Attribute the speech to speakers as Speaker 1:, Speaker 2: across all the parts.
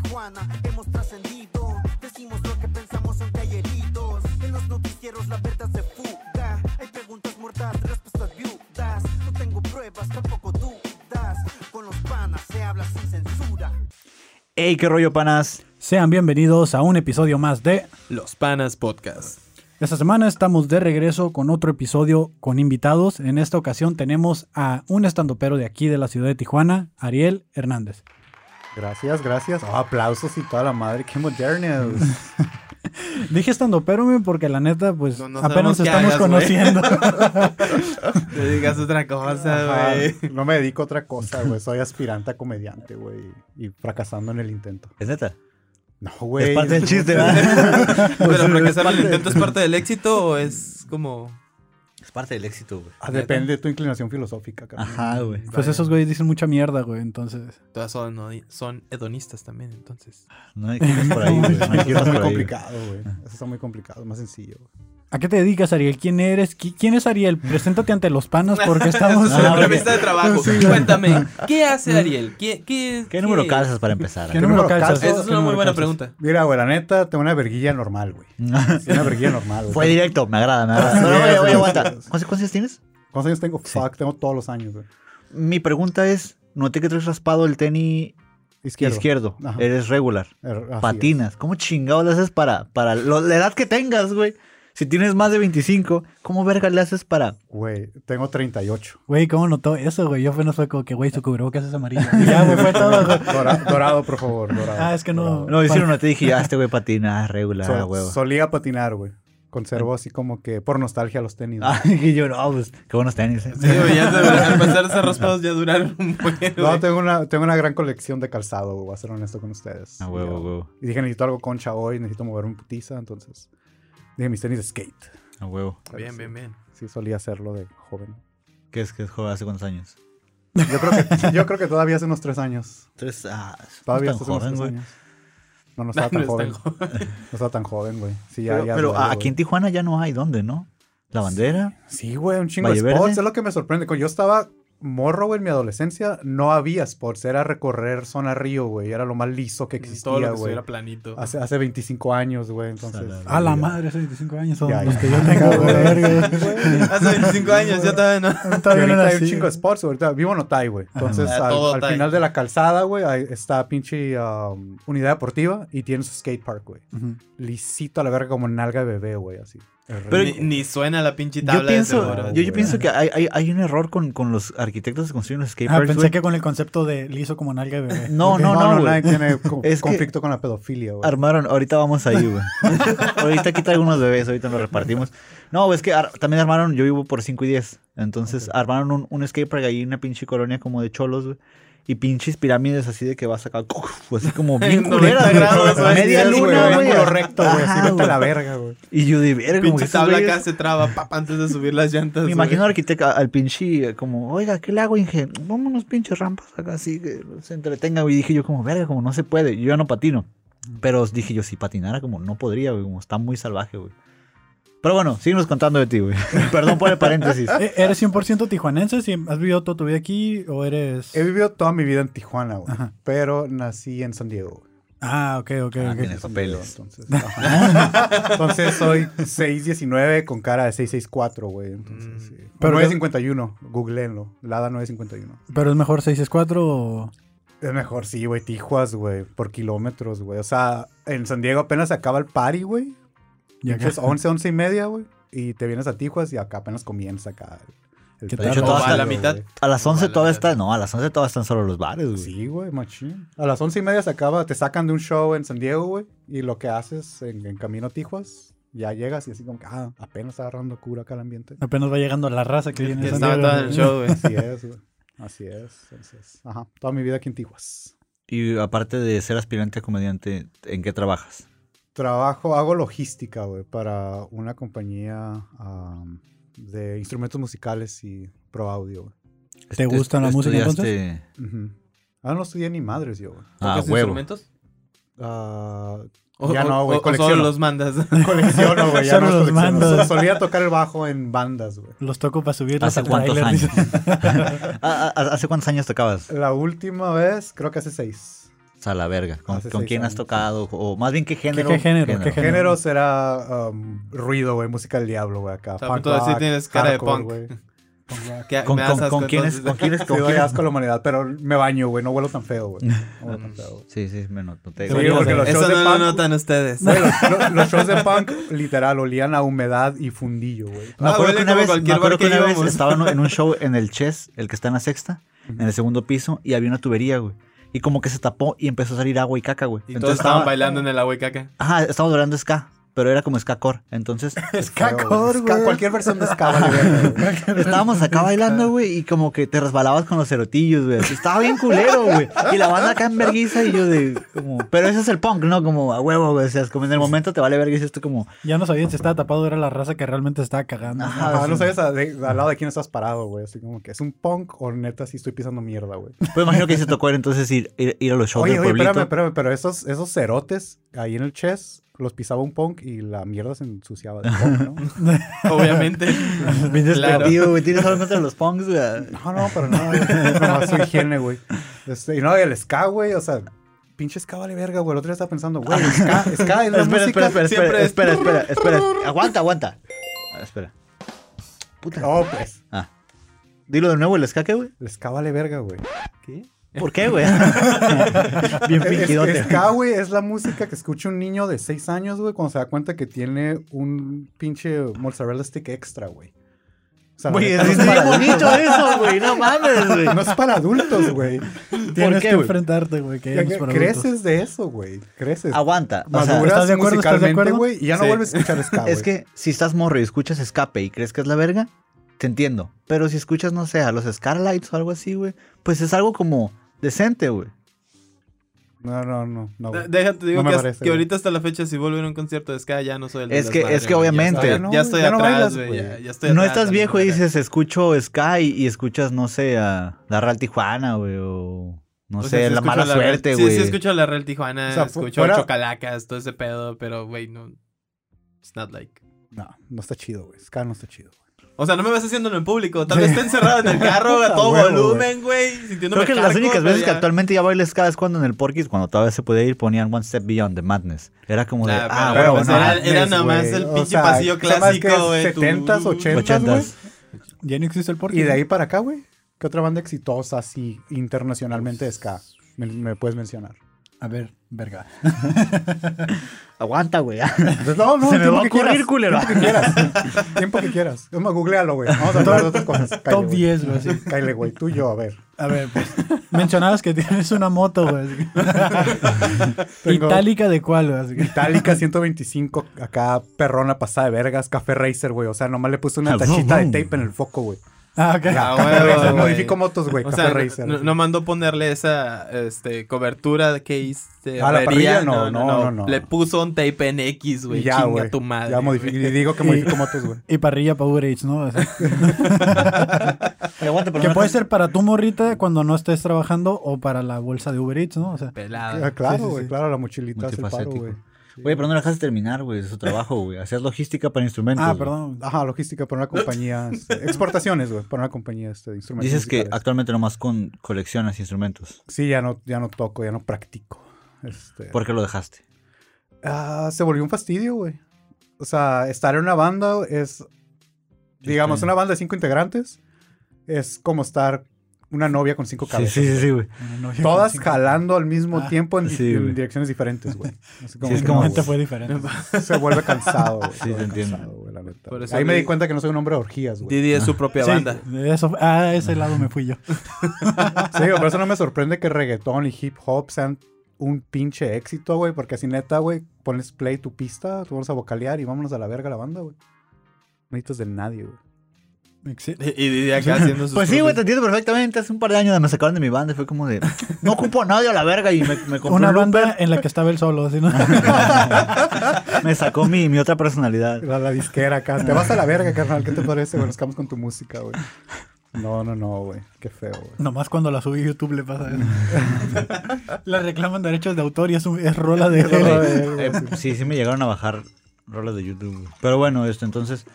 Speaker 1: semana hemos trascendido. Decimos lo que pensamos ante ayeritos. En los noticieros la verdad se fuga. Hay preguntas muertas, respuestas viudas. No tengo pruebas, tampoco dudas. Con los panas se habla sin censura.
Speaker 2: ¡Ey, qué rollo, panas!
Speaker 3: Sean bienvenidos a un episodio más de
Speaker 4: Los Panas Podcast.
Speaker 3: Esta semana estamos de regreso con otro episodio con invitados. En esta ocasión tenemos a un estandopero de aquí de la ciudad de Tijuana, Ariel Hernández.
Speaker 5: Gracias, gracias. Oh, aplausos y toda la madre, qué modernos.
Speaker 3: Dije estandopero men, porque la neta, pues
Speaker 4: No- no
Speaker 3: apenas
Speaker 4: sabemos qué
Speaker 3: estamos
Speaker 4: hagas, güey.
Speaker 3: conociendo.
Speaker 4: No digas otra cosa,
Speaker 5: Ajá,
Speaker 4: güey.
Speaker 5: Ah, No me dedico a otra cosa, güey. Soy aspirante a comediante, güey. Y fracasando en el intento.
Speaker 2: Es neta.
Speaker 5: No, güey.
Speaker 2: es parte del chiste, ¿verdad?
Speaker 4: Pero fracasar el intento es parte del éxito o es como.
Speaker 2: es parte del éxito, güey.
Speaker 5: Ah, Depende de tu inclinación filosófica, carnal.
Speaker 2: Ajá, güey.
Speaker 3: pues esos güeyes dicen mucha mierda, güey, entonces.
Speaker 4: Todas son, son hedonistas también, entonces.
Speaker 2: No hay cosas por ahí, güey. No hay
Speaker 5: Eso está
Speaker 2: cosas
Speaker 5: muy
Speaker 2: por ahí,
Speaker 5: complicado, güey. Eso está muy complicado, más sencillo. güey.
Speaker 3: ¿A qué te dedicas, Ariel? ¿Quién eres? ¿Qui- ¿Quién es Ariel? Preséntate ante los panas porque estamos...
Speaker 4: Es una
Speaker 2: Ah,
Speaker 4: entrevista de trabajo. Cuéntame, ¿qué hace Ariel? ¿Qué, qué,
Speaker 2: ¿Qué número calzas para empezar?
Speaker 3: ¿Qué número
Speaker 5: número
Speaker 3: calzas?
Speaker 5: calzas?
Speaker 4: Esa es
Speaker 3: ¿Qué
Speaker 4: una muy
Speaker 3: número
Speaker 4: buena
Speaker 3: calzas?
Speaker 4: pregunta.
Speaker 5: Mira, güey, la neta, tengo una verguilla normal, güey. Sí, Una verguilla normal, güey.
Speaker 2: Fue directo, me agrada, me agrada. No,
Speaker 5: Sí,
Speaker 2: oye,
Speaker 5: sí,
Speaker 2: oye,
Speaker 5: sí.
Speaker 2: aguanta. ¿Consecuencias tienes?
Speaker 5: ¿Cuántos años tengo? Fuck, tengo todos los años, güey.
Speaker 2: Mi pregunta es, noté que traes raspado el tenis
Speaker 5: Izquierdo.
Speaker 2: izquierdo.
Speaker 5: Ajá.
Speaker 2: Eres regular.
Speaker 5: Er- así es.
Speaker 2: Patinas. ¿Cómo chingado le haces para, para lo- la edad que tengas, güey? Si tienes más de 25, ¿cómo verga le haces para...?
Speaker 5: Güey, tengo 38.
Speaker 3: Güey, ¿cómo notó eso, güey? Yo apenas fue como que, güey, su cubrebocas es amarillo. Y
Speaker 2: Ah,
Speaker 3: ya, güey, fue todo, güey.
Speaker 5: Dora- dorado, por favor, dorado.
Speaker 3: Ah, es que no-
Speaker 2: No, hicieron, no te dije, ah, este güey patina, ah, regular,
Speaker 5: Sol-
Speaker 2: ah, huevo.
Speaker 5: solía patinar, güey. Conservo así como que por nostalgia los tenis. güey.
Speaker 2: Ah, y yo, no, pues, qué buenos tenis. eh.
Speaker 4: Sí, güey, ya se- al pasar esos raspados ya duraron un buen.
Speaker 5: No,
Speaker 4: güey.
Speaker 5: tengo una, tengo una gran colección de calzado, güey, voy a ser honesto con ustedes.
Speaker 2: Ah, huevo, huevo,
Speaker 5: Y dije, necesito algo concha hoy, necesito mover un putiza, entonces dije mis tenis de skate.
Speaker 2: ah, huevo.
Speaker 4: Bien, bien, bien.
Speaker 5: Sí, solía hacerlo de joven.
Speaker 2: ¿Qué es, qué es joven? ¿Hace cuántos años?
Speaker 5: Yo creo que, yo creo que todavía hace unos tres años.
Speaker 2: Entonces, ah,
Speaker 5: Todavía
Speaker 2: no
Speaker 5: hace
Speaker 2: tan
Speaker 5: unos
Speaker 2: joven,
Speaker 5: tres
Speaker 2: güey.
Speaker 5: años. No, no
Speaker 4: No,
Speaker 5: estaba tan
Speaker 4: no es
Speaker 5: joven.
Speaker 4: tan
Speaker 5: No
Speaker 4: joven.
Speaker 5: estaba tan joven, güey. Sí, ya,
Speaker 2: Pero,
Speaker 5: ya
Speaker 2: pero,
Speaker 5: duele,
Speaker 2: ah,
Speaker 5: güey.
Speaker 2: aquí en Tijuana ya no hay dónde, ¿no? La bandera.
Speaker 5: Sí, güey, un chingo
Speaker 2: Valle
Speaker 5: de spots.
Speaker 2: Verde.
Speaker 5: Es lo que me sorprende. Cuando yo estaba morro, güey, en mi adolescencia, no había spots. Era recorrer zona río, güey. Era lo más liso que
Speaker 4: Todo lo
Speaker 5: existía,
Speaker 4: que
Speaker 5: güey.
Speaker 4: estuviera planito.
Speaker 5: Hace, hace 25 años, güey. Entonces.
Speaker 2: Salado.
Speaker 3: A la madre, hace 25 años son
Speaker 5: Ya,
Speaker 3: los
Speaker 5: ya.
Speaker 3: que yo tengo, güey. la verga.
Speaker 4: Hace 25 años, ya todavía no.
Speaker 5: Y
Speaker 3: Todavía no
Speaker 5: ahorita hay
Speaker 3: nací.
Speaker 5: un chingo de spots, güey. ahorita vivo en Otay, güey. Entonces,
Speaker 4: Ah,
Speaker 5: al,
Speaker 4: todo
Speaker 5: al
Speaker 4: Otay.
Speaker 5: final de la calzada, güey, ahí está pinche um, unidad deportiva y tiene su skate park, güey.
Speaker 3: Ujú.
Speaker 5: Lisito a la verga como nalga de bebé, güey, así.
Speaker 2: Pero-
Speaker 4: ni, ni suena la pinche tabla
Speaker 2: Yo
Speaker 4: de seguro.
Speaker 2: pienso, yo, yo
Speaker 5: güey.
Speaker 2: pienso que hay, hay, hay un error con, con los arquitectos que construyen los
Speaker 3: Ah,
Speaker 2: skateparks,
Speaker 3: pensé
Speaker 2: güey.
Speaker 3: que con el concepto de liso como nalga de bebé.
Speaker 2: No, no, no, güey.
Speaker 5: nadie tiene co-
Speaker 2: Es que-
Speaker 5: conflicto con la pedofilia, güey.
Speaker 2: Armaron, ahorita vamos ahí, güey. ahorita aquí traigo unos bebés, ahorita nos repartimos. No, es que ar- también armaron, yo vivo por 5 y 10. Entonces armaron un, un skatepark ahí, una pinche colonia como de cholos, güey. Y pinches pirámides así de que vas acá, así como bien
Speaker 4: 90
Speaker 2: culeras, güey.
Speaker 4: grados, güey.
Speaker 2: Media
Speaker 4: Sí,
Speaker 5: güey,
Speaker 2: luna, güey.
Speaker 5: ángulo recto, güey, así
Speaker 2: Ajá,
Speaker 5: vete a la verga, güey.
Speaker 2: Y yo de verga, como que
Speaker 4: Pinche
Speaker 2: estos
Speaker 4: tabla
Speaker 2: güeyes-
Speaker 4: acá se traba pap, antes de subir las llantas.
Speaker 2: Me imagino al
Speaker 4: güey.
Speaker 2: arquitecto, al pinche, eh, como, oiga, ¿qué le hago, Inge? Vámonos pinches rampas acá, así que se entretenga. güey. Y dije yo, como, verga, como no se puede, yo ya no patino. Pero dije yo, si patinara, como no podría, güey, como está muy salvaje, güey. Pero bueno, síguenos contando de ti, güey. Perdón por el paréntesis.
Speaker 3: ¿E- ¿Eres 100% tijuanense? ¿Si ¿Has vivido toda tu vida aquí o eres...?
Speaker 5: He vivido toda mi vida en Tijuana, güey.
Speaker 3: Ajá.
Speaker 5: Pero nací en San Diego, güey.
Speaker 3: Ah, ok, ok,
Speaker 2: Ah,
Speaker 3: ok.
Speaker 2: tienes papeles.
Speaker 5: Entonces, ajá. Entonces soy 6'19 con cara de 6'64, güey. Entonces, sí.
Speaker 3: Pero-
Speaker 5: 951, googleenlo. Lada 951.
Speaker 3: ¿Pero es mejor 664 o...?
Speaker 5: Es mejor, sí, güey. Tijuas, güey. Por kilómetros, güey. O sea, en San Diego apenas se acaba el party, güey.
Speaker 3: Y acá.
Speaker 5: Es 11, 11 y media, güey. Y te vienes a Tijuas y acá apenas comienza acá. El,
Speaker 3: ¿Qué tal?
Speaker 5: el pedo,
Speaker 2: De hecho, todas
Speaker 5: güey.
Speaker 2: la
Speaker 4: mitad.
Speaker 2: A las 11
Speaker 4: Vale,
Speaker 2: todavía
Speaker 4: vale.
Speaker 2: está, no, a las 11 todavía están solo los bares, güey.
Speaker 5: Sí, güey, machín. A las once y media se acaba, te sacan de un show en San Diego, güey. Y lo que haces en, en camino a Tijuas, ya llegas y así como que, ah, apenas está agarrando cura acá el ambiente.
Speaker 3: Apenas va llegando la raza que viene.
Speaker 4: Que
Speaker 3: de San
Speaker 4: estaba
Speaker 3: Diego,
Speaker 4: toda en el
Speaker 3: güey.
Speaker 4: show, güey.
Speaker 5: Así es, güey. Así es. Entonces, ajá. Toda mi vida aquí en Tijuas.
Speaker 2: Y aparte de ser aspirante a comediante, ¿en qué trabajas?
Speaker 5: Trabajo, hago logística, güey, para una compañía am, de instrumentos musicales y pro audio, güey.
Speaker 3: ¿Te gusta la música,
Speaker 2: entonces?
Speaker 5: Ujú. Ah, no estudié ni madres yo, güey.
Speaker 2: Ah,
Speaker 4: ¿Tocas
Speaker 2: huevo.
Speaker 4: instrumentos?
Speaker 5: Ah,
Speaker 4: O-
Speaker 5: Ya
Speaker 4: o-
Speaker 5: no, güey,
Speaker 4: o- o solo
Speaker 5: colecciono.
Speaker 4: los mandas.
Speaker 5: colecciono, güey. Ya
Speaker 3: Solo
Speaker 5: no
Speaker 3: los
Speaker 5: colecciono.
Speaker 3: mando.
Speaker 5: Sol- Solía tocar el bajo en bandas, güey.
Speaker 3: Los toco para subirlos
Speaker 2: ¿Hace
Speaker 3: al
Speaker 2: cuántos
Speaker 3: tráiler,
Speaker 2: años?
Speaker 3: dice.
Speaker 2: Ah, ah, ¿Hace cuántos años tocabas?
Speaker 5: La última vez, creo que hace seis.
Speaker 2: a la verga? ¿Con,
Speaker 5: Hace
Speaker 2: con
Speaker 5: seis
Speaker 2: quién has
Speaker 5: años.
Speaker 2: tocado? O más bien, ¿qué género?
Speaker 3: qué género? ¿Qué género?
Speaker 5: Género será um, ruido, güey, música del diablo, güey, acá.
Speaker 4: O sea, tú sí tienes cara de punk.
Speaker 5: güey. Punk rock.
Speaker 4: Que
Speaker 2: ¿Con,
Speaker 4: me
Speaker 2: con,
Speaker 4: das asco,
Speaker 2: con quiénes?
Speaker 4: entonces.
Speaker 2: ¿Con quiénes?
Speaker 5: Sí,
Speaker 2: con
Speaker 5: doy
Speaker 2: quiénes-
Speaker 5: asco a la humanidad, pero me baño, güey, no huelo tan feo, güey. No huelo tan feo, güey.
Speaker 2: Sí, sí, me no, no te
Speaker 5: Sí, porque los
Speaker 4: Eso
Speaker 5: shows
Speaker 4: no
Speaker 5: de
Speaker 4: lo
Speaker 5: punk-
Speaker 4: notan ustedes.
Speaker 5: Güey, los, lo- los shows de punk, literal, olían a humedad y fundillo, güey.
Speaker 2: Me
Speaker 4: Ah,
Speaker 2: acuerdo
Speaker 4: huele
Speaker 2: que una
Speaker 4: como
Speaker 2: vez, me
Speaker 4: cualquier
Speaker 2: acuerdo
Speaker 4: bar
Speaker 2: que
Speaker 4: que
Speaker 2: una vez
Speaker 4: íbamos.
Speaker 2: estaba en un- en un show en el Chess, el que está en la sexta, en el segundo piso, y había una tubería, güey. Y como que se tapó y empezó a salir agua y caca, güey.
Speaker 4: Y todos
Speaker 2: ah.
Speaker 4: estaban bailando en el agua y caca.
Speaker 2: Ajá, estábamos hablando de ska, pero era como ska core. Entonces,
Speaker 5: Feo, güey. Ska- Cualquier versión de ska, vale, verga, güey.
Speaker 2: estábamos acá bailando, güey, y como que te resbalabas con los cerotillos, güey. Estaba bien culero, güey. Y la banda acá en verguiza y yo de, como, pero ese es el punk, ¿no? Como a huevo, güey. O sea, es como en el momento te vale verguiza esto como,
Speaker 3: Ya no sabían si estaba tapado era la raza que realmente estaba cagando.
Speaker 2: Ajá.
Speaker 5: Ajá, Ah, no
Speaker 2: sí.
Speaker 5: sabes a- de- al lado de quién estás parado, güey. Así como que es un punk o neta sí estoy pisando mierda, güey.
Speaker 2: pues imagino que se tocó entonces ir, ir, ir a los shows
Speaker 5: Oye,
Speaker 2: del
Speaker 5: oye,
Speaker 2: pueblito.
Speaker 5: espérame, espérame, pero esos, esos cerotes ahí en el chess los pisaba un punk y la mierda se ensuciaba de punk, ¿no?
Speaker 4: Obviamente.
Speaker 2: Bien
Speaker 4: Claro.
Speaker 2: despectivo, güey. Tienes algo contra los punks, güey.
Speaker 5: No, no, pero no, güey. no, su higiene, güey. Este, y no, y el ska, güey, o sea, pinche ska vale verga, güey. El otro día estaba pensando, güey, ska, ska es la
Speaker 2: espera,
Speaker 5: música.
Speaker 2: espera, espera, espera,
Speaker 4: siempre es-
Speaker 2: espera, espera, espera. Aguanta, aguanta. Ah, espera. Puta.
Speaker 5: No, pues,
Speaker 2: Ah. Dilo de nuevo el escaque, güey.
Speaker 5: el ska vale verga, güey.
Speaker 2: ¿Por qué, güey? Bien
Speaker 5: El- el-
Speaker 2: fingidote.
Speaker 5: el ska, güey, es la música que escucha un niño de 6 años, güey, cuando se da cuenta que tiene un pinche mozzarella stick extra, güey. O sea, la
Speaker 2: Güey,
Speaker 5: neta,
Speaker 2: es
Speaker 5: no es
Speaker 2: bien
Speaker 5: para
Speaker 2: bonito eso, güey. No mames, güey.
Speaker 5: No es para adultos, güey.
Speaker 3: Tienes
Speaker 2: qué,
Speaker 3: que
Speaker 2: güey?
Speaker 3: enfrentarte, güey. que eres para adultos.
Speaker 5: Creces de eso, güey. Creces.
Speaker 2: Aguanta. O sea,
Speaker 5: Maduras
Speaker 3: ¿estás de acuerdo? ¿Estás de
Speaker 5: musicalmente,
Speaker 3: acuerdo?
Speaker 5: güey, y ya no
Speaker 4: Ah, Sí.
Speaker 5: vuelves a escuchar ska,
Speaker 2: es
Speaker 5: güey.
Speaker 2: que si estás morro y escuchas escape y crees que es la verga, te entiendo. Pero si escuchas, no sé, a los Scarlights o algo así, güey, pues es algo como decente, güey.
Speaker 5: No, no, no. no güey.
Speaker 4: Déjate, digo
Speaker 5: No me
Speaker 4: que,
Speaker 5: parece,
Speaker 4: que
Speaker 5: güey.
Speaker 4: ahorita hasta la fecha, si vuelvo a ir a un concierto de Ska, ya no soy el
Speaker 2: Es que-
Speaker 4: desmadre,
Speaker 2: es que
Speaker 4: güey.
Speaker 2: obviamente-
Speaker 4: Ya,
Speaker 5: Ya no,
Speaker 4: ya estoy
Speaker 5: ya no
Speaker 4: atrás,
Speaker 5: bailas,
Speaker 4: güey.
Speaker 5: güey.
Speaker 4: ya- ya estoy
Speaker 2: No
Speaker 4: atrás,
Speaker 2: estás
Speaker 4: ya
Speaker 2: viejo y
Speaker 4: me-
Speaker 2: dices, escucho Sky y escuchas, no sé, a la Real Tijuana, güey, o no
Speaker 4: O sea,
Speaker 2: sé,
Speaker 4: sí
Speaker 2: la
Speaker 4: escucho
Speaker 2: mala
Speaker 4: Real-
Speaker 2: suerte,
Speaker 4: Sí,
Speaker 2: güey.
Speaker 4: sí, escucho la Real Tijuana,
Speaker 5: O sea, fu-
Speaker 4: escucho
Speaker 5: fuera-
Speaker 4: Chocalacas, todo ese pedo, pero, güey, no. It's not like.
Speaker 5: No, no está chido, güey. Ska no está chido.
Speaker 4: O sea, no me vas haciéndolo en público. Tal vez esté encerrado en el carro a todo
Speaker 5: Huevo, güey.
Speaker 4: volumen, güey. Sintiéndome
Speaker 2: Creo que las
Speaker 4: cargo,
Speaker 2: únicas
Speaker 4: pero
Speaker 2: veces que
Speaker 4: ya.
Speaker 2: actualmente ya baila Sky es cuando en el Porky's, cuando todavía se podía ir, ponían One Step Beyond the Madness. Era como de,
Speaker 4: Nah,
Speaker 2: ah,
Speaker 4: pero
Speaker 2: bueno,
Speaker 4: pues
Speaker 2: no,
Speaker 4: era- era nada más el pinche pasillo clásico, güey, tú-
Speaker 5: 70s,
Speaker 4: pues
Speaker 5: 80s, güey.
Speaker 2: 80s.
Speaker 3: Ya no existe el porqué.
Speaker 5: Y de ahí para acá, güey. ¿Qué otra banda exitosa así internacionalmente de ska me, me puedes mencionar?
Speaker 3: A ver, verga.
Speaker 2: Aguanta, güey.
Speaker 5: Pues, no, no,
Speaker 2: Se me
Speaker 5: el tiempo
Speaker 2: va a
Speaker 5: que
Speaker 2: ocurrir,
Speaker 5: quieras,
Speaker 2: culero.
Speaker 5: Tiempo que quieras. tiempo que quieras. Es más, googlealo, güey. Vamos a hablar de otras cosas. Cállate,
Speaker 3: Top
Speaker 5: güey.
Speaker 3: 10, güey. así.
Speaker 5: Cállate, güey. Tú y yo, a ver.
Speaker 3: A ver, pues. Mencionabas que tienes una moto, güey. así que-
Speaker 5: Tengo-
Speaker 3: Itálica de cuál, güey. así que-
Speaker 5: Itálica 125, acá perrona pasada de vergas, Café Racer, güey. O sea, nomás le puse
Speaker 2: Ah,
Speaker 5: una tachita de tape en el foco, güey.
Speaker 3: Ah, ok.
Speaker 5: Ya,
Speaker 4: Ah,
Speaker 5: Café
Speaker 4: huevo,
Speaker 5: Racer,
Speaker 4: güey.
Speaker 5: modifico motos, güey.
Speaker 4: O
Speaker 5: Café
Speaker 4: sea,
Speaker 5: Racer.
Speaker 4: no, no mandó ponerle esa este, cobertura que hice.
Speaker 5: Ah, la parrilla, no, no, no, no.
Speaker 4: Le puso un tape en X,
Speaker 5: Y
Speaker 4: güey.
Speaker 5: ya,
Speaker 4: Chinga
Speaker 5: güey.
Speaker 4: tu madre.
Speaker 5: Ya modifi-
Speaker 4: güey.
Speaker 5: y digo que modifico motos, güey.
Speaker 3: Y parrilla Powerade, ¿no? Así.
Speaker 2: Aguanta, pero
Speaker 3: Que
Speaker 2: no-
Speaker 3: puede ser para tu morrita cuando no estés trabajando o para la bolsa de Uber Eats, ¿no? O sea,
Speaker 5: Ah,
Speaker 4: Pelada.
Speaker 5: claro,
Speaker 3: Sí, sí,
Speaker 5: güey.
Speaker 3: sí.
Speaker 5: Claro, la mochilita hace el paro,
Speaker 2: Multifacético.
Speaker 5: güey.
Speaker 2: Güey, pero no la dejaste terminar, güey, es su trabajo, güey. Hacías logística para instrumentos.
Speaker 3: ah,
Speaker 2: güey.
Speaker 3: perdón.
Speaker 5: Ajá, logística para una compañía. este, exportaciones, güey. Para una compañía este, de instrumentos.
Speaker 2: Dices que
Speaker 5: musicales.
Speaker 2: actualmente nomás con coleccionas instrumentos.
Speaker 5: Sí, ya no, ya no toco, ya no practico. Este.
Speaker 2: ¿Por qué lo dejaste?
Speaker 5: Ah, se volvió un fastidio, güey. O sea, estar en una banda es, digamos,
Speaker 2: Está bien.
Speaker 5: una banda de cinco integrantes es como estar una novia con cinco
Speaker 2: Sí,
Speaker 5: cabezas.
Speaker 2: sí, sí, sí, güey.
Speaker 3: Una novia con
Speaker 5: Todas
Speaker 3: cinco-
Speaker 5: jalando al mismo
Speaker 3: Ah,
Speaker 5: tiempo en, di-
Speaker 2: sí,
Speaker 5: en
Speaker 2: güey.
Speaker 5: direcciones diferentes, güey.
Speaker 2: Sí, es
Speaker 5: Así que
Speaker 2: como
Speaker 5: no,
Speaker 3: Realmente
Speaker 5: güey.
Speaker 3: fue diferente.
Speaker 5: Se vuelve cansado, güey. se
Speaker 2: te
Speaker 5: vuelve
Speaker 2: entiendo.
Speaker 5: cansado, güey, la neta.
Speaker 4: Por eso
Speaker 5: Ahí me
Speaker 4: di-
Speaker 5: di cuenta que no soy un hombre de orgías, güey.
Speaker 4: Didi es su propia
Speaker 3: Sí,
Speaker 4: banda.
Speaker 3: de eso, ah, a ese lado me fui yo.
Speaker 5: Sí, güey, por eso no me sorprende que reggaetón y hip hop sean un pinche éxito, güey. Porque así neta, güey, pones play tu pista, tú vamos a vocalear y vámonos a la verga la banda, güey. No necesitas de nadie, güey.
Speaker 3: Exi-
Speaker 4: Y Didi acá haciendo sus
Speaker 2: Pues sí, güey,
Speaker 4: propias-
Speaker 2: te entiendo perfectamente. Hace un par de años me sacaron de mi banda y fue como de, no ocupo a nadie a la verga y me, me compré
Speaker 3: Una
Speaker 2: un loop,
Speaker 3: banda en la que estaba él solo, así, ¿no?
Speaker 2: me sacó mi, mi otra personalidad.
Speaker 5: La, la disquera acá. Te vas a la verga, carnal. ¿Qué te parece, güey? Nos quedamos con tu música, güey. No, no, no, güey. Qué feo, güey.
Speaker 3: Nomás cuando la subí a YouTube le pasa eso. le reclaman derechos de autor y es, un- es rola de
Speaker 5: rola
Speaker 3: él.
Speaker 5: de-
Speaker 2: Eh, sí, sí me llegaron a bajar rolas de YouTube. güey. Pero bueno, esto, entonces,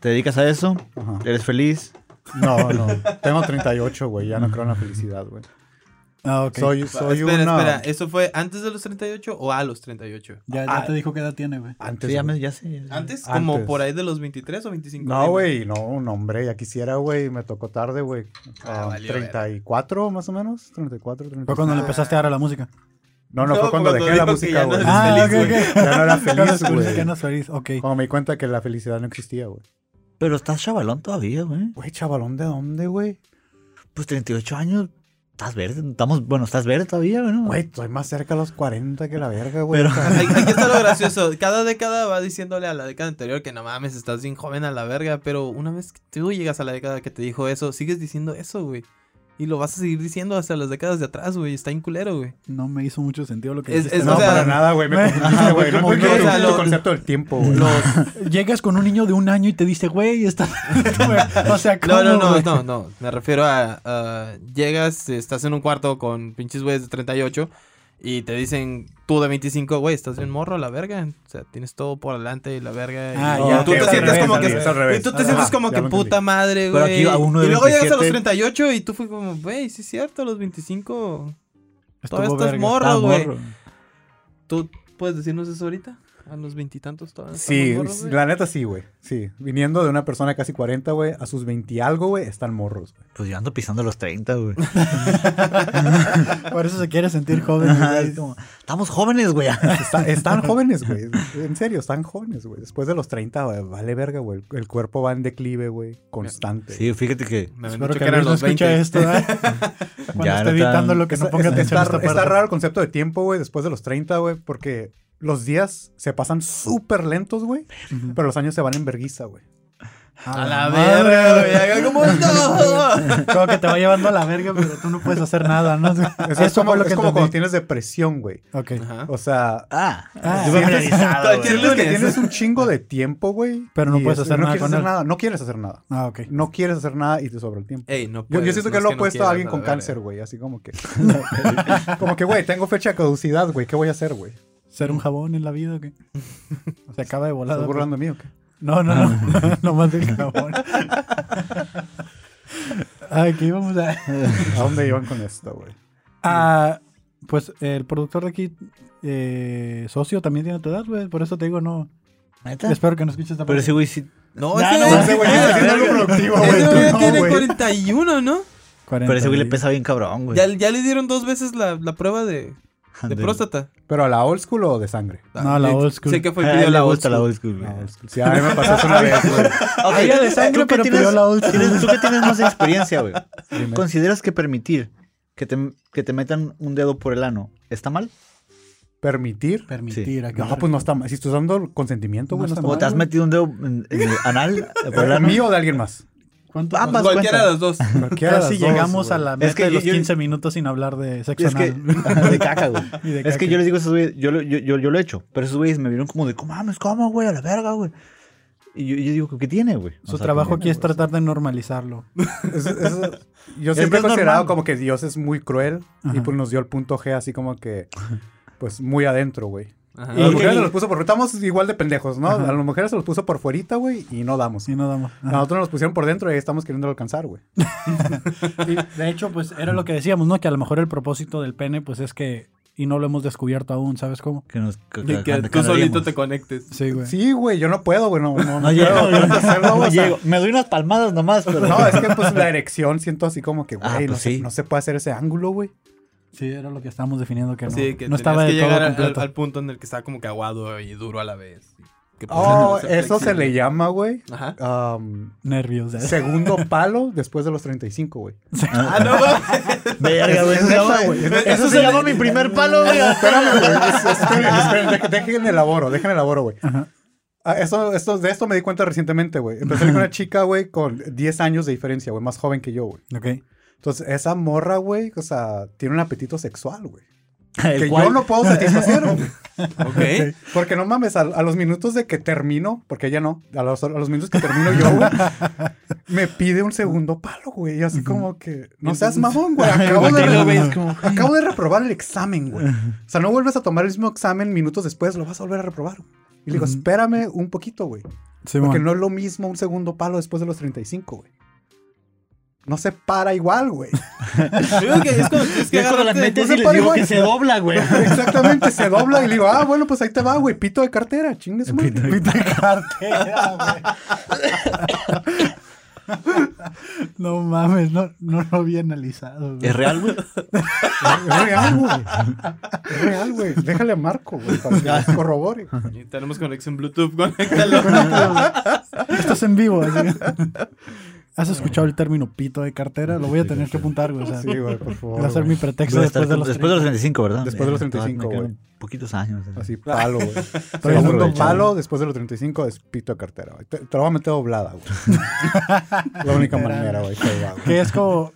Speaker 2: te dedicas a eso,
Speaker 5: Ajá.
Speaker 2: eres feliz.
Speaker 5: No, no. Tengo 38, güey. Ya no creo en la felicidad, güey.
Speaker 3: Ah, ok.
Speaker 5: Soy, soy
Speaker 4: espera,
Speaker 5: una...
Speaker 4: espera. ¿Eso fue antes de los 38 o a los 38?
Speaker 3: Ya, ya te dijo qué edad tiene, güey.
Speaker 5: Antes,
Speaker 2: Sí, ya,
Speaker 5: güey.
Speaker 2: me- ya sé.
Speaker 4: ¿Antes?
Speaker 5: Antes.
Speaker 4: Como por ahí de los 23 o 25.
Speaker 5: No,
Speaker 4: dime.
Speaker 5: güey, no, no, hombre, ya quisiera, güey, me tocó tarde, güey.
Speaker 4: Ah,
Speaker 5: Ah,
Speaker 4: valió
Speaker 5: 34 más o menos, 34, 35.
Speaker 3: Fue cuando le empezaste a dar a la música.
Speaker 5: No, no, fue
Speaker 4: No,
Speaker 5: cuando
Speaker 4: cuando
Speaker 5: dejé la
Speaker 4: dijo que
Speaker 5: música,
Speaker 4: ya no
Speaker 5: güey.
Speaker 4: eres Ah, feliz, ok,
Speaker 5: Ya no era feliz,
Speaker 3: Cuando descubriste
Speaker 5: güey.
Speaker 3: que no es feliz, ok.
Speaker 5: Cuando me di cuenta que la felicidad no existía, güey.
Speaker 2: Pero estás chavalón todavía, güey.
Speaker 5: Güey, chavalón, ¿de dónde, güey?
Speaker 2: Pues 38 años, estás verde. Estamos, bueno, estás verde todavía, güey. ¿no?
Speaker 5: Güey, estoy más cerca a los 40 que la verga, güey.
Speaker 2: Pero-
Speaker 5: Pero...
Speaker 4: Aquí aquí está lo gracioso. Cada década va diciéndole a la década anterior que no mames, estás bien joven a la verga. Pero una vez que tú llegas a la década que te dijo eso, sigues diciendo eso, güey. Y lo vas a seguir diciendo hasta las décadas de atrás, güey. Está en culero, güey.
Speaker 3: No me hizo mucho sentido lo que
Speaker 4: Es-
Speaker 3: dijiste.
Speaker 4: es-
Speaker 5: No,
Speaker 4: o sea,
Speaker 5: para nada, güey. Me
Speaker 3: güey,
Speaker 5: confundiste, güey. No
Speaker 4: como que,
Speaker 5: entiendo
Speaker 4: o sea,
Speaker 5: el
Speaker 4: lo-
Speaker 5: concepto del tiempo, güey.
Speaker 3: Llegas con un niño de un año y te dice, güey, está... o sea, ¿cómo,
Speaker 4: No, no, no,
Speaker 3: güey?
Speaker 4: no, no. Me refiero a, a, Llegas, estás en un cuarto con pinches güeyes de 38 y te dicen tú de 25, güey, estás bien morro, la verga. O sea, tienes todo por delante y la verga. y-
Speaker 3: Ah,
Speaker 4: y
Speaker 3: ya,
Speaker 4: tú
Speaker 3: ok,
Speaker 4: te
Speaker 3: al
Speaker 4: sientes
Speaker 3: revés,
Speaker 4: como
Speaker 3: al
Speaker 4: que.
Speaker 3: revés,
Speaker 5: al revés.
Speaker 4: Y tú te
Speaker 5: Ajá,
Speaker 4: sientes como
Speaker 5: ya
Speaker 4: que
Speaker 5: lo entendí.
Speaker 4: puta madre,
Speaker 2: Pero
Speaker 4: güey.
Speaker 2: aquí a uno de
Speaker 4: Y luego llegas a los
Speaker 2: 27.
Speaker 4: 38 y tú fue como, güey, sí es cierto, a los 25.
Speaker 3: Estuvo
Speaker 4: Todavía estás
Speaker 3: verga.
Speaker 4: morro,
Speaker 2: Estás
Speaker 4: güey.
Speaker 2: morro.
Speaker 4: ¿Tú puedes decirnos eso ahorita? A los veintitantos todavía.
Speaker 5: Sí,
Speaker 4: estamos morros, güey?
Speaker 5: la neta sí, güey. Sí, viniendo de una persona de casi 40, güey, a sus 20 y algo, güey, están morros, güey.
Speaker 2: Pues yo ando pisando los 30, güey.
Speaker 3: Por eso se quiere sentir joven.
Speaker 2: Ajá,
Speaker 3: güey.
Speaker 2: es como, Estamos jóvenes, güey.
Speaker 5: Está- están jóvenes, güey. En serio, están jóvenes, güey. Después de los 30, güey, vale verga, güey. El cuerpo va en declive, güey. Constante.
Speaker 2: Sí, fíjate que
Speaker 4: Me habían
Speaker 3: Espero que
Speaker 4: dicho que
Speaker 3: Luis
Speaker 4: eran
Speaker 3: no
Speaker 4: los
Speaker 3: escucha
Speaker 4: 20.
Speaker 3: esto, ¿eh? Cuando
Speaker 2: Ya, no
Speaker 3: esté
Speaker 2: tan-
Speaker 3: editando lo que no
Speaker 5: Está-
Speaker 3: ponga
Speaker 5: está,
Speaker 3: atención a
Speaker 5: está-
Speaker 3: esta
Speaker 5: está
Speaker 3: parte.
Speaker 5: raro el concepto de tiempo, güey, después de los 30, güey, porque los días se pasan súper lentos, güey, pero los años se van en verguiza, güey.
Speaker 4: A la verga, güey. haga como no.
Speaker 3: Como que te va llevando a la verga, pero tú no puedes hacer nada, ¿no?
Speaker 5: Eso Ah, es como,
Speaker 3: fue
Speaker 5: es como cuando
Speaker 3: entendí.
Speaker 5: tienes depresión, güey.
Speaker 3: Ok.
Speaker 4: Ajá.
Speaker 5: O sea,
Speaker 2: Ah,
Speaker 3: Ah.
Speaker 2: yo me he analizado, güey.
Speaker 4: Cualquier
Speaker 5: sientes que
Speaker 4: lunes.
Speaker 5: tienes un chingo de tiempo, güey.
Speaker 3: Pero no
Speaker 5: y
Speaker 3: puedes
Speaker 5: es-
Speaker 3: hacer
Speaker 5: no
Speaker 3: nada
Speaker 5: quieres
Speaker 3: con
Speaker 5: hacer
Speaker 3: él.
Speaker 5: nada. No quieres hacer nada.
Speaker 3: Ah, ok.
Speaker 5: No quieres hacer nada y te sobra el tiempo.
Speaker 4: Ey, no
Speaker 5: Yo, yo
Speaker 4: puedes,
Speaker 5: siento
Speaker 4: Pues, no
Speaker 5: que
Speaker 4: es
Speaker 5: lo he
Speaker 4: no
Speaker 5: puesto a
Speaker 4: quieras,
Speaker 5: alguien
Speaker 4: la
Speaker 5: con
Speaker 4: verga.
Speaker 5: cáncer, güey. Así como que. como que, güey, tengo fecha de caducidad, güey. ¿Qué voy a hacer, güey?
Speaker 3: ¿Ser un jabón en la vida o qué? Se acaba de volar.
Speaker 5: ¿Estás burlando de mí o qué?
Speaker 3: No, no, no. no más del jabón. Aquí vamos a...
Speaker 5: ¿A dónde iban con esto, güey?
Speaker 3: Ah, pues el productor de aquí, eh, socio, también tiene tu edad, güey. Por eso te digo, no.
Speaker 2: ¿Neta?
Speaker 3: Espero que no escuches esta
Speaker 2: Pero
Speaker 3: parte.
Speaker 2: ese güey sí.
Speaker 4: No,
Speaker 2: Nah,
Speaker 4: ese
Speaker 2: no,
Speaker 4: güey-
Speaker 2: ese güey
Speaker 5: está
Speaker 4: ese
Speaker 5: haciendo
Speaker 4: güey-
Speaker 5: algo productivo, güey.
Speaker 4: ese
Speaker 5: Tú
Speaker 4: güey
Speaker 5: no,
Speaker 4: tiene
Speaker 5: güey.
Speaker 4: 41, ¿no?
Speaker 3: 40,
Speaker 2: Pero ese güey le
Speaker 3: güey.
Speaker 2: pesa bien cabrón, güey.
Speaker 4: Ya, ya le dieron dos veces la, la prueba de, de
Speaker 2: Del-
Speaker 4: próstata.
Speaker 5: ¿Pero a la old school o de sangre?
Speaker 3: No, la
Speaker 4: Le-
Speaker 3: old school.
Speaker 4: Sé que fue
Speaker 2: A él
Speaker 4: pidió
Speaker 2: Ah, le
Speaker 4: la old
Speaker 2: gusta la
Speaker 4: school.
Speaker 2: old school, güey.
Speaker 5: La old school. Sí, a mí me pasó eso una vez, güey.
Speaker 2: Ok,
Speaker 3: Ella de
Speaker 2: ¿tú
Speaker 3: sangre,
Speaker 2: que
Speaker 3: pero pidió la old
Speaker 2: tienes- Tú que tienes más experiencia, güey.
Speaker 5: Dime.
Speaker 2: ¿Consideras que permitir que te, que te metan un dedo por el ano está mal?
Speaker 5: ¿Permitir?
Speaker 3: Permitir. ¿a qué
Speaker 5: No,
Speaker 3: hora?
Speaker 5: pues no está mal. Si estás dando el consentimiento,
Speaker 3: No
Speaker 5: güey,
Speaker 3: está
Speaker 5: no, está
Speaker 2: ¿O
Speaker 5: mal.
Speaker 2: te has
Speaker 5: güey.
Speaker 2: metido un dedo en, en el anal eh, por el
Speaker 5: ¿El
Speaker 2: ano?
Speaker 5: mío o de alguien más?
Speaker 3: ¿Cuánto?
Speaker 2: Ambas
Speaker 4: Cualquiera de
Speaker 2: cuentan.
Speaker 4: las dos.
Speaker 5: Cualquiera de
Speaker 3: Casi
Speaker 5: las dos,
Speaker 3: llegamos
Speaker 5: güey.
Speaker 3: a la
Speaker 2: Es
Speaker 3: meta
Speaker 2: que
Speaker 3: de los
Speaker 2: yo- yo-
Speaker 3: 15 minutos sin hablar de sexo
Speaker 2: Es que,
Speaker 3: anal.
Speaker 2: de caca, güey.
Speaker 3: Y de
Speaker 2: Es que
Speaker 3: caca.
Speaker 2: yo les digo a esos güeyes, yo, lo- yo, yo, yo lo he hecho, pero esos güeyes me vieron como de, ¿cómo mames, cómo, güey? A la verga, güey. Y yo, yo digo, ¿qué tiene, güey?
Speaker 3: Su trabajo aquí es tratar de normalizarlo.
Speaker 5: Eso- eso- yo
Speaker 2: Es que
Speaker 5: siempre he
Speaker 2: es
Speaker 5: considerado
Speaker 2: normal.
Speaker 5: como que Dios es muy cruel y
Speaker 3: Ajá.
Speaker 5: pues nos dio el punto G así como que, pues muy adentro, güey.
Speaker 4: Ajá.
Speaker 5: A las
Speaker 3: Y-
Speaker 5: mujeres
Speaker 3: y-
Speaker 5: se los puso por... Estamos igual de pendejos, ¿no?
Speaker 3: Ajá.
Speaker 5: A las mujeres se los puso por fuerita, güey, y no damos.
Speaker 3: Sí, no damos.
Speaker 5: A nosotros nos pusieron por dentro y ahí estamos queriendo alcanzar, güey.
Speaker 3: De hecho, pues era lo que decíamos, ¿no? Que a lo mejor el propósito del pene, pues es que. Y no lo hemos descubierto aún, ¿sabes cómo?
Speaker 2: Que nos, que,
Speaker 4: Y que
Speaker 2: que-
Speaker 4: tú
Speaker 2: que
Speaker 4: solito
Speaker 2: nos
Speaker 4: te conectes.
Speaker 3: Sí, güey.
Speaker 5: Sí, güey, yo no puedo, güey, no, no,
Speaker 2: No
Speaker 5: no
Speaker 2: llego,
Speaker 5: puedo
Speaker 2: güey.
Speaker 5: hacerlo,
Speaker 2: No
Speaker 5: o sea,
Speaker 2: llego. Me doy unas palmadas nomás, pero...
Speaker 5: No, es que pues la erección siento así como que, güey,
Speaker 2: Ah, pues
Speaker 5: no, se-
Speaker 2: sí.
Speaker 5: no se puede hacer ese ángulo, güey.
Speaker 3: Sí, era lo que estábamos definiendo que no.
Speaker 4: Sí, que
Speaker 3: no
Speaker 4: tenías
Speaker 3: estaba
Speaker 4: que
Speaker 3: de
Speaker 4: llegar
Speaker 3: todo
Speaker 4: al- al,
Speaker 3: completo.
Speaker 4: al punto en el que estaba como que aguado y duro a la vez. Que podías
Speaker 5: Oh,
Speaker 4: hacer
Speaker 5: eso se le
Speaker 4: flexible.
Speaker 5: llama, güey,
Speaker 4: Ajá.
Speaker 5: um,
Speaker 3: Nervios. ¿eh?
Speaker 5: segundo palo después de los 35, güey.
Speaker 4: Ah, no, güey.
Speaker 2: Verga, güey.
Speaker 5: Es-
Speaker 2: Eso, se
Speaker 5: es neta,
Speaker 2: llama-
Speaker 5: güey. Es-
Speaker 2: eso
Speaker 5: eso
Speaker 2: se
Speaker 5: sí-
Speaker 2: llama mi primer palo, güey.
Speaker 5: Espérame, güey. Es- Esperen, esperen, deje- dejen elaboro, dejen elaboro, güey. Ah, Eso, esto, de esto me di cuenta recientemente, güey. Empecé con una chica, güey, con 10 años de diferencia, güey, más joven que yo, güey.
Speaker 3: Ok.
Speaker 5: Entonces, esa morra, güey, o sea, tiene un apetito sexual, güey.
Speaker 2: El
Speaker 5: Que
Speaker 2: cual-
Speaker 5: yo no puedo satisfacer, güey.
Speaker 4: Ok.
Speaker 5: Porque no mames, a, a los minutos de que termino, porque ella no, a los, a los minutos que termino yo, güey, me pide un segundo palo, güey. Y Así como que, no seas mamón, güey. Acabo, de,
Speaker 2: volteo y lo ves
Speaker 5: re- acabo de reprobar el examen, güey. O sea, no vuelves a tomar el mismo examen minutos después, lo vas a volver a reprobar. güey. Y le digo,
Speaker 3: Ujú.
Speaker 5: espérame un poquito, güey.
Speaker 3: Sí,
Speaker 5: Porque
Speaker 3: bueno.
Speaker 5: no es lo mismo un segundo palo después de los 35, güey. no se para igual, güey.
Speaker 4: Digo que es cuando tienes que
Speaker 2: Ya cuando las
Speaker 4: agarrarte-
Speaker 2: metes y
Speaker 5: no se
Speaker 2: les
Speaker 5: para
Speaker 2: digo
Speaker 5: igual.
Speaker 2: que se dobla, güey.
Speaker 5: Exactamente, se dobla y le digo, ah, bueno, pues ahí te va, güey, pito de cartera, chingues, güey.
Speaker 2: Pito de-
Speaker 5: Pito de cartera, güey.
Speaker 3: No mames, no, no lo había analizado. güey.
Speaker 2: ¿Es real, güey?
Speaker 5: Es real, güey. Es real, güey. Déjale a Marco, güey, para que lo corrobore.
Speaker 4: Y Tenemos conexión Bluetooth, conéctalo.
Speaker 3: Esto es en vivo. así que- ¿Has escuchado el término pito de cartera? Lo voy a tener que apuntar, güey. o sea,
Speaker 5: Sí, güey, por favor.
Speaker 3: va a ser mi
Speaker 5: güey.
Speaker 3: pretexto
Speaker 2: Voy a estar
Speaker 3: después de
Speaker 2: con-
Speaker 3: los.
Speaker 2: Después de los 35, ¿verdad?
Speaker 5: Después de los
Speaker 2: Eh, todavía
Speaker 5: 35,
Speaker 2: me quedan
Speaker 5: güey.
Speaker 2: Poquitos años. eh.
Speaker 5: Así, palo, güey.
Speaker 3: Estoy
Speaker 5: Segundo
Speaker 2: aprovechando.
Speaker 5: palo, después de los 35, es pito de cartera, güey. Te, te lo voy a meter doblada, güey. La única manera, güey. que va, güey.
Speaker 3: Que es como.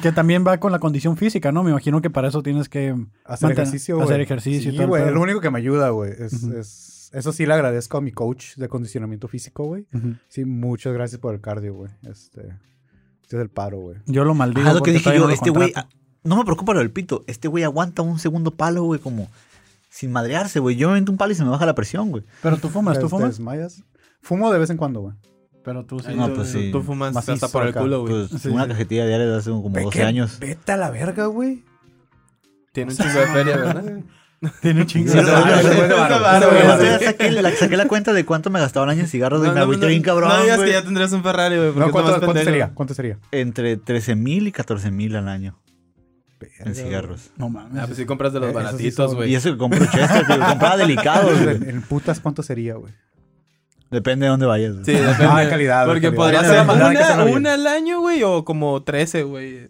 Speaker 3: Que también va con la condición física, ¿no? Me imagino que para eso tienes que.
Speaker 5: Hacer
Speaker 3: mantener-
Speaker 5: ejercicio, güey.
Speaker 3: Hacer ejercicio y
Speaker 5: Sí,
Speaker 3: todo el
Speaker 5: güey.
Speaker 3: pedo.
Speaker 5: Lo único que me ayuda, güey. Es,
Speaker 3: Ujú.
Speaker 5: es- eso sí le agradezco a mi coach de condicionamiento físico, güey.
Speaker 3: Ujú.
Speaker 5: Sí, muchas gracias por el cardio, güey. Este, este es el paro, güey.
Speaker 3: Yo lo maldigo.
Speaker 2: Ah, lo
Speaker 3: porque
Speaker 2: que dije
Speaker 3: todavía
Speaker 2: yo,
Speaker 3: no lo
Speaker 2: este güey,
Speaker 3: contrato.
Speaker 2: ah, no me preocupa lo del pito. Este güey aguanta un segundo palo, güey, como sin madrearse, güey. Yo me meto un palo y se me baja la presión, güey.
Speaker 3: Pero tú fumas,
Speaker 5: ¿Te-
Speaker 3: tú
Speaker 2: este,
Speaker 5: te
Speaker 3: fumas.
Speaker 5: desmayas? Fumo de vez en cuando, güey.
Speaker 3: Pero tú sí.
Speaker 2: No,
Speaker 3: tú-
Speaker 2: pues sí.
Speaker 4: Tú fumas
Speaker 5: Macizo
Speaker 4: hasta por el
Speaker 5: acá.
Speaker 4: culo, güey.
Speaker 2: Pues, una cajetilla diaria de hace como 12 años.
Speaker 5: Vete a la verga, güey.
Speaker 4: Tiene un chingo de feria, ¿verdad?
Speaker 3: Tiene un chingo.
Speaker 2: Sí,
Speaker 3: de-
Speaker 2: no, no,
Speaker 5: Ese güey es de varo.
Speaker 4: Ese
Speaker 5: Ese
Speaker 2: Pero
Speaker 5: güey es
Speaker 2: yo
Speaker 5: de
Speaker 4: güey,
Speaker 5: varo.
Speaker 2: ya
Speaker 4: sí.
Speaker 2: saqué, la, saqué la cuenta de cuánto me gastaban años en cigarros de me agüité bien cabrón.
Speaker 4: no digas
Speaker 2: güey.
Speaker 4: que ya tendrás un Ferrari, güey. porque
Speaker 5: No,
Speaker 4: es
Speaker 5: ¿cuánto,
Speaker 4: nomás
Speaker 5: cuánto
Speaker 4: pendejo.
Speaker 5: sería? ¿Cuánto sería?
Speaker 2: Entre 13 mil y 14 mil al año en cigarros.
Speaker 3: No
Speaker 4: Ah,
Speaker 3: mames.
Speaker 4: pues sí compras de
Speaker 5: Eh,
Speaker 4: los
Speaker 5: eso sí
Speaker 4: baratitos,
Speaker 5: son-
Speaker 2: Y
Speaker 4: güey.
Speaker 2: eso que compré Chester, que compraba delicado,
Speaker 5: Entonces,
Speaker 2: güey.
Speaker 5: Ah, En, en putas, ¿cuánto sería, güey?
Speaker 2: Depende de dónde vayas. güey.
Speaker 4: Sí, depende.
Speaker 5: Ah, de calidad, de
Speaker 4: Porque
Speaker 5: calidad.
Speaker 4: podría
Speaker 5: Ah,
Speaker 4: ser
Speaker 5: de calidad, que
Speaker 4: una,
Speaker 5: suena bien.
Speaker 4: una al año, güey, o como 13, güey.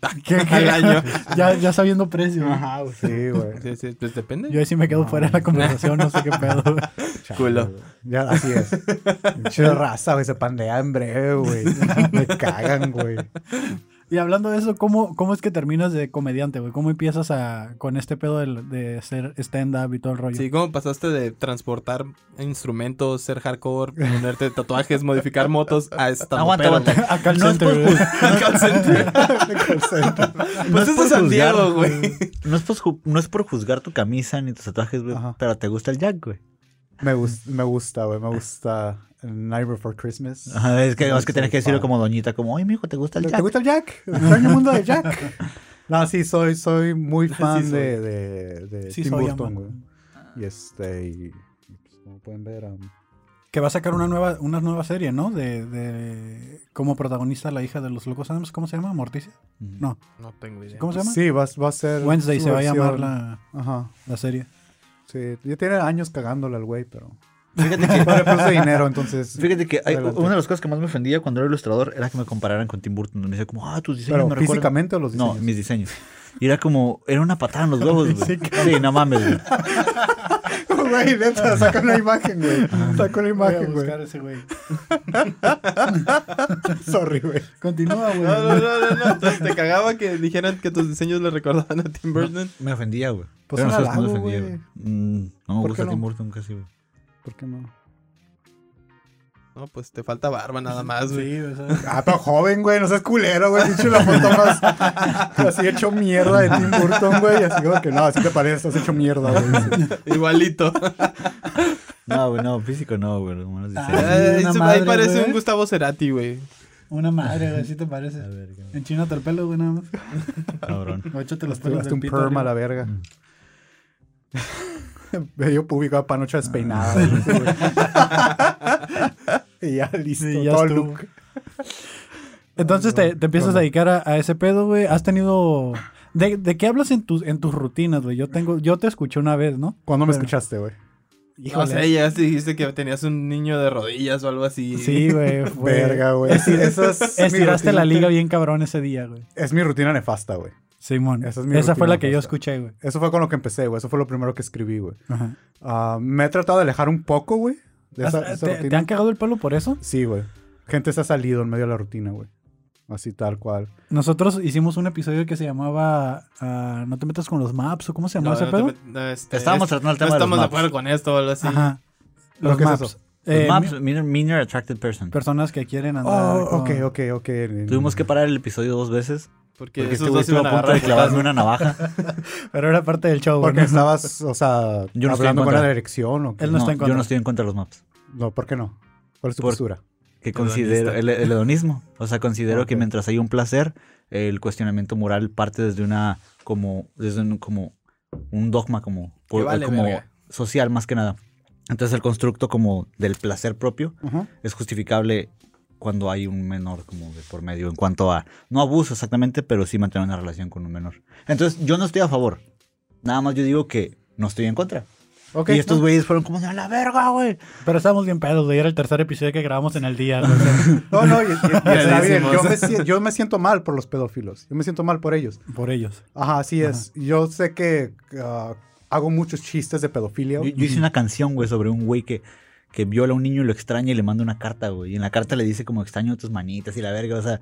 Speaker 2: pues,
Speaker 3: ¿Qué, qué?
Speaker 4: Al año.
Speaker 3: ya, ya sabiendo precio. güey.
Speaker 5: Sí, güey.
Speaker 4: Sí, sí, pues depende.
Speaker 3: Yo ahí sí me quedo fuera de la conversación, no sé qué pedo. güey.
Speaker 5: Chale,
Speaker 4: Culo.
Speaker 5: güey. Ya, así es. Pinche raza, güey. Se pandea en breve, güey. Me cagan, güey.
Speaker 3: Y hablando de eso, ¿cómo, cómo es que terminas de comediante, güey? ¿Cómo empiezas a, con este pedo del- de, ser stand-up y todo el rollo?
Speaker 4: Sí, ¿cómo pasaste de transportar instrumentos, ser hardcore, ponerte tatuajes, modificar motos a esta
Speaker 2: Aguanta, aguanta.
Speaker 3: Acá al
Speaker 2: No es
Speaker 3: centro,
Speaker 2: por
Speaker 3: güey.
Speaker 2: No
Speaker 4: Pues
Speaker 2: es
Speaker 4: es
Speaker 2: por
Speaker 4: de San
Speaker 2: juzgar,
Speaker 4: Diego, güey.
Speaker 2: No es, por ju- no es por juzgar tu camisa ni tus tatuajes, güey.
Speaker 5: Ajá.
Speaker 2: Pero te gusta el Jack, güey.
Speaker 5: Me, gus- me gusta, güey. Me gusta Night Before Christmas.
Speaker 2: Ajá, es que, es que
Speaker 5: Sí,
Speaker 2: tienes que decirlo
Speaker 5: pa.
Speaker 2: como doñita, como, oye, mijo, ¿te gusta el
Speaker 5: ¿Te,
Speaker 2: Jack?
Speaker 5: te gusta el Jack? ¿El extraño mundo de Jack? No, sí, soy, soy muy fan
Speaker 4: soy.
Speaker 5: de, de, de
Speaker 3: Sí,
Speaker 5: Tim
Speaker 3: soy,
Speaker 5: Burton,
Speaker 3: ama.
Speaker 5: güey. Y este, y, y, pues, como pueden ver, um,
Speaker 3: Que va a sacar una nueva, una nueva serie, ¿no? De, de como protagonista la hija de los locos Adams, ¿cómo se llama? ¿Morticia?
Speaker 2: Mm.
Speaker 3: No.
Speaker 4: No tengo idea.
Speaker 3: ¿Cómo se llama?
Speaker 5: sí, va, va a ser...
Speaker 3: Wednesday
Speaker 5: su
Speaker 3: se va a llamar
Speaker 5: versión-
Speaker 3: la,
Speaker 5: Ajá,
Speaker 3: la serie.
Speaker 5: sí. Ya tiene años cagándole al güey, pero...
Speaker 2: Fíjate que,
Speaker 5: Vale, pero es de dinero, entonces...
Speaker 2: fíjate que hay-
Speaker 5: Adelante.
Speaker 2: una de las cosas que más me ofendía cuando era ilustrador era que me compararan con Tim Burton. Me decía como, ah, tus diseños
Speaker 5: Pero
Speaker 2: me recuerdan-
Speaker 5: físicamente o los
Speaker 2: No,
Speaker 5: diseños.
Speaker 2: mis diseños. Y era como, era una patada en los huevos, güey. Sí, no mames, güey.
Speaker 5: Güey,
Speaker 2: Ah.
Speaker 5: neta, saca una imagen, güey. Saca una imagen, güey.
Speaker 3: ese güey.
Speaker 5: Sorry, güey.
Speaker 3: Continúa, güey.
Speaker 4: No, no, no, no, no. Te te cagaba que dijeran que tus diseños le recordaban a Tim Burton.
Speaker 2: Me ofendía, güey.
Speaker 5: Pues
Speaker 2: Pero
Speaker 5: un
Speaker 2: nosotros
Speaker 5: halago,
Speaker 2: me
Speaker 5: güey.
Speaker 2: Mm, no me
Speaker 5: ¿Por
Speaker 2: gusta
Speaker 5: qué no?
Speaker 2: Tim Burton casi, güey.
Speaker 5: ¿Por qué no?
Speaker 4: No, pues te falta barba nada más, güey.
Speaker 3: o sea,
Speaker 5: Ah, pero joven, güey, no seas culero, güey. Pinche la foto más así hecho mierda de Tim Burton, güey. Así como que no, así te parece, estás hecho mierda, güey.
Speaker 4: Igualito.
Speaker 2: No, güey, no, físico no, güey. como los diseños.
Speaker 4: Eh,
Speaker 3: una
Speaker 4: eso-
Speaker 3: madre,
Speaker 4: ahí parece
Speaker 3: güey.
Speaker 4: un Gustavo Cerati, güey.
Speaker 3: una madre, güey, ¿sí te parece?
Speaker 2: A ver, qué
Speaker 3: En chino hasta el pelo, güey, nada más.
Speaker 2: cabrón.
Speaker 3: O échate los pelos
Speaker 5: Hasta
Speaker 3: del
Speaker 5: un
Speaker 3: pito.
Speaker 5: perm a
Speaker 3: arriba.
Speaker 5: la verga.
Speaker 2: Mm.
Speaker 5: Medio público a panocha despeinada. güey.
Speaker 2: Ah.
Speaker 5: y ya listo,
Speaker 3: Sí, ya
Speaker 5: todo
Speaker 3: estuvo.
Speaker 5: look.
Speaker 3: Entonces te, te empiezas a dedicar a, a ese pedo, güey. Has tenido... ¿De, de qué hablas en tus, en tus rutinas, güey? Yo tengo... Yo te escuché una vez, ¿no?
Speaker 5: ¿Cuándo me
Speaker 3: Pero-
Speaker 5: escuchaste, güey?
Speaker 4: No sé, ya sí dijiste que tenías un niño de rodillas o algo así.
Speaker 3: Sí, güey. fue-
Speaker 5: Verga, güey. Sí, esa es mi
Speaker 3: Estiraste
Speaker 5: rutina.
Speaker 3: la liga bien cabrón ese día, güey.
Speaker 5: Es mi rutina nefasta, güey.
Speaker 3: Simón.
Speaker 5: Esa
Speaker 3: Esa,
Speaker 5: es mi
Speaker 3: fue
Speaker 5: rutina
Speaker 3: la que yo
Speaker 5: puesta.
Speaker 3: escuché, güey.
Speaker 5: Eso fue con lo que empecé, güey. Eso fue lo primero que escribí, güey.
Speaker 3: Ajá.
Speaker 5: Ah, me he tratado de alejar un poco, güey. De esa,
Speaker 3: ¿Has-
Speaker 5: esa
Speaker 3: ¿Te,
Speaker 5: rutina.
Speaker 3: te han cagado el pelo por eso?
Speaker 5: Sí, güey. Gente se ha salido en medio de la rutina, güey. Así tal cual.
Speaker 3: Nosotros hicimos un episodio que se llamaba ah, No te metas con los maps o cómo se
Speaker 4: No,
Speaker 3: llamaba ese
Speaker 4: no te
Speaker 3: pedo.
Speaker 4: met- no, este,
Speaker 2: Estábamos
Speaker 4: es-
Speaker 2: tratando el tema
Speaker 4: No
Speaker 2: de los
Speaker 4: estamos de
Speaker 2: maps.
Speaker 4: acuerdo con esto o algo así.
Speaker 3: Ajá.
Speaker 5: ¿Lo
Speaker 3: Los
Speaker 5: que es
Speaker 3: maps.
Speaker 5: eso?
Speaker 2: Los
Speaker 3: Eh,
Speaker 2: maps,
Speaker 3: mi-
Speaker 2: minor, minor attracted person.
Speaker 3: personas que quieren andar.
Speaker 5: Oh,
Speaker 3: con-
Speaker 5: ok, ok, ok.
Speaker 2: Tuvimos que parar el episodio dos veces porque
Speaker 4: Porque,
Speaker 2: este
Speaker 4: esos
Speaker 2: güey
Speaker 4: dos
Speaker 2: estuvo
Speaker 4: iban
Speaker 2: a
Speaker 4: a
Speaker 2: punto
Speaker 4: agarrar
Speaker 2: de clavarme
Speaker 4: putazos.
Speaker 2: una navaja.
Speaker 3: Pero era parte del show,
Speaker 5: Porque
Speaker 3: ¿no?
Speaker 5: estabas, o sea,
Speaker 2: Yo no estoy en
Speaker 5: hablando con
Speaker 2: contra.
Speaker 5: la dirección o qué?
Speaker 3: Él no está en
Speaker 2: yo
Speaker 3: contra.
Speaker 2: no estoy en contra de los maps.
Speaker 5: No, ¿por qué no? ¿Cuál es tu
Speaker 2: Por-
Speaker 5: postura?
Speaker 2: que considero el, el hedonismo. O sea, considero que
Speaker 5: Ok.
Speaker 2: mientras hay un placer, el cuestionamiento moral parte desde una como desde un, como un dogma como por-
Speaker 4: vale
Speaker 2: como
Speaker 4: verga.
Speaker 2: social más que nada. Entonces el constructo como del placer propio es justificable cuando hay un menor como de por medio en cuanto a no abuso exactamente, pero sí mantener una relación con un menor. Entonces yo no estoy a favor. Nada más yo digo que no estoy en contra.
Speaker 5: Ok,
Speaker 2: y estos
Speaker 5: no,
Speaker 2: güeyes fueron como a la verga, güey.
Speaker 3: Pero estamos bien pedos, güey. Era el tercer episodio que grabamos en el día. güey.
Speaker 5: no, no, y- y- y está bien.
Speaker 4: decimos.
Speaker 5: Yo me, si- yo me siento mal por los pedófilos. Yo me siento mal por ellos.
Speaker 3: Por ellos.
Speaker 5: Ajá, así es. Yo sé que ah, hago muchos chistes de pedofilia.
Speaker 2: Yo,
Speaker 5: güey.
Speaker 2: yo hice una canción, güey, sobre un güey que, que viola a un niño y lo extraña y le manda una carta, güey. Y en la carta le dice como extraño tus manitas y la verga, o sea.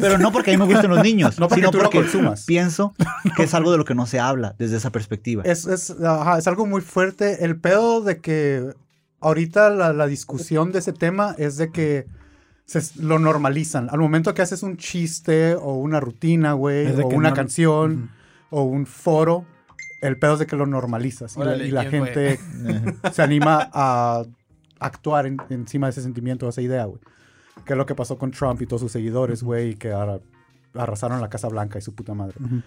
Speaker 2: Pero no porque a mí me gusten los niños,
Speaker 5: No porque
Speaker 2: sino
Speaker 5: tú lo
Speaker 2: porque
Speaker 5: consumas.
Speaker 2: pienso que es algo de lo que no se habla desde esa perspectiva.
Speaker 5: Es, es, ajá, es algo muy fuerte. El pedo de que ahorita la, la discusión de ese tema es de que se s- lo normalizan. Al momento que haces un chiste o una rutina, güey,
Speaker 3: Es de
Speaker 5: o
Speaker 3: que
Speaker 5: una
Speaker 3: no-
Speaker 5: canción o un foro, el pedo es de que lo normalizas. Y la-
Speaker 4: Órale,
Speaker 5: y la,
Speaker 4: ¿quién fue?
Speaker 5: gente se anima a actuar en- encima de ese sentimiento, de esa idea, güey. Que es lo que pasó con Trump y todos sus seguidores, güey, y que ahora arrasaron la Casa Blanca y su puta madre.
Speaker 3: Ujú.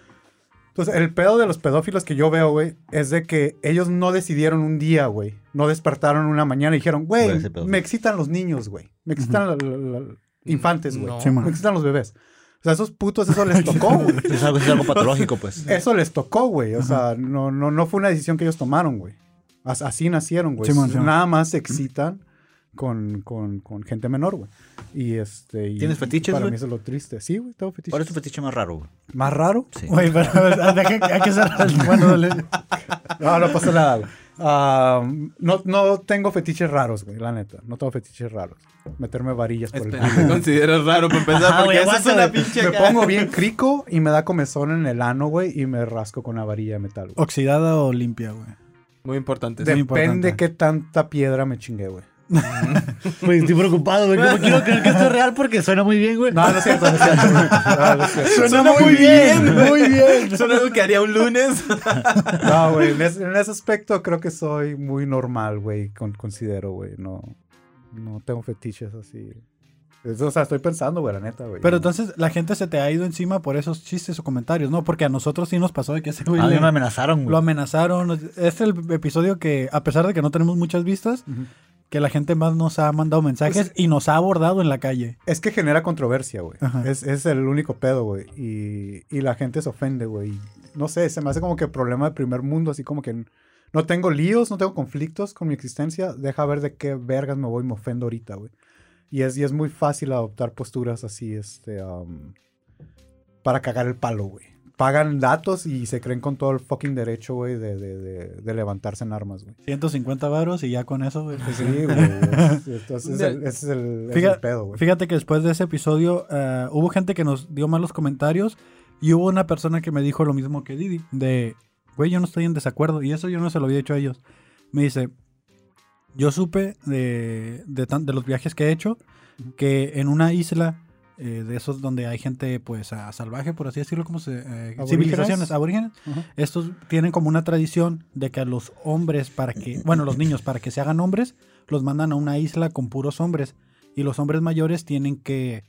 Speaker 5: Entonces, el pedo de los pedófilos que yo veo, güey, es de que ellos no decidieron un día, güey. No despertaron una mañana y dijeron,
Speaker 2: Voy
Speaker 5: güey,
Speaker 2: a ser pedófilo".
Speaker 5: me excitan los niños, güey. Me excitan la- la- la- infantes, güey.
Speaker 4: No.
Speaker 3: Sí, man.
Speaker 5: Me excitan los bebés. O sea, esos putos, eso les tocó, güey.
Speaker 2: Es algo, es algo patológico, pues.
Speaker 5: Eso les tocó, güey. O sea, no, no, no fue una decisión que ellos tomaron, güey. As- Así nacieron, güey.
Speaker 3: Simón, Simón.
Speaker 5: Nada más se excitan con, con, con gente menor, güey. Y este. y-
Speaker 2: ¿Tienes
Speaker 5: y
Speaker 2: fetiches,
Speaker 5: Para
Speaker 2: güey?
Speaker 5: mí eso es lo triste. Sí, güey, tengo fetiches.
Speaker 2: ¿Cuál es tu fetiche más raro, güey?
Speaker 5: ¿Más raro?
Speaker 2: Sí.
Speaker 3: Güey, pero deja que- hay que cerrar. el- Bueno, dale.
Speaker 5: No, no pasa nada, güey. Ah, no, no tengo fetiches raros, güey, la neta. No tengo fetiches raros. Meterme varillas por
Speaker 4: Espera,
Speaker 5: el
Speaker 4: Este, me consideras raro para empezar
Speaker 2: Ah,
Speaker 3: Ajá, güey,
Speaker 4: porque eso es
Speaker 3: aguanta,
Speaker 4: una
Speaker 3: güey.
Speaker 4: pinche
Speaker 5: Me
Speaker 4: cara.
Speaker 5: pongo bien crico y me da comezón en el ano, güey, y me rasco con una varilla de metal, güey.
Speaker 3: Oxidada o limpia, güey.
Speaker 4: Muy importante.
Speaker 3: muy
Speaker 5: Depende
Speaker 3: importante.
Speaker 5: qué tanta piedra me chingué, güey.
Speaker 2: Güey, Pues estoy preocupado, güey. Como quiero creer que esto es real porque suena muy bien, güey.
Speaker 5: No, no es cierto, no es cierto. güey. No, no es cierto.
Speaker 4: Suena muy bien,
Speaker 3: muy bien.
Speaker 4: Eso no es algo que haría un lunes.
Speaker 5: No, güey, en, es- en ese aspecto creo que soy muy normal, güey, con- considero, güey. No, no tengo fetiches así. Es- o sea, estoy pensando, güey, la neta, güey.
Speaker 3: Pero entonces la gente se te ha ido encima por esos chistes o comentarios, ¿no? Porque a nosotros sí nos pasó de que ese güey
Speaker 2: A mí
Speaker 3: le-
Speaker 2: me Ah, amenazaron,
Speaker 3: lo
Speaker 2: güey.
Speaker 3: amenazaron. Este es el episodio que, a pesar de que no tenemos muchas vistas,
Speaker 5: Ujú.
Speaker 3: que la gente más nos ha mandado mensajes
Speaker 2: Pues
Speaker 3: y nos ha abordado en la calle.
Speaker 5: Es que genera controversia, güey.
Speaker 3: Ajá.
Speaker 5: Es, es el único pedo, güey. Y, y la gente se ofende, güey. No sé, se me hace como que problema de primer mundo, así como que no tengo líos, no tengo conflictos con mi existencia. Deja ver de qué vergas me voy y me ofendo ahorita, güey. Y es, y es muy fácil adoptar posturas así, este, am, para cagar el palo, güey. Pagan datos y se creen con todo el fucking derecho, güey, de, de- de- de levantarse en armas, güey.
Speaker 3: 150 varos y ya con eso, güey.
Speaker 5: Sí, güey. es- Entonces, es el- ese es el, es el
Speaker 3: Fíjate-
Speaker 5: pedo, güey.
Speaker 3: Fíjate que después de ese episodio ah, hubo gente que nos dio malos comentarios y hubo una persona que me dijo lo mismo que Didi, de, güey, yo no estoy en desacuerdo y eso yo no se lo había hecho a ellos. Me dice, yo supe de, de, tan- de los viajes que he hecho que en una isla eh, de esos donde hay gente pues a salvaje, por así decirlo, como se, eh, civilizaciones aborígenes,
Speaker 5: Ajá.
Speaker 3: estos tienen como una tradición de que a los hombres para que, bueno, los niños para que se hagan hombres, los mandan a una isla con puros hombres y los hombres mayores tienen que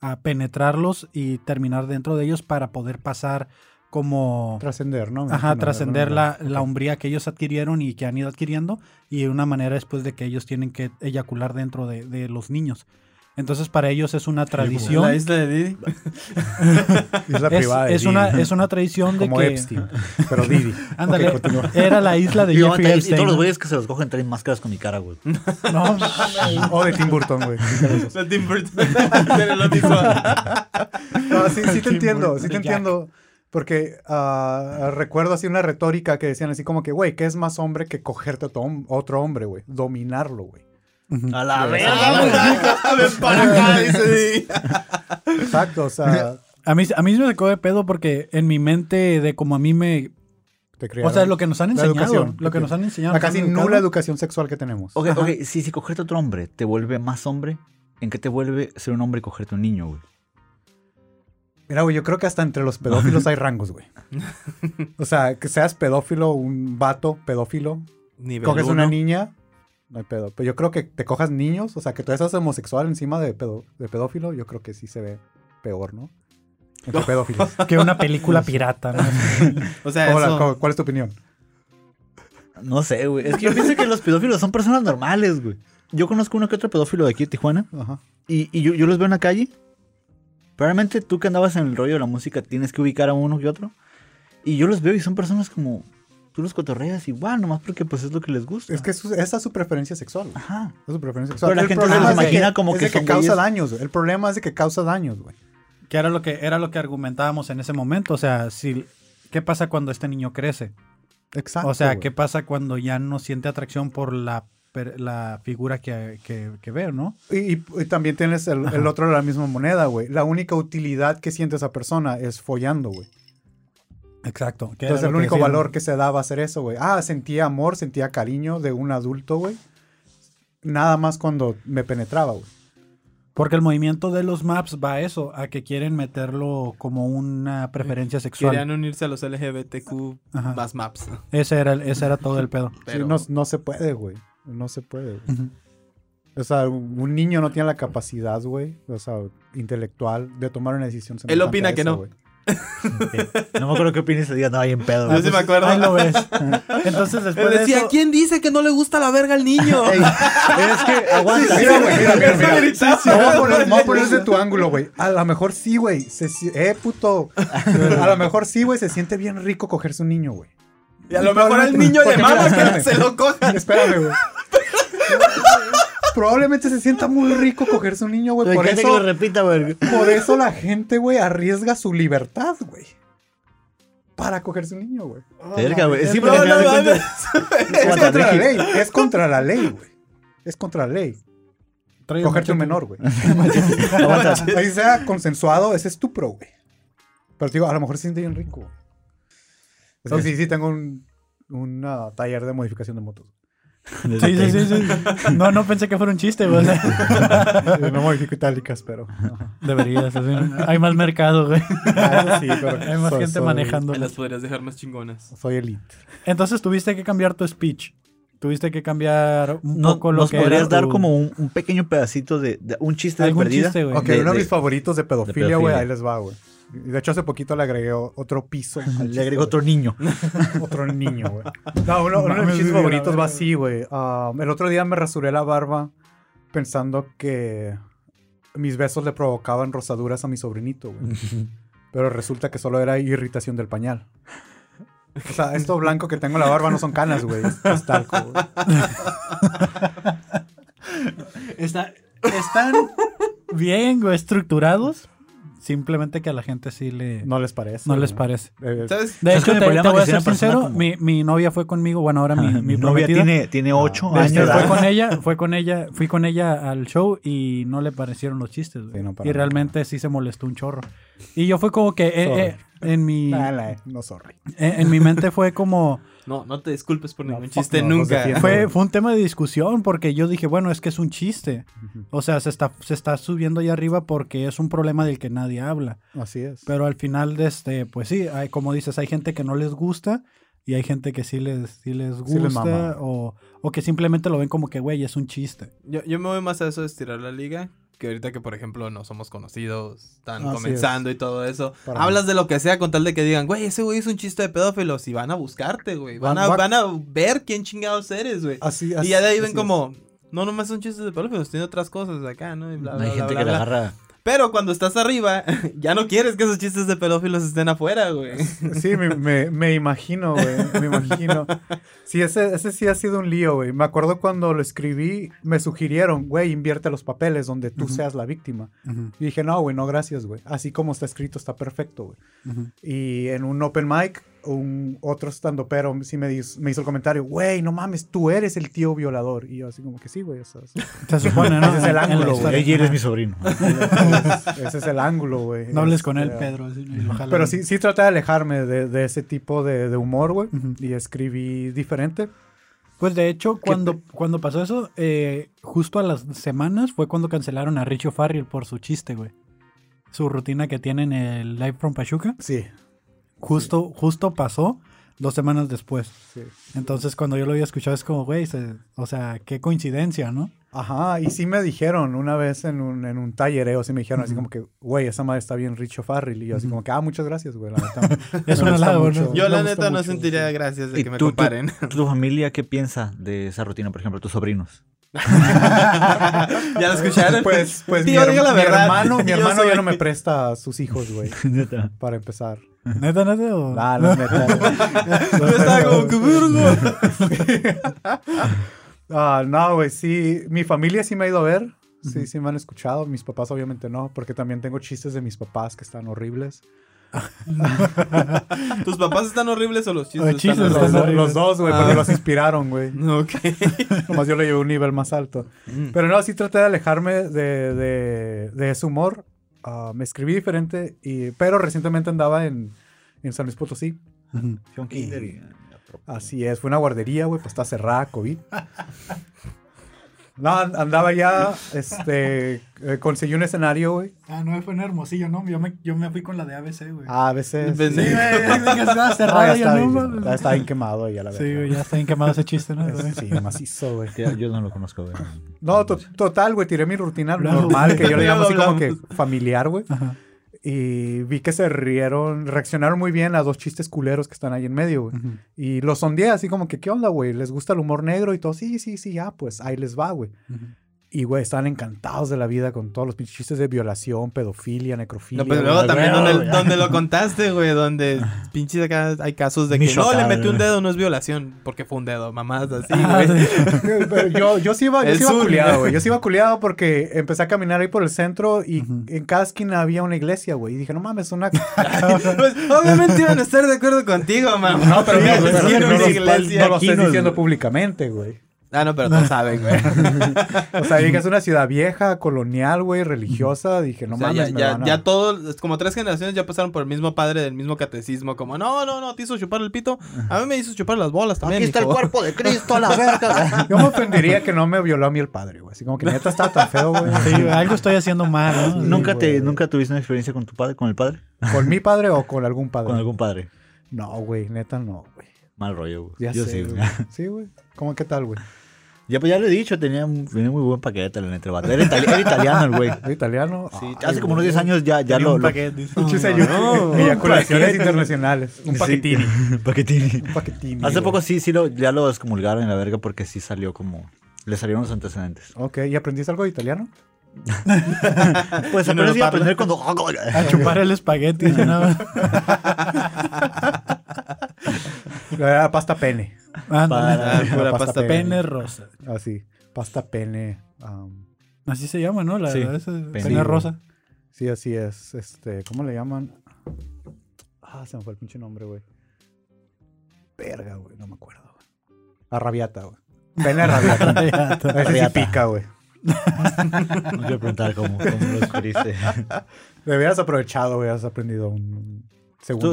Speaker 3: a, penetrarlos y terminar dentro de ellos para poder pasar como...
Speaker 5: Trascender, ¿no? Me
Speaker 3: Ajá,
Speaker 5: imagino,
Speaker 3: trascender
Speaker 5: ¿verdad?
Speaker 3: la, la hombría que ellos adquirieron y que han ido adquiriendo y una manera después de que ellos tienen que eyacular dentro de, de los niños. Entonces para ellos es una tradición.
Speaker 4: La
Speaker 3: Es,
Speaker 4: isla de Didi.
Speaker 5: Isla privada de
Speaker 3: es
Speaker 5: Didi.
Speaker 3: una, es una tradición de
Speaker 5: como
Speaker 3: que...
Speaker 5: Epstein, pero Didi.
Speaker 3: Ándale,
Speaker 5: Ok, continúa.
Speaker 3: era la isla de
Speaker 2: Y, yo,
Speaker 3: Jeffrey
Speaker 2: y todos
Speaker 3: Epstein.
Speaker 2: los güeyes que se los cogen traen máscaras con mi cara, güey.
Speaker 3: No,
Speaker 5: o de Tim Burton, güey.
Speaker 4: La Tim Burton. Pero lo mismo.
Speaker 5: No, sí, sí te
Speaker 3: Tim
Speaker 5: entiendo,
Speaker 3: Burton
Speaker 5: sí
Speaker 3: de
Speaker 5: te
Speaker 3: Jack.
Speaker 5: entiendo. Porque ah, recuerdo así una retórica que decían así como que, güey, ¿qué es más hombre que cogerte a tu hom- otro hombre, güey? Dominarlo, güey.
Speaker 2: A la verga, güey.
Speaker 4: Ah, Ven para acá, dice Didi.
Speaker 5: Exacto, o sea,
Speaker 3: a mí, a mí me sacó de pedo porque en mi mente de como a mí me...
Speaker 5: te
Speaker 3: O
Speaker 5: criaron.
Speaker 3: sea, lo que nos han
Speaker 5: La
Speaker 3: enseñado.
Speaker 5: educación.
Speaker 3: Lo que nos han enseñado.
Speaker 5: La
Speaker 3: nos han
Speaker 5: casi
Speaker 3: educado.
Speaker 5: nula educación sexual que tenemos.
Speaker 2: Ok, ok, si, si cogerte a otro hombre te vuelve más hombre, ¿en qué te vuelve ser un hombre y cogerte un niño, güey?
Speaker 5: Mira, güey, yo creo que hasta entre los pedófilos hay rangos, güey. O sea, que seas pedófilo, un vato pedófilo,
Speaker 4: Nivel
Speaker 5: coges una
Speaker 4: uno.
Speaker 5: niña, No hay pedo. Pero yo creo que te cojas niños, o sea, que tú seas homosexual encima de, pedo- de pedófilo, yo creo que sí se ve peor, ¿no? Entre pedófilos.
Speaker 3: Que una película pirata, ¿no?
Speaker 4: O sea,
Speaker 5: Hola,
Speaker 4: eso-
Speaker 5: ¿cu- ¿cuál es tu opinión?
Speaker 2: No sé, güey. Es que yo pienso que los pedófilos son personas normales, güey. Yo conozco uno que otro pedófilo de aquí de Tijuana
Speaker 5: Ajá.
Speaker 2: y, y yo, yo los veo en la calle. Probablemente tú que andabas en el rollo de la música tienes que ubicar a uno que otro. Y yo los veo y son personas como. Tú los cotorreas igual, nomás porque pues es lo que les gusta.
Speaker 5: Es que es su- esa es su preferencia sexual. güey.
Speaker 2: Ajá.
Speaker 5: Es su preferencia sexual.
Speaker 2: Pero la
Speaker 5: El
Speaker 2: gente se
Speaker 5: problema
Speaker 2: los
Speaker 5: es de
Speaker 2: imagina como
Speaker 5: es
Speaker 2: que
Speaker 5: de
Speaker 2: son
Speaker 5: causa
Speaker 2: güeyes-
Speaker 5: daños, güey. El problema es de que causa daños, güey.
Speaker 3: Que era lo que, era lo que argumentábamos en ese momento. O sea, si, ¿qué pasa cuando este niño crece?
Speaker 5: Exacto.
Speaker 3: O sea,
Speaker 5: güey.
Speaker 3: ¿qué pasa cuando ya no siente atracción por la, per- la figura que, que, que ve, no?
Speaker 5: Y, y- y también tienes el, el otro de la misma moneda, güey. La única utilidad que siente esa persona es follando, güey.
Speaker 3: Exacto. que era
Speaker 5: Entonces, el
Speaker 3: lo que
Speaker 5: único
Speaker 3: decían.
Speaker 5: valor que se daba a hacer eso, güey. Ah, sentía amor, sentía cariño de un adulto, güey. Nada más cuando me penetraba, güey.
Speaker 3: Porque el movimiento de los maps va a eso, a que quieren meterlo como una preferencia
Speaker 4: Querían
Speaker 3: sexual.
Speaker 4: unirse a los LGBTQ
Speaker 3: Ajá.
Speaker 4: más maps.
Speaker 3: Ese era, el- ese era todo el pedo.
Speaker 5: Sí,
Speaker 4: Pero
Speaker 5: no, no se puede, güey. No se puede. güey. O sea, un niño no tiene la capacidad, güey, o sea, intelectual de tomar una decisión. semejante
Speaker 4: opina
Speaker 5: a
Speaker 4: que no.
Speaker 5: güey.
Speaker 2: No me acuerdo qué opinas ese día. No, ahí en pedo.
Speaker 4: Yo sí me acuerdo.
Speaker 3: Ahí lo ves. Entonces,
Speaker 4: Pero
Speaker 3: después de
Speaker 4: decía,
Speaker 3: eso,
Speaker 4: ¿quién dice que no le gusta la verga al niño?
Speaker 2: Es que aguanta.
Speaker 5: Mira, güey, mira, mira, mira.
Speaker 4: Gritaba,
Speaker 5: Sí, vamos a poner-
Speaker 4: güey.
Speaker 5: vamos a poner desde tu ángulo, güey. A lo mejor sí, güey. se si- eh, puto. A lo mejor sí, güey. Se siente bien rico cogerse un niño, güey.
Speaker 4: Y a lo mejor al niño le
Speaker 5: Porque
Speaker 4: mama
Speaker 5: mira,
Speaker 4: que se lo coja.
Speaker 5: Espérame, güey. Probablemente se sienta muy rico cogerse un niño, güey.
Speaker 2: Me
Speaker 5: Por
Speaker 2: encanta que lo
Speaker 5: eso,
Speaker 2: repita, güey.
Speaker 5: por eso la gente, güey, arriesga su libertad, güey. Para cogerse un niño, güey.
Speaker 2: Verga, güey. Sí,
Speaker 4: No,
Speaker 2: porque al final
Speaker 4: no,
Speaker 2: de
Speaker 4: mames.
Speaker 2: cuentas-
Speaker 5: Es
Speaker 2: Guata
Speaker 5: contra la
Speaker 2: Ricky.
Speaker 5: ley. Es contra la ley, güey. Es contra la ley.
Speaker 3: trae
Speaker 5: Cogerte un
Speaker 3: mucho-
Speaker 5: menor, güey.
Speaker 2: aguanta.
Speaker 5: Ahí sea consensuado, es estupro, güey. Pero te digo, a lo mejor se siente bien rico. güey. Es que sí, sí, tengo un, un ah, taller de modificación de motos.
Speaker 3: Sí, sí, sí, sí. No, no pensé que fuera un chiste, güey. O sea,
Speaker 5: Eh, no modifico itálicas, pero. ajá.
Speaker 3: Deberías. así, ¿no? Hay más mercado, güey.
Speaker 5: Ah, sí, pero
Speaker 3: Hay más
Speaker 5: soy-
Speaker 3: gente
Speaker 5: soy-
Speaker 3: manejando.
Speaker 4: Las podrías dejar más chingonas.
Speaker 5: Soy elite.
Speaker 3: Entonces tuviste que cambiar tu speech. Tuviste que cambiar un
Speaker 2: No-
Speaker 3: poco lo
Speaker 2: nos
Speaker 3: que
Speaker 2: podrías
Speaker 3: era
Speaker 2: dar
Speaker 3: tu-
Speaker 2: como un, un pequeño pedacito de, de- un chiste de
Speaker 3: algún
Speaker 2: perdida.
Speaker 3: chiste, güey.
Speaker 5: Ok,
Speaker 2: De-
Speaker 5: uno de
Speaker 2: de-
Speaker 5: mis favoritos de pedofilia,
Speaker 2: pedofilia.
Speaker 5: güey. Ahí les va, güey. De hecho, hace poquito le agregué o- otro piso. al
Speaker 2: Le
Speaker 5: chiste,
Speaker 2: agregó
Speaker 5: güey.
Speaker 2: otro niño.
Speaker 5: Otro niño, güey. No, uno, uno de mis
Speaker 3: Mames,
Speaker 5: chistes
Speaker 3: güey,
Speaker 5: favoritos
Speaker 3: la
Speaker 5: va
Speaker 3: verga.
Speaker 5: así, güey. Ah, el otro día me rasuré la barba pensando que mis besos le provocaban rosaduras a mi sobrinito, güey. Pero resulta que solo era irritación del pañal. O sea, esto blanco que tengo en la barba no son canas, güey. Es, es talco, güey.
Speaker 3: Está- están bien güey, estructurados. Simplemente que a la gente sí le... No,
Speaker 5: No les parece.
Speaker 3: les
Speaker 5: güey.
Speaker 3: parece.
Speaker 5: Eh,
Speaker 4: ¿Sabes?
Speaker 3: De
Speaker 2: Es
Speaker 3: hecho,
Speaker 2: que
Speaker 3: te,
Speaker 2: el
Speaker 3: te
Speaker 2: problema
Speaker 3: voy
Speaker 2: que
Speaker 3: a
Speaker 2: si una
Speaker 3: ser
Speaker 2: persona
Speaker 3: sincero.
Speaker 2: como-
Speaker 3: Mi, mi novia fue conmigo. Bueno, ahora
Speaker 5: Ah,
Speaker 3: mi, mi
Speaker 2: Mi novia
Speaker 3: prometida.
Speaker 2: tiene, tiene ocho
Speaker 3: Este,
Speaker 2: años.
Speaker 3: fue
Speaker 2: ¿verdad?
Speaker 3: con ella, fue con ella, fui con ella al show y no le parecieron los chistes, güey.
Speaker 5: Sí, no, para
Speaker 3: y
Speaker 5: nada.
Speaker 3: realmente sí se molestó un chorro. Y yo fue como que eh,
Speaker 5: Sorry.
Speaker 3: eh, en mi
Speaker 5: nah, nah, no, sorry.
Speaker 3: eh, en mi mente fue como
Speaker 4: No, no te disculpes por
Speaker 5: No,
Speaker 4: ningún
Speaker 5: fuck
Speaker 4: chiste
Speaker 5: no, los
Speaker 4: nunca.
Speaker 5: defiendo.
Speaker 3: fue fue un tema de discusión porque yo dije, bueno, es que es un chiste.
Speaker 5: Ujú.
Speaker 3: O sea, se está se está subiendo allá arriba porque es un problema del que nadie habla.
Speaker 5: Así es.
Speaker 3: Pero al final de este, pues sí, hay, como dices, hay gente que no les gusta y hay gente que sí les sí les
Speaker 5: Sí les
Speaker 3: gusta
Speaker 5: mama.
Speaker 3: o o que simplemente lo ven como que, güey, es un chiste.
Speaker 4: Yo, yo me voy más a eso de estirar la liga. Que ahorita que, por ejemplo, no somos conocidos, están
Speaker 5: Así
Speaker 4: comenzando y todo eso.
Speaker 5: Para
Speaker 4: Hablas de lo que sea con tal de que digan, güey, ese güey es un chiste de pedófilos y van a buscarte, güey. Van,
Speaker 5: Van-
Speaker 4: a,
Speaker 5: va-
Speaker 4: van a ver quién chingados eres, güey.
Speaker 5: Así,
Speaker 4: Y ya de ahí ven
Speaker 5: así
Speaker 4: como, no, nomás son chistes de pedófilos, tiene otras cosas acá, ¿no? Y bla,
Speaker 2: No
Speaker 4: bla,
Speaker 2: hay
Speaker 4: bla,
Speaker 2: gente
Speaker 4: bla,
Speaker 2: que la
Speaker 4: bla.
Speaker 2: agarra.
Speaker 4: Pero cuando estás arriba, ya no quieres que esos chistes de pedófilos estén afuera, güey.
Speaker 5: Sí, me, me- me imagino, güey. Me imagino. Sí, ese, ese sí ha sido un lío, güey. Me acuerdo cuando lo escribí, me sugirieron, güey, invierte los papeles donde tú seas la víctima. Y dije, no, güey, no, gracias, güey. Así como está escrito, está perfecto, güey. Y en un open mic, un otro estando pero sí me, dis- me hizo el comentario, güey, no mames, tú eres el tío violador. Y yo así como que sí, güey. o sea, sí.
Speaker 3: Se supone, ¿no?
Speaker 5: Ese es el
Speaker 3: En la
Speaker 5: ángulo, güey.
Speaker 3: historia.
Speaker 2: Ella eres mi sobrino.
Speaker 5: ese es el ángulo, güey.
Speaker 3: No hables con él,
Speaker 5: Este,
Speaker 3: Pedro. así, y lo jalan.
Speaker 5: Pero sí, sí traté de alejarme de, de ese tipo de, de humor, güey.
Speaker 3: Ujú.
Speaker 5: Y escribí diferente.
Speaker 3: Pues de hecho, cuando, cuando pasó eso, eh, justo a las semanas fue cuando cancelaron a Richo Farrell por su chiste, güey. Su rutina que tienen el Live from Pachuca.
Speaker 5: Sí.
Speaker 3: Justo, justo pasó. dos semanas después.
Speaker 5: Sí.
Speaker 3: Entonces, cuando yo lo había escuchado, es como, güey, se- o sea, qué coincidencia, ¿no?
Speaker 5: Ajá, y sí me dijeron una vez en un, en un tallereo, sí me dijeron así
Speaker 3: Ujú.
Speaker 5: como que, güey, esa madre está bien Richo Farrell. Y yo así como que, ah, muchas gracias, güey. La neta,
Speaker 3: Es un
Speaker 5: me gusta
Speaker 3: halago,
Speaker 5: mucho.
Speaker 3: ¿no?
Speaker 4: Yo
Speaker 3: Me
Speaker 4: la
Speaker 3: gusta
Speaker 4: neta no
Speaker 3: mucho,
Speaker 4: sentiría gracias de
Speaker 2: ¿Y
Speaker 4: que me
Speaker 2: tú, tú-
Speaker 4: comparen.
Speaker 2: ¿Tu familia qué piensa de esa rutina, por ejemplo, tus sobrinos?
Speaker 4: ¿Ya lo escucharon?
Speaker 5: Pues, pues
Speaker 4: Tío,
Speaker 5: mi, her-
Speaker 4: diga la
Speaker 5: mi
Speaker 4: verdad.
Speaker 5: hermano, mi
Speaker 4: Yo
Speaker 5: hermano
Speaker 4: soy-
Speaker 5: ya no me presta a sus hijos, güey,
Speaker 2: Neta.
Speaker 5: para empezar.
Speaker 3: ¿Neta, neta? o-
Speaker 5: Nah, la neta.
Speaker 4: Yo estaba como que, "Virgo".
Speaker 5: Ah, no, güey, sí. Mi familia sí me ha ido a ver. Sí, sí me han escuchado. Mis papás obviamente no, porque también tengo chistes de mis papás que están horribles.
Speaker 4: ¿Tus papás están horribles o los chistes?
Speaker 3: Los chistes
Speaker 5: Los,
Speaker 4: están horribles?
Speaker 3: están- horribles.
Speaker 5: los dos, güey, porque
Speaker 4: Ah.
Speaker 5: los inspiraron, güey.
Speaker 4: Ok.
Speaker 5: Nomás yo lo llevé a un nivel más alto.
Speaker 4: Mm.
Speaker 5: Pero no, sí traté de alejarme de, de- de ese humor. Ah, me escribí diferente, y, pero recientemente andaba en, en San Luis Potosí.
Speaker 3: Ujú.
Speaker 2: Fue un kinder y-
Speaker 5: Así es, fue una guardería, güey, pues está cerrada, COVID. No, an- andaba ya, este, eh, conseguí un escenario, güey.
Speaker 3: Ah, no, fue en Hermosillo, ¿no? Yo me, yo me fui con la de ABC, güey.
Speaker 5: Ah, a veces.
Speaker 4: Depende.
Speaker 5: sí.
Speaker 3: Sí, güey, es que estaba
Speaker 5: Ah,
Speaker 3: cerrado
Speaker 5: ya
Speaker 3: y
Speaker 5: está
Speaker 3: el
Speaker 5: bien,
Speaker 3: número-
Speaker 5: ya está bien quemado ahí a la verga.
Speaker 3: Sí, güey, ya está bien quemado ese chiste, ¿no?
Speaker 5: Es- Sí, macizo, güey.
Speaker 2: que Yo no lo conozco. güey.
Speaker 5: No, to- total, güey, tiré mi rutina
Speaker 3: Hablamos.
Speaker 5: normal, que yo le
Speaker 4: Ya
Speaker 5: llamo
Speaker 4: lo
Speaker 5: así como que
Speaker 4: hablamos.
Speaker 5: familiar, güey.
Speaker 3: Ajá.
Speaker 5: Y vi que se rieron, reaccionaron muy bien a dos chistes culeros que están ahí en medio,
Speaker 4: Mm.
Speaker 5: güey.
Speaker 3: Ujú.
Speaker 5: Y los sondeé así como que, ¿qué onda, güey? ¿Les gusta el humor negro? Y todo, sí, sí, sí, ya, pues ahí les va, güey.
Speaker 3: Ujú.
Speaker 5: Y, güey, estaban encantados de la vida con todos los pinches chistes de violación, pedofilia, necrofilia.
Speaker 4: No, pero
Speaker 5: güey.
Speaker 4: luego también
Speaker 5: Güey,
Speaker 4: donde, donde lo contaste, güey, donde pinches acá hay casos de que
Speaker 2: Michoacán,
Speaker 4: no le metí un
Speaker 2: ¿no?
Speaker 4: dedo, no es violación, porque fue un dedo, mamás así,
Speaker 3: Ah,
Speaker 4: güey.
Speaker 5: Pero yo, yo sí iba, yo
Speaker 4: El
Speaker 5: sí iba
Speaker 4: sur.
Speaker 5: culiado, güey. Yo sí iba culiado porque empecé a caminar ahí por el centro y
Speaker 3: Ujú.
Speaker 5: en cada esquina había una iglesia, güey. Y dije, no mames, una...
Speaker 4: Pues obviamente iban a estar de acuerdo contigo, mamá. No,
Speaker 5: pero mira, pero
Speaker 4: sí,
Speaker 5: no
Speaker 4: una
Speaker 5: los-
Speaker 4: iglesia.
Speaker 5: no lo estoy
Speaker 2: Quinos,
Speaker 5: diciendo
Speaker 2: güey.
Speaker 5: públicamente, güey.
Speaker 4: Ah, no, pero tú sabes, güey.
Speaker 5: O sea, dije, es una ciudad vieja, colonial, güey, religiosa. Dije, no
Speaker 4: O sea,
Speaker 5: mames,
Speaker 4: ya,
Speaker 5: me
Speaker 4: ya,
Speaker 5: van a-
Speaker 4: ya todos, como tres generaciones ya pasaron por el mismo padre del mismo catecismo, como, no, no, no, te hizo chupar el pito, a mí me hizo chupar las bolas también, mijo".
Speaker 2: de Cristo a la verga.
Speaker 5: Yo me ofendería que no me violó a mí el padre, güey. Así como que neta estaba tan feo, güey.
Speaker 3: Sí, güey, algo estoy haciendo mal, ¿no?
Speaker 2: ¿Nunca, te,
Speaker 5: güey.
Speaker 2: ¿Nunca tuviste una experiencia con tu padre, con el padre?
Speaker 5: ¿Con mi padre o con algún padre?
Speaker 2: Con algún padre.
Speaker 5: No, güey, neta no, güey.
Speaker 2: Mal rollo, güey.
Speaker 5: Ya
Speaker 2: Yo
Speaker 5: sé,
Speaker 2: sí, güey.
Speaker 5: güey. Sí, güey. ¿Cómo qué tal, güey?
Speaker 2: Ya, pues ya lo he dicho, tenía, un- tenía muy buen paquete la neta, el vato. Era, itali- era italiano el güey.
Speaker 5: ¿Soy italiano? Ah,
Speaker 2: Sí,
Speaker 5: Ay,
Speaker 2: hace como unos
Speaker 5: güey.
Speaker 2: 10 años ya, ya
Speaker 3: Tenía
Speaker 2: lo...
Speaker 3: un
Speaker 2: lo-
Speaker 3: paquete, dice.
Speaker 5: Pinches
Speaker 4: No,
Speaker 5: ayu-
Speaker 4: no.
Speaker 5: eyaculaciones internacionales. Un
Speaker 2: Sí.
Speaker 5: paquetini.
Speaker 2: Paquetini.
Speaker 5: Un paquetini.
Speaker 2: Hace
Speaker 5: güey.
Speaker 2: poco sí, sí lo, ya lo excomulgaron en la verga porque sí salió como... Le salieron los antecedentes.
Speaker 5: Ok, ¿y aprendiste algo de italiano?
Speaker 2: Pues
Speaker 4: Y no
Speaker 2: apenas
Speaker 4: lo
Speaker 2: iba a
Speaker 4: parla.
Speaker 2: aprender cuando...
Speaker 3: A chupar el espagueti, ¿no?
Speaker 5: Era pasta pene.
Speaker 3: Ándale.
Speaker 2: Para-
Speaker 4: Ah, pura
Speaker 5: Pasta
Speaker 4: pasta
Speaker 5: pene.
Speaker 4: pene.
Speaker 3: Pene rosa.
Speaker 5: Así. Pasta pene. am,
Speaker 3: Así se llama, ¿no? La,
Speaker 2: Sí,
Speaker 3: esa- pene.
Speaker 2: pene. Sí,
Speaker 3: rosa.
Speaker 5: sí, así es. Este, ¿cómo le llaman? Ah, se me fue el pinche nombre, güey. Verga, güey. No me acuerdo, güey. Arrabiata, güey. Pene arrabiata. Ese sí
Speaker 2: Arrabiata.
Speaker 5: pica, güey.
Speaker 2: No quiero preguntar cómo, cómo lo descubriste.
Speaker 5: Ah, Deberías aprovechado, güey. Has aprendido un segundo.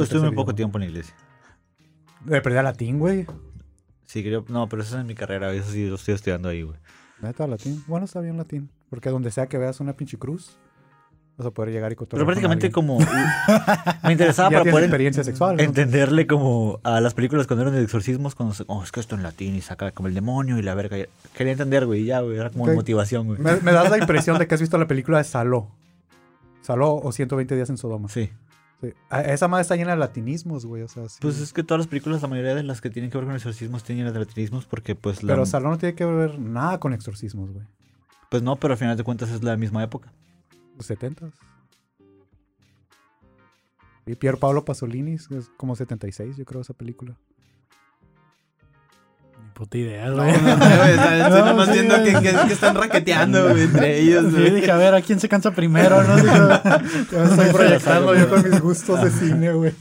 Speaker 2: Estuve,
Speaker 5: tercer
Speaker 2: estuve muy
Speaker 5: idioma.
Speaker 2: poco tiempo en la iglesia.
Speaker 5: Aprendí latín, güey.
Speaker 2: Sí, creo... No, pero eso es en mi carrera. Eso sí lo estoy estudiando ahí, güey.
Speaker 5: Neta, latín. Bueno, está bien latín. Porque donde sea que veas una pinche cruz, vas a poder llegar y
Speaker 2: Pero
Speaker 5: cotorrear. con
Speaker 2: prácticamente
Speaker 5: alguien.
Speaker 2: como... Me interesaba
Speaker 5: Ya
Speaker 2: para
Speaker 5: tienes
Speaker 2: poder...
Speaker 5: experiencia sexual. ¿no?
Speaker 2: entenderle como a las películas cuando eran de exorcismos, cuando se, oh, es que esto en latín y saca como el demonio y la verga. Quería entender, güey, y ya, güey, era como
Speaker 5: Ok.
Speaker 2: motivación, güey.
Speaker 5: Me, me das la impresión de que has visto la película de Saló. Saló o 120 días en Sodoma.
Speaker 2: Sí.
Speaker 5: Sí. A- Esa madre está llena de latinismos, güey. O sea, sí.
Speaker 2: Pues es que todas las películas, la mayoría de las que tienen que ver con exorcismos tienen latinismos porque pues la...
Speaker 5: Pero Saló no tiene que ver nada con exorcismos, güey.
Speaker 2: Pues no, pero al final de cuentas es la misma época.
Speaker 5: Los 70 Y Pier Paolo Pasolini es es como 76, yo creo, esa película.
Speaker 3: Ni puta idea,
Speaker 4: No,
Speaker 3: güey.
Speaker 4: no, no, güey, ¿sabes? Estoy
Speaker 3: No,
Speaker 4: nomás
Speaker 3: sí,
Speaker 4: viendo que,
Speaker 3: güey.
Speaker 4: que- que están raqueteando, güey, entre ellos,
Speaker 3: Sí,
Speaker 4: güey.
Speaker 3: dije, a ver, ¿a quién se cansa primero? No
Speaker 5: Ya me estoy proyectando yo con mis gustos de cine, güey.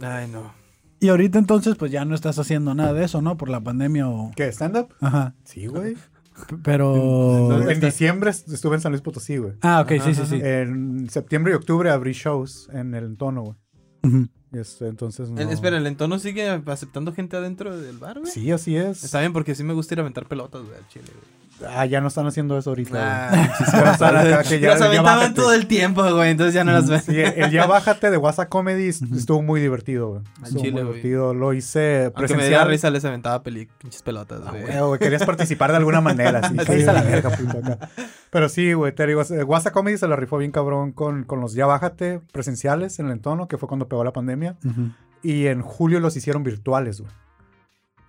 Speaker 4: Ay, no.
Speaker 3: Y ahorita entonces, pues ya no estás haciendo nada de eso, ¿no? Por la pandemia o...
Speaker 5: ¿Qué? ¿Stand-up?
Speaker 3: Ajá.
Speaker 5: Sí, güey.
Speaker 3: P- Pero...
Speaker 5: En diciembre est- estuve en San Luis Potosí, güey.
Speaker 3: Ah, ok, sí, sí, sí.
Speaker 5: En septiembre y octubre abrí shows en el tono, güey.
Speaker 3: Ujú.
Speaker 5: Este, entonces no.
Speaker 4: El- Eh, espera, ¿el entorno sigue aceptando gente adentro del bar, güey?
Speaker 5: Sí, así es.
Speaker 4: Está bien, porque sí me gusta ir a aventar pelotas, güey, al chile, güey.
Speaker 5: Ah, ya no están haciendo eso ahorita. güey.
Speaker 4: Ah,
Speaker 5: Ya no están acá, que ya-
Speaker 4: Los
Speaker 5: ya
Speaker 4: aventaban
Speaker 5: bájate.
Speaker 4: todo el tiempo, güey. Entonces ya no las ven.
Speaker 5: Sí, el Ya Bájate de WhatsApp Comedy est- estuvo muy divertido, güey. Estuvo
Speaker 4: chile,
Speaker 5: muy
Speaker 4: güey.
Speaker 5: divertido. Lo hice
Speaker 4: Aunque me diera
Speaker 5: presencial.
Speaker 4: risa, les aventaba peli... pinches pelotas,
Speaker 5: Ah,
Speaker 4: güey.
Speaker 5: güey, güey, querías participar de alguna manera. Así, "Cállese a la
Speaker 3: güey.
Speaker 5: verga, puto, acá". Pero sí, güey, te digo, eh, WhatsApp Comedy se la rifó bien cabrón con, con los Ya Bájate presenciales en el entorno, que fue cuando pegó la pandemia.
Speaker 3: Ujú.
Speaker 5: Y en julio los hicieron virtuales, güey.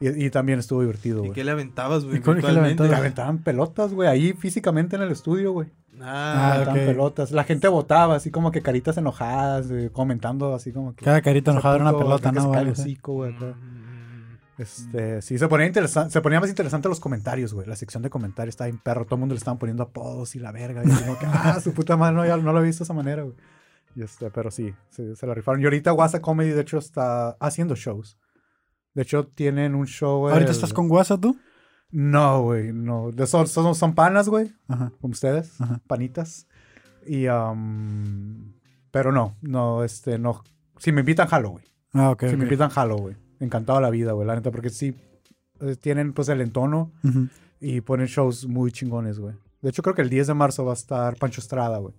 Speaker 5: Y, y también estuvo divertido,
Speaker 4: ¿Y
Speaker 5: güey.
Speaker 4: qué le aventabas, güey?
Speaker 3: ¿Y cuál- qué le
Speaker 4: virtualmente?
Speaker 5: Le
Speaker 3: aventabas?
Speaker 5: aventaban pelotas, güey, ahí físicamente en el estudio, güey.
Speaker 4: Ah,
Speaker 3: Ah,
Speaker 5: Aventaban
Speaker 3: ok.
Speaker 5: pelotas. La gente votaba, así como que caritas enojadas, eh, comentando así como que...
Speaker 3: Cada carita enojada era una
Speaker 5: Puto,
Speaker 3: pelota,
Speaker 5: acá
Speaker 3: ¿no?
Speaker 5: que se cae el
Speaker 3: Algo así.
Speaker 5: hocico, güey, acá.
Speaker 4: mm,
Speaker 5: Este, sí, se ponía, interesan- se ponía más interesante los comentarios, güey. La sección de comentarios estaba en perro. Todo el mundo le estaban poniendo apodos y la verga. Y así como que, ah, su puta madre, no, ya no lo he visto de esa manera, güey. Y este, pero sí, se, se la rifaron. Y ahorita WhatsApp Comedy, de hecho, está haciendo shows. De hecho, tienen un show.
Speaker 3: ¿Ahorita
Speaker 5: el-
Speaker 3: estás con Guasa tú?
Speaker 5: No, güey, no. De- Son, son, son panas, güey,
Speaker 3: Ajá.
Speaker 5: como ustedes,
Speaker 3: Ajá.
Speaker 5: panitas. Y, um, pero no, no, este, no. Si me invitan, jalo, güey.
Speaker 3: Ah, ok.
Speaker 5: Si me
Speaker 3: ok.
Speaker 5: invitan, jalo, güey. Encantado la vida, güey, la neta, porque sí eh, tienen pues el entono
Speaker 3: Ujú.
Speaker 5: y ponen shows muy chingones, güey. De hecho, creo que el 10 de marzo va a estar Pancho Estrada, güey.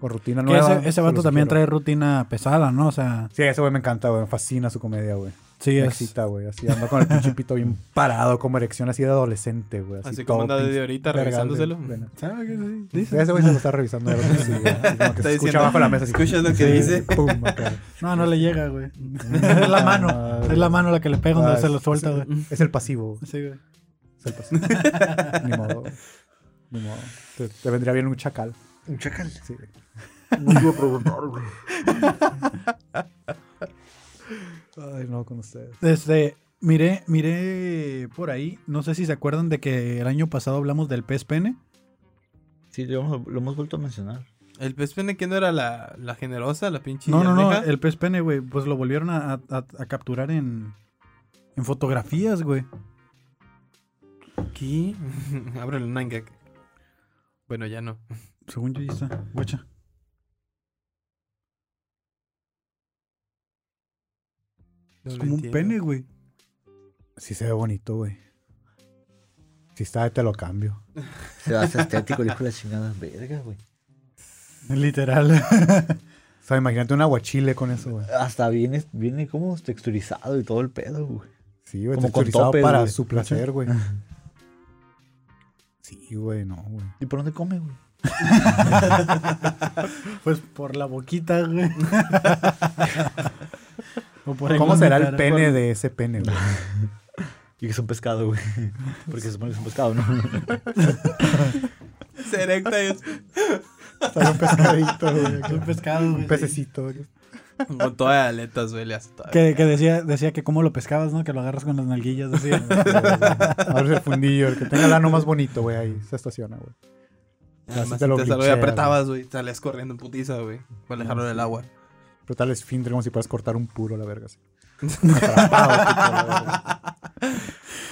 Speaker 5: Con rutina
Speaker 3: Que
Speaker 5: nueva.
Speaker 3: ese, ese vato también trae rutina pesada, ¿no? O sea,
Speaker 5: Sí, ese güey me encanta, güey. Me fascina su comedia, güey.
Speaker 3: sí
Speaker 5: Me
Speaker 3: es.
Speaker 5: excita, güey. Así anda con el pinche pito bien parado, como erección así de adolescente, güey. Así,
Speaker 4: Así como anda desde ahorita revisándoselo.
Speaker 3: ¿Sabe qué? Sí,
Speaker 5: Dice.
Speaker 3: dice.
Speaker 5: Ese güey se lo está revisando. de repente, sí, güey. Así como que
Speaker 4: Está
Speaker 5: se escucha
Speaker 4: diciendo,
Speaker 5: abajo de la mesa. así,
Speaker 4: ¿escuchas lo que
Speaker 5: sí,
Speaker 4: dice?
Speaker 5: pum, acá.
Speaker 3: No, no le llega, güey. es la mano.
Speaker 5: Madre.
Speaker 3: Es la mano la que le pega donde
Speaker 5: Ah,
Speaker 3: se lo
Speaker 5: es-
Speaker 3: suelta,
Speaker 5: es-
Speaker 3: güey.
Speaker 5: Es el pasivo. güey.
Speaker 3: Sí, güey.
Speaker 5: Es el pasivo. Ni modo. Ni modo. Te, te vendría bien un chacal.
Speaker 2: Un chacal.
Speaker 5: Sí.
Speaker 2: No iba a preguntar, güey.
Speaker 5: Ay, no, con ustedes.
Speaker 3: Este, miré, miré por ahí. No sé si se acuerdan de que el año pasado hablamos del pez pene.
Speaker 2: Sí, lo hemos, lo hemos vuelto a mencionar.
Speaker 4: ¿El pez pene que no era la, la generosa, la pinche
Speaker 3: no, no, no.
Speaker 4: almeja?
Speaker 3: El pez pene, güey. Pues lo volvieron a, a- a capturar en, en fotografías, güey.
Speaker 4: ¿Qué? Ábrele un nine gag. Bueno, ya no.
Speaker 3: Según yo, ahí está. Guacha.
Speaker 4: No
Speaker 3: es
Speaker 4: lo
Speaker 3: como un
Speaker 4: entiendo.
Speaker 3: pene, güey.
Speaker 5: Sí se ve bonito, güey. Si está, te lo cambio.
Speaker 2: Se hace estético, el hijo de la chingada. Verga, güey.
Speaker 3: Literal.
Speaker 5: O sea, imagínate un aguachile con eso, güey.
Speaker 2: Hasta viene, viene como texturizado y todo el pedo, güey.
Speaker 5: Sí, güey.
Speaker 2: Como con
Speaker 5: texturizado
Speaker 2: topes,
Speaker 5: para
Speaker 2: güey.
Speaker 5: su placer, güey. Sí, güey, no, güey.
Speaker 2: ¿Y por dónde come, güey?
Speaker 3: pues por la boquita, güey. O por
Speaker 5: ¿Cómo
Speaker 3: algún
Speaker 5: será el
Speaker 3: lugar,
Speaker 5: pene
Speaker 3: por-
Speaker 5: de ese pene, güey?
Speaker 2: Y que es un pescado, güey. Porque se supone que es un pescado, ¿no?
Speaker 4: Se erecta y es-
Speaker 5: Está un pescadito, güey.
Speaker 3: Es un pescado, güey.
Speaker 5: Un pececito, güey.
Speaker 4: Con todas las aletas, güey, le hace todo.
Speaker 3: Que, que decía, decía que cómo lo pescabas, ¿no? Que lo agarras con las nalguillas, decía.
Speaker 5: Abres el fundillo, el que tenga el ano más bonito, güey, ahí se estaciona, güey.
Speaker 4: Además,
Speaker 5: te
Speaker 4: te
Speaker 5: lo
Speaker 4: lo y
Speaker 5: glitchea,
Speaker 4: apretabas, güey. Salías corriendo en putiza, güey. Para alejarlo del agua.
Speaker 5: Pero tal esfínter como si puedas cortar un puro, la verga, así. Atrapado, tipo, la verga.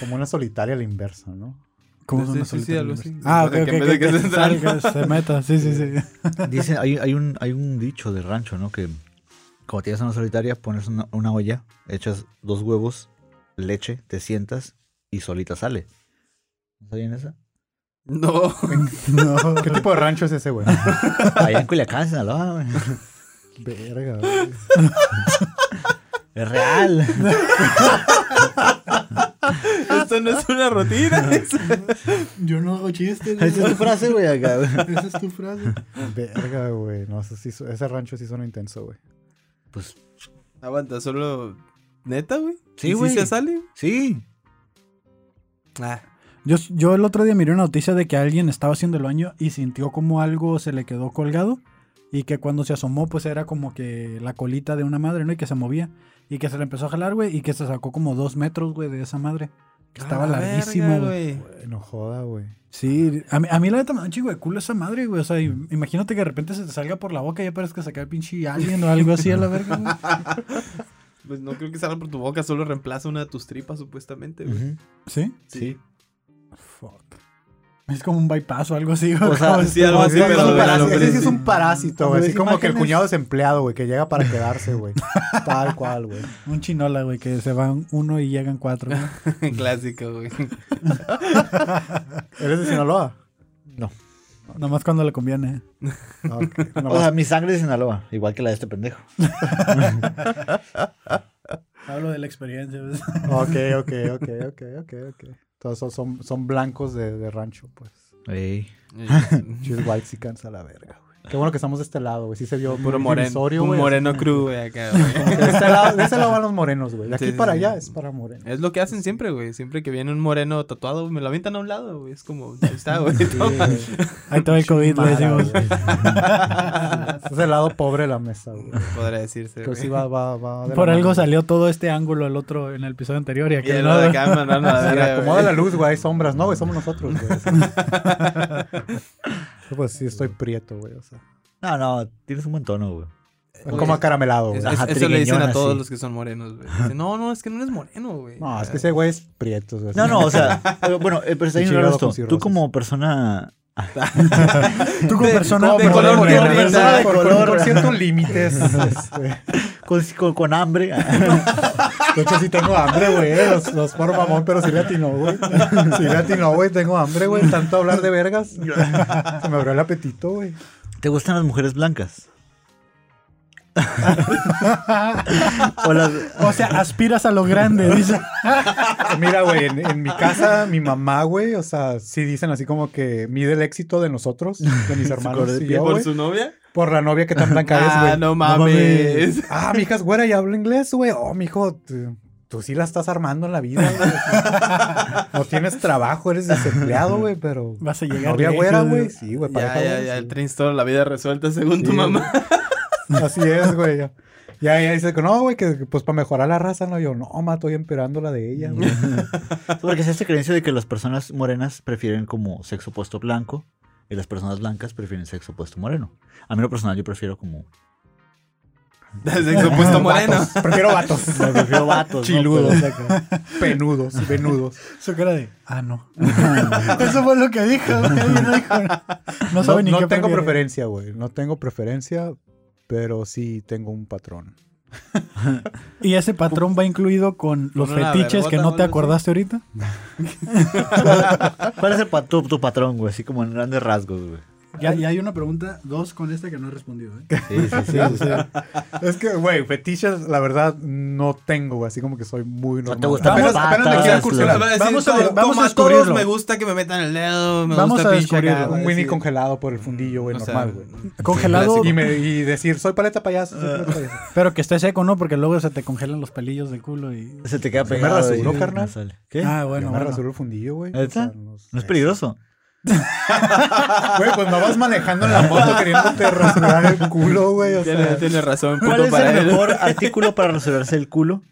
Speaker 5: Como una solitaria a la inversa, ¿no?
Speaker 3: ¿Cómo
Speaker 4: Sí,
Speaker 3: son las
Speaker 4: sí, sí,
Speaker 3: solitarias?
Speaker 4: algo así.
Speaker 3: Ah, ok,
Speaker 4: Que en
Speaker 3: ok.
Speaker 4: vez de
Speaker 3: ok,
Speaker 4: que
Speaker 3: que
Speaker 4: se entran.
Speaker 3: salga, se meta, sí, sí, sí.
Speaker 2: Dicen, hay, hay, un, hay un dicho de rancho, ¿no? Que cuando tienes una solitaria, pones una, una olla, echas dos huevos, leche, te sientas y solita sale. ¿No sabían esa?
Speaker 4: No.
Speaker 5: ¿Qué tipo de rancho es ese, güey?
Speaker 2: Allá en Culiacán, Sinaloa, güey.
Speaker 5: verga, güey.
Speaker 2: Es real.
Speaker 4: Esto no es una rutina. es-
Speaker 3: Yo no hago chistes.
Speaker 2: Esa es tu frase, güey, acá, güey.
Speaker 3: Esa es tu frase.
Speaker 5: Verga, güey. No, eso sí su- ese rancho sí suena intenso, güey.
Speaker 2: Pues
Speaker 4: Aguanta, solo. ¿Neta, güey?
Speaker 2: Sí,
Speaker 4: ¿Y
Speaker 2: güey.
Speaker 4: ¿Sí se sale?
Speaker 2: sí.
Speaker 4: Ah,
Speaker 3: Yo, yo el otro día miré una noticia de que alguien estaba haciendo el baño y sintió como algo se le quedó colgado y que cuando se asomó pues era como que la colita de una madre, ¿no? Y que se movía y que se le empezó a jalar, güey, y que se sacó como dos metros, güey, de esa madre. Que estaba
Speaker 4: a Ah, la
Speaker 3: larguísima,
Speaker 4: verga,
Speaker 3: güey.
Speaker 5: Güey, No joda, güey.
Speaker 3: Sí, a mí, a mí la neta me da un chingo de culo esa madre, güey. O sea, im- imagínate que de repente se te salga por la boca y ya parezca sacar pinche alien o algo así a la verga, güey.
Speaker 4: Pues no creo que salga por tu boca, solo reemplaza una de tus tripas, supuestamente, güey.
Speaker 2: Ujú.
Speaker 3: ¿Sí?
Speaker 2: Sí.
Speaker 3: Fuck. Es como un bypass o algo así. güey.
Speaker 2: O sea,
Speaker 3: Como
Speaker 4: sí, algo
Speaker 5: No,
Speaker 4: así,
Speaker 5: ese sí es
Speaker 4: pero
Speaker 5: un
Speaker 4: de la
Speaker 5: parásito, ese sí
Speaker 4: lombriz.
Speaker 5: es un parásito, güey.
Speaker 3: Las
Speaker 5: Así como que el
Speaker 3: imágenes-
Speaker 5: cuñado desempleado, güey, que llega para quedarse, güey. Tal cual, güey.
Speaker 3: Un chinola, güey, que se van uno y llegan cuatro. ¿no?
Speaker 4: Clásico, güey.
Speaker 5: ¿Eres de Sinaloa?
Speaker 3: Nomás cuando le conviene.
Speaker 5: No, ok.
Speaker 2: O sea,
Speaker 5: Nomás-
Speaker 2: mi sangre es de Sinaloa, igual que la de este pendejo.
Speaker 3: Hablo de la experiencia. güey.
Speaker 5: ok, ok, ok, ok, ok, ok. Entonces son- son, son blancos de, de rancho, pues.
Speaker 2: Ey.
Speaker 5: Chis white a la verga, güey. Qué bueno que estamos de este lado, güey. Sí se vio
Speaker 4: Puro
Speaker 5: muy
Speaker 4: moreno.
Speaker 5: divisorio,
Speaker 4: Un
Speaker 5: güey.
Speaker 4: moreno cru, güey, acá, güey.
Speaker 5: De este, lado, de este lado van los morenos, güey. De aquí
Speaker 4: Sí, sí,
Speaker 5: para
Speaker 4: sí.
Speaker 5: allá es para morenos.
Speaker 4: Es lo que hacen siempre, güey. Siempre que viene un moreno tatuado, me lo avientan a un lado, güey. Es como, ahí está, güey. toma.
Speaker 3: Ahí todo el COVID, le
Speaker 5: Mara,
Speaker 3: decimos.
Speaker 5: güey. Sí, Es el lado pobre de la mesa, güey.
Speaker 4: Podría decirse,
Speaker 5: Pero
Speaker 4: güey.
Speaker 5: sí va, va, va. de la
Speaker 3: Por
Speaker 5: mano,
Speaker 3: algo
Speaker 5: güey.
Speaker 3: salió todo este ángulo el otro en el episodio anterior y
Speaker 4: Y
Speaker 3: aquel
Speaker 4: el
Speaker 3: no.
Speaker 4: lado de
Speaker 3: güey.
Speaker 4: acá me mandaron a la
Speaker 5: Sí,
Speaker 4: verga,
Speaker 5: acomoda
Speaker 4: güey.
Speaker 5: la luz, güey. Hay sombras, ¿no, güey? Somos nosotros, güey. Sí, pues sí, estoy prieto, güey. O sea,
Speaker 2: No, no, tienes un buen tono, güey.
Speaker 5: como acaramelado, güey.
Speaker 4: Es-
Speaker 2: Ajá,
Speaker 4: es- eso le dicen a
Speaker 2: trigueñón
Speaker 4: todos
Speaker 2: así.
Speaker 4: los que son morenos, güey. Dicen, no, no, es que no eres moreno, güey.
Speaker 5: No, es que ese güey es prieto, güey.
Speaker 2: No, no, o sea, eh, bueno, eh, pero está bien raro
Speaker 5: Chingado
Speaker 2: esto.
Speaker 5: con cirrosis.
Speaker 2: Tú como persona...
Speaker 3: Tú como
Speaker 4: de-
Speaker 3: persona
Speaker 4: como
Speaker 5: de
Speaker 3: morena,
Speaker 5: color
Speaker 4: color
Speaker 3: güey.
Speaker 5: moreno,
Speaker 4: moreno,
Speaker 5: persona de
Speaker 2: con-
Speaker 5: color.
Speaker 2: con
Speaker 5: Con ciertos límites. este.
Speaker 2: Con, con- con hambre.
Speaker 5: De hecho, sí tengo hambre, güey. eh, Los, los por mamón, pero sí le atinó, güey. Sí le atinó, güey. Tengo hambre, güey. Tanto hablar de vergas. Se me abrió el apetito, güey.
Speaker 2: ¿Te gustan las mujeres blancas? o las...
Speaker 3: O sea, aspiras a lo grande, dice.
Speaker 5: Mira, güey, en, en mi casa, mi mamá, güey, o sea, sí dicen así como que mide el éxito de nosotros, de mis hermanos
Speaker 2: color de
Speaker 5: y
Speaker 4: ¿Y
Speaker 5: yo,
Speaker 4: por
Speaker 5: güey.
Speaker 4: su novia?
Speaker 5: Por la novia que tan blanca es,
Speaker 4: Ah,
Speaker 5: güey.
Speaker 4: no
Speaker 5: mames.
Speaker 4: mames.
Speaker 5: Ah, mi hija es güera y habla inglés, güey. Oh, mijo, tú, tú sí la estás armando en la vida, güey. No tienes trabajo, eres desempleado, güey, pero...
Speaker 3: Vas a llegar
Speaker 5: Novia
Speaker 3: lejos,
Speaker 5: güera,
Speaker 3: güey.
Speaker 5: güey. Sí, güey,
Speaker 4: Ya,
Speaker 5: pareja
Speaker 4: ya,
Speaker 5: güera,
Speaker 4: ya.
Speaker 5: sí.
Speaker 4: El Trinstor, la vida resuelta según tu
Speaker 5: Sí,
Speaker 4: mamá.
Speaker 5: Así es, güey. Ya, ya, ya dice, no, güey, que que, pues para mejorar la raza, no, yo, no, ma, estoy empeorando la de ella, güey.
Speaker 2: Porque se hace creencia de que las personas morenas prefieren como sexo opuesto blanco y las personas blancas prefieren sexo opuesto moreno. A mí lo personal yo prefiero como...
Speaker 4: Desde el supuesto moreno.
Speaker 5: Vatos, prefiero vatos.
Speaker 2: Me prefiero vatos, ¿no?
Speaker 5: Chiludos, acá. penudos, venudos.
Speaker 3: Su cara de, ah, no. Eso fue lo que dijo, güey. No, dijo nada. no sabe
Speaker 5: No,
Speaker 3: ni
Speaker 5: no
Speaker 3: qué
Speaker 5: tengo
Speaker 3: prefiere.
Speaker 5: preferencia, güey. No tengo preferencia, pero sí tengo un patrón.
Speaker 3: Y ese patrón va incluido con los
Speaker 4: Con una
Speaker 3: fetiches que
Speaker 4: vergota
Speaker 3: no
Speaker 4: o
Speaker 3: te
Speaker 4: algo
Speaker 3: acordaste ahorita.
Speaker 2: ¿Cuál es el pa- tu, tu patrón, güey? Así como en grandes rasgos, güey.
Speaker 3: Ya, ya hay una pregunta, dos con esta que no he respondido. ¿eh?
Speaker 2: Sí, sí, sí.
Speaker 5: Es que, güey, fetiches, la verdad, no tengo, güey. Así como que soy muy normal.
Speaker 2: te gustan
Speaker 5: apenas,
Speaker 2: las
Speaker 5: apenas le
Speaker 2: patas,
Speaker 5: quiero
Speaker 2: las-
Speaker 5: incursionar.
Speaker 4: Va a decir,
Speaker 3: Vamos a-
Speaker 4: "Como-
Speaker 3: vamos
Speaker 4: como
Speaker 3: a
Speaker 4: todos
Speaker 3: descubrirlo.
Speaker 4: me gusta que me metan el dedo, me
Speaker 3: Vamos
Speaker 4: gusta
Speaker 3: a
Speaker 4: pinche acá",
Speaker 3: descubrirlo.
Speaker 4: va a
Speaker 5: Un Winnie
Speaker 4: decir. Mm,
Speaker 5: congelado Ah, por el fundillo, güey,
Speaker 4: O sea,
Speaker 5: normal, güey.
Speaker 3: Congelado,
Speaker 5: Y, me- y decir, soy paleta payaso. Soy paleta payaso.
Speaker 3: pero que esté seco, ¿no? Porque luego se te congelan los pelillos del culo y...
Speaker 2: Se te queda
Speaker 5: Se me
Speaker 2: pegado.
Speaker 5: rasuró,
Speaker 2: ahí,
Speaker 5: carnal.
Speaker 2: no sale. ¿Qué?
Speaker 3: Ah,
Speaker 5: Yo
Speaker 3: bueno,
Speaker 5: me
Speaker 3: bueno.
Speaker 5: rasuro el fundillo, güey.
Speaker 2: ¿Neta?
Speaker 5: no sé.
Speaker 2: ¿No es peligroso?
Speaker 5: Güey, pues no vas manejando en la moto queriéndote rasurar el culo, güey. O
Speaker 4: Tiene,
Speaker 5: sea,
Speaker 4: tiene razón,
Speaker 2: ¿Cuál
Speaker 4: puto
Speaker 2: es
Speaker 4: para
Speaker 2: el
Speaker 4: él.
Speaker 2: mejor artículo para rasurarse el culo?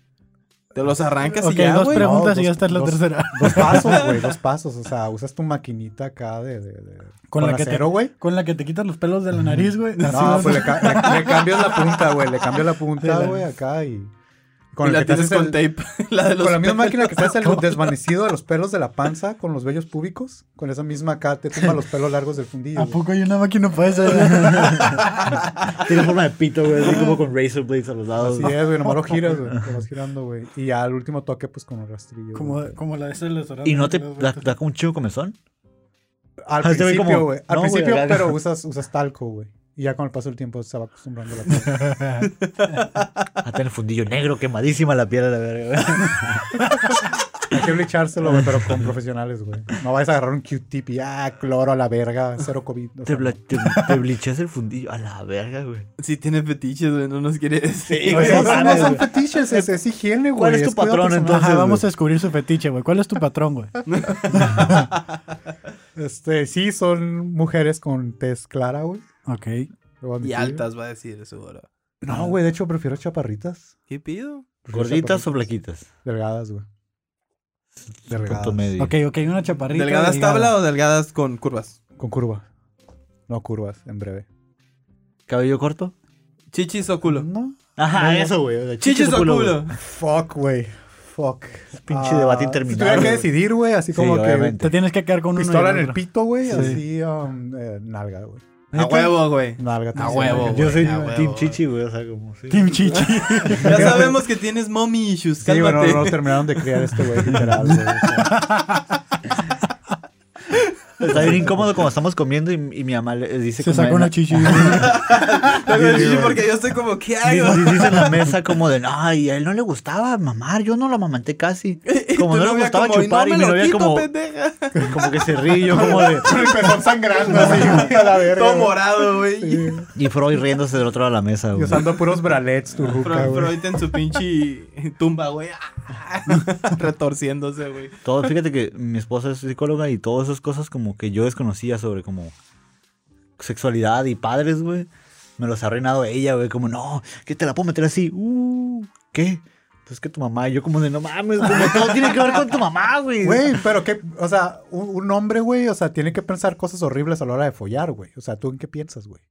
Speaker 4: Te los arrancas
Speaker 3: Ok,
Speaker 4: y ya,
Speaker 3: dos
Speaker 4: güey.
Speaker 5: preguntas.
Speaker 3: preguntas
Speaker 5: No,
Speaker 3: y ya
Speaker 5: dos-
Speaker 3: está en la
Speaker 5: dos-
Speaker 3: tercera.
Speaker 5: dos pasos, güey, dos pasos. O sea, usas tu maquinita acá de. de, de-
Speaker 3: Con la que te-
Speaker 5: acero, güey.
Speaker 3: Con la que te quitas los pelos de la nariz, güey. Así
Speaker 5: No,
Speaker 3: vas-
Speaker 5: pues le, ca- le- le cambias la punta, güey. Le cambias la punta,
Speaker 3: Sí, la-
Speaker 5: güey, acá y.
Speaker 4: Con
Speaker 5: el
Speaker 4: la
Speaker 5: que te
Speaker 4: tienes
Speaker 5: haces
Speaker 4: con
Speaker 5: el-
Speaker 4: tape. La de los
Speaker 5: con la misma
Speaker 4: pelos.
Speaker 5: máquina que te hace el desvanecido de los pelos de la panza con los vellos púbicos. Con esa misma acá te tumba los pelos largos del fundillo.
Speaker 3: ¿A
Speaker 5: güey.
Speaker 3: poco hay una máquina para eso? güey?
Speaker 2: Tiene forma de pito, güey. Así como con razor blades a los lados.
Speaker 5: Así es, güey. Nomás lo giras, güey. Lo vas girando, güey. Y ya al último toque, pues con el rastrillo. güey.
Speaker 3: como, como la de ese
Speaker 2: ¿Y no te da, da como un chivo comezón?
Speaker 5: Al
Speaker 2: Ah, se ve
Speaker 5: principio,
Speaker 2: como-
Speaker 5: güey. Al
Speaker 2: no, güey,
Speaker 5: principio,
Speaker 2: acá-
Speaker 5: pero usas, usas talco, güey. Y ya con el paso del tiempo se va acostumbrando la piel.
Speaker 2: Hasta en Ah, el fundillo negro, quemadísima la piel a la verga. güey.
Speaker 5: Hay que blichárselo, güey, pero con profesionales, güey. No vayas a agarrar un Q-tip y ah, cloro a la verga, cero COVID.
Speaker 2: Te,
Speaker 5: o sea,
Speaker 2: bla- te, te blicheas el fundillo a la verga, güey.
Speaker 4: Sí, tiene fetiches, güey. No nos quiere decir.
Speaker 5: no,
Speaker 2: güey,
Speaker 5: no, no,
Speaker 2: mames,
Speaker 5: son
Speaker 2: güey.
Speaker 5: fetiches, es, es higiene, güey.
Speaker 2: ¿Cuál es tu
Speaker 5: cuidado
Speaker 2: patrón,
Speaker 5: personal.
Speaker 2: entonces,
Speaker 3: Ajá, vamos
Speaker 2: güey?
Speaker 3: a descubrir su fetiche, güey. ¿Cuál es tu patrón, güey?
Speaker 5: Este, sí, son mujeres con tez clara, güey.
Speaker 3: Ok.
Speaker 5: lo voy a
Speaker 4: Y
Speaker 5: admitir.
Speaker 4: altas, va a decir, seguro.
Speaker 5: No, güey, de hecho prefiero chaparritas.
Speaker 4: ¿Qué pido?
Speaker 5: Prefiero
Speaker 2: ¿Gorditas
Speaker 5: chaparritas.
Speaker 2: o blaquitas?
Speaker 5: Delgadas, güey. Delgadas.
Speaker 2: Punto medio.
Speaker 3: Ok, ok, una chaparrita.
Speaker 4: ¿Delgadas
Speaker 3: delgada.
Speaker 4: tabla o delgadas con curvas?
Speaker 5: Con curva. No curvas, en breve.
Speaker 2: ¿Cabello corto?
Speaker 4: ¿Chichis o culo?
Speaker 5: No.
Speaker 2: Ajá, eso, güey. o sea,
Speaker 4: ¿Chichis o
Speaker 2: o
Speaker 4: culo?
Speaker 5: Fuck, güey. Fuck.
Speaker 2: pinche debate
Speaker 5: Ah,
Speaker 2: interminable,
Speaker 5: Si tuviera
Speaker 2: güey.
Speaker 5: que decidir, güey, así
Speaker 2: Sí,
Speaker 5: como que
Speaker 2: obviamente.
Speaker 3: Te tienes que quedar con uno y
Speaker 5: pistola en el
Speaker 3: otro.
Speaker 5: pito, güey,
Speaker 3: Sí.
Speaker 5: así um, eh, nalga, güey.
Speaker 4: A huevo, güey.
Speaker 5: Nalga.
Speaker 4: A
Speaker 5: también.
Speaker 4: huevo, güey.
Speaker 2: Yo soy
Speaker 4: a huevo,
Speaker 2: Team
Speaker 4: güey.
Speaker 2: Chichi, güey. O sea, como. sí.
Speaker 3: Team Chichi.
Speaker 4: Ya sabemos que tienes mommy issues,
Speaker 5: Sí, bueno,
Speaker 4: cálmate.
Speaker 5: no terminaron de criar este güey, literal, güey.
Speaker 2: Está bien incómodo cuando estamos comiendo y, y mi mamá le dice
Speaker 3: Se
Speaker 2: como
Speaker 3: sacó
Speaker 2: en la-
Speaker 3: una chichi.
Speaker 4: Tengo chichi porque yo estoy como, ¿qué
Speaker 2: di-
Speaker 4: hago?
Speaker 2: di- Dice en la mesa como de, ay, a él no le gustaba mamar, yo no lo amamanté casi. Como
Speaker 4: Tu
Speaker 2: no le
Speaker 4: novia
Speaker 2: gustaba
Speaker 4: como,
Speaker 2: chupar y
Speaker 4: no
Speaker 2: mi
Speaker 4: me lo
Speaker 2: novia
Speaker 4: quito,
Speaker 2: como,
Speaker 4: pendeja.
Speaker 2: como que se ríe y yo como de...
Speaker 5: Con el pezón sangrando así, güey, a la verga.
Speaker 4: Todo
Speaker 5: güey.
Speaker 4: morado, güey.
Speaker 2: Y Freud riéndose del otro lado de la mesa,
Speaker 5: Y
Speaker 2: güey.
Speaker 5: usando puros bralets, tu ruca,
Speaker 4: Fre-
Speaker 5: güey.
Speaker 4: Freud en su pinche tumba, güey. Ah, Retorciéndose, güey.
Speaker 2: Todo, fíjate que mi esposa es psicóloga y todas esas cosas como que yo desconocía sobre como sexualidad y padres, güey. Me los ha arruinado ella, güey. Como, no, que te la puedo meter así. Uh, ¿qué? Pues que tu mamá. Y yo como de, no mames, como todo tiene que ver con tu mamá, güey.
Speaker 5: Güey, pero que, o sea, un, un hombre, güey, o sea, tiene que pensar cosas horribles a la hora de follar, güey. O sea, ¿tú en qué piensas, güey?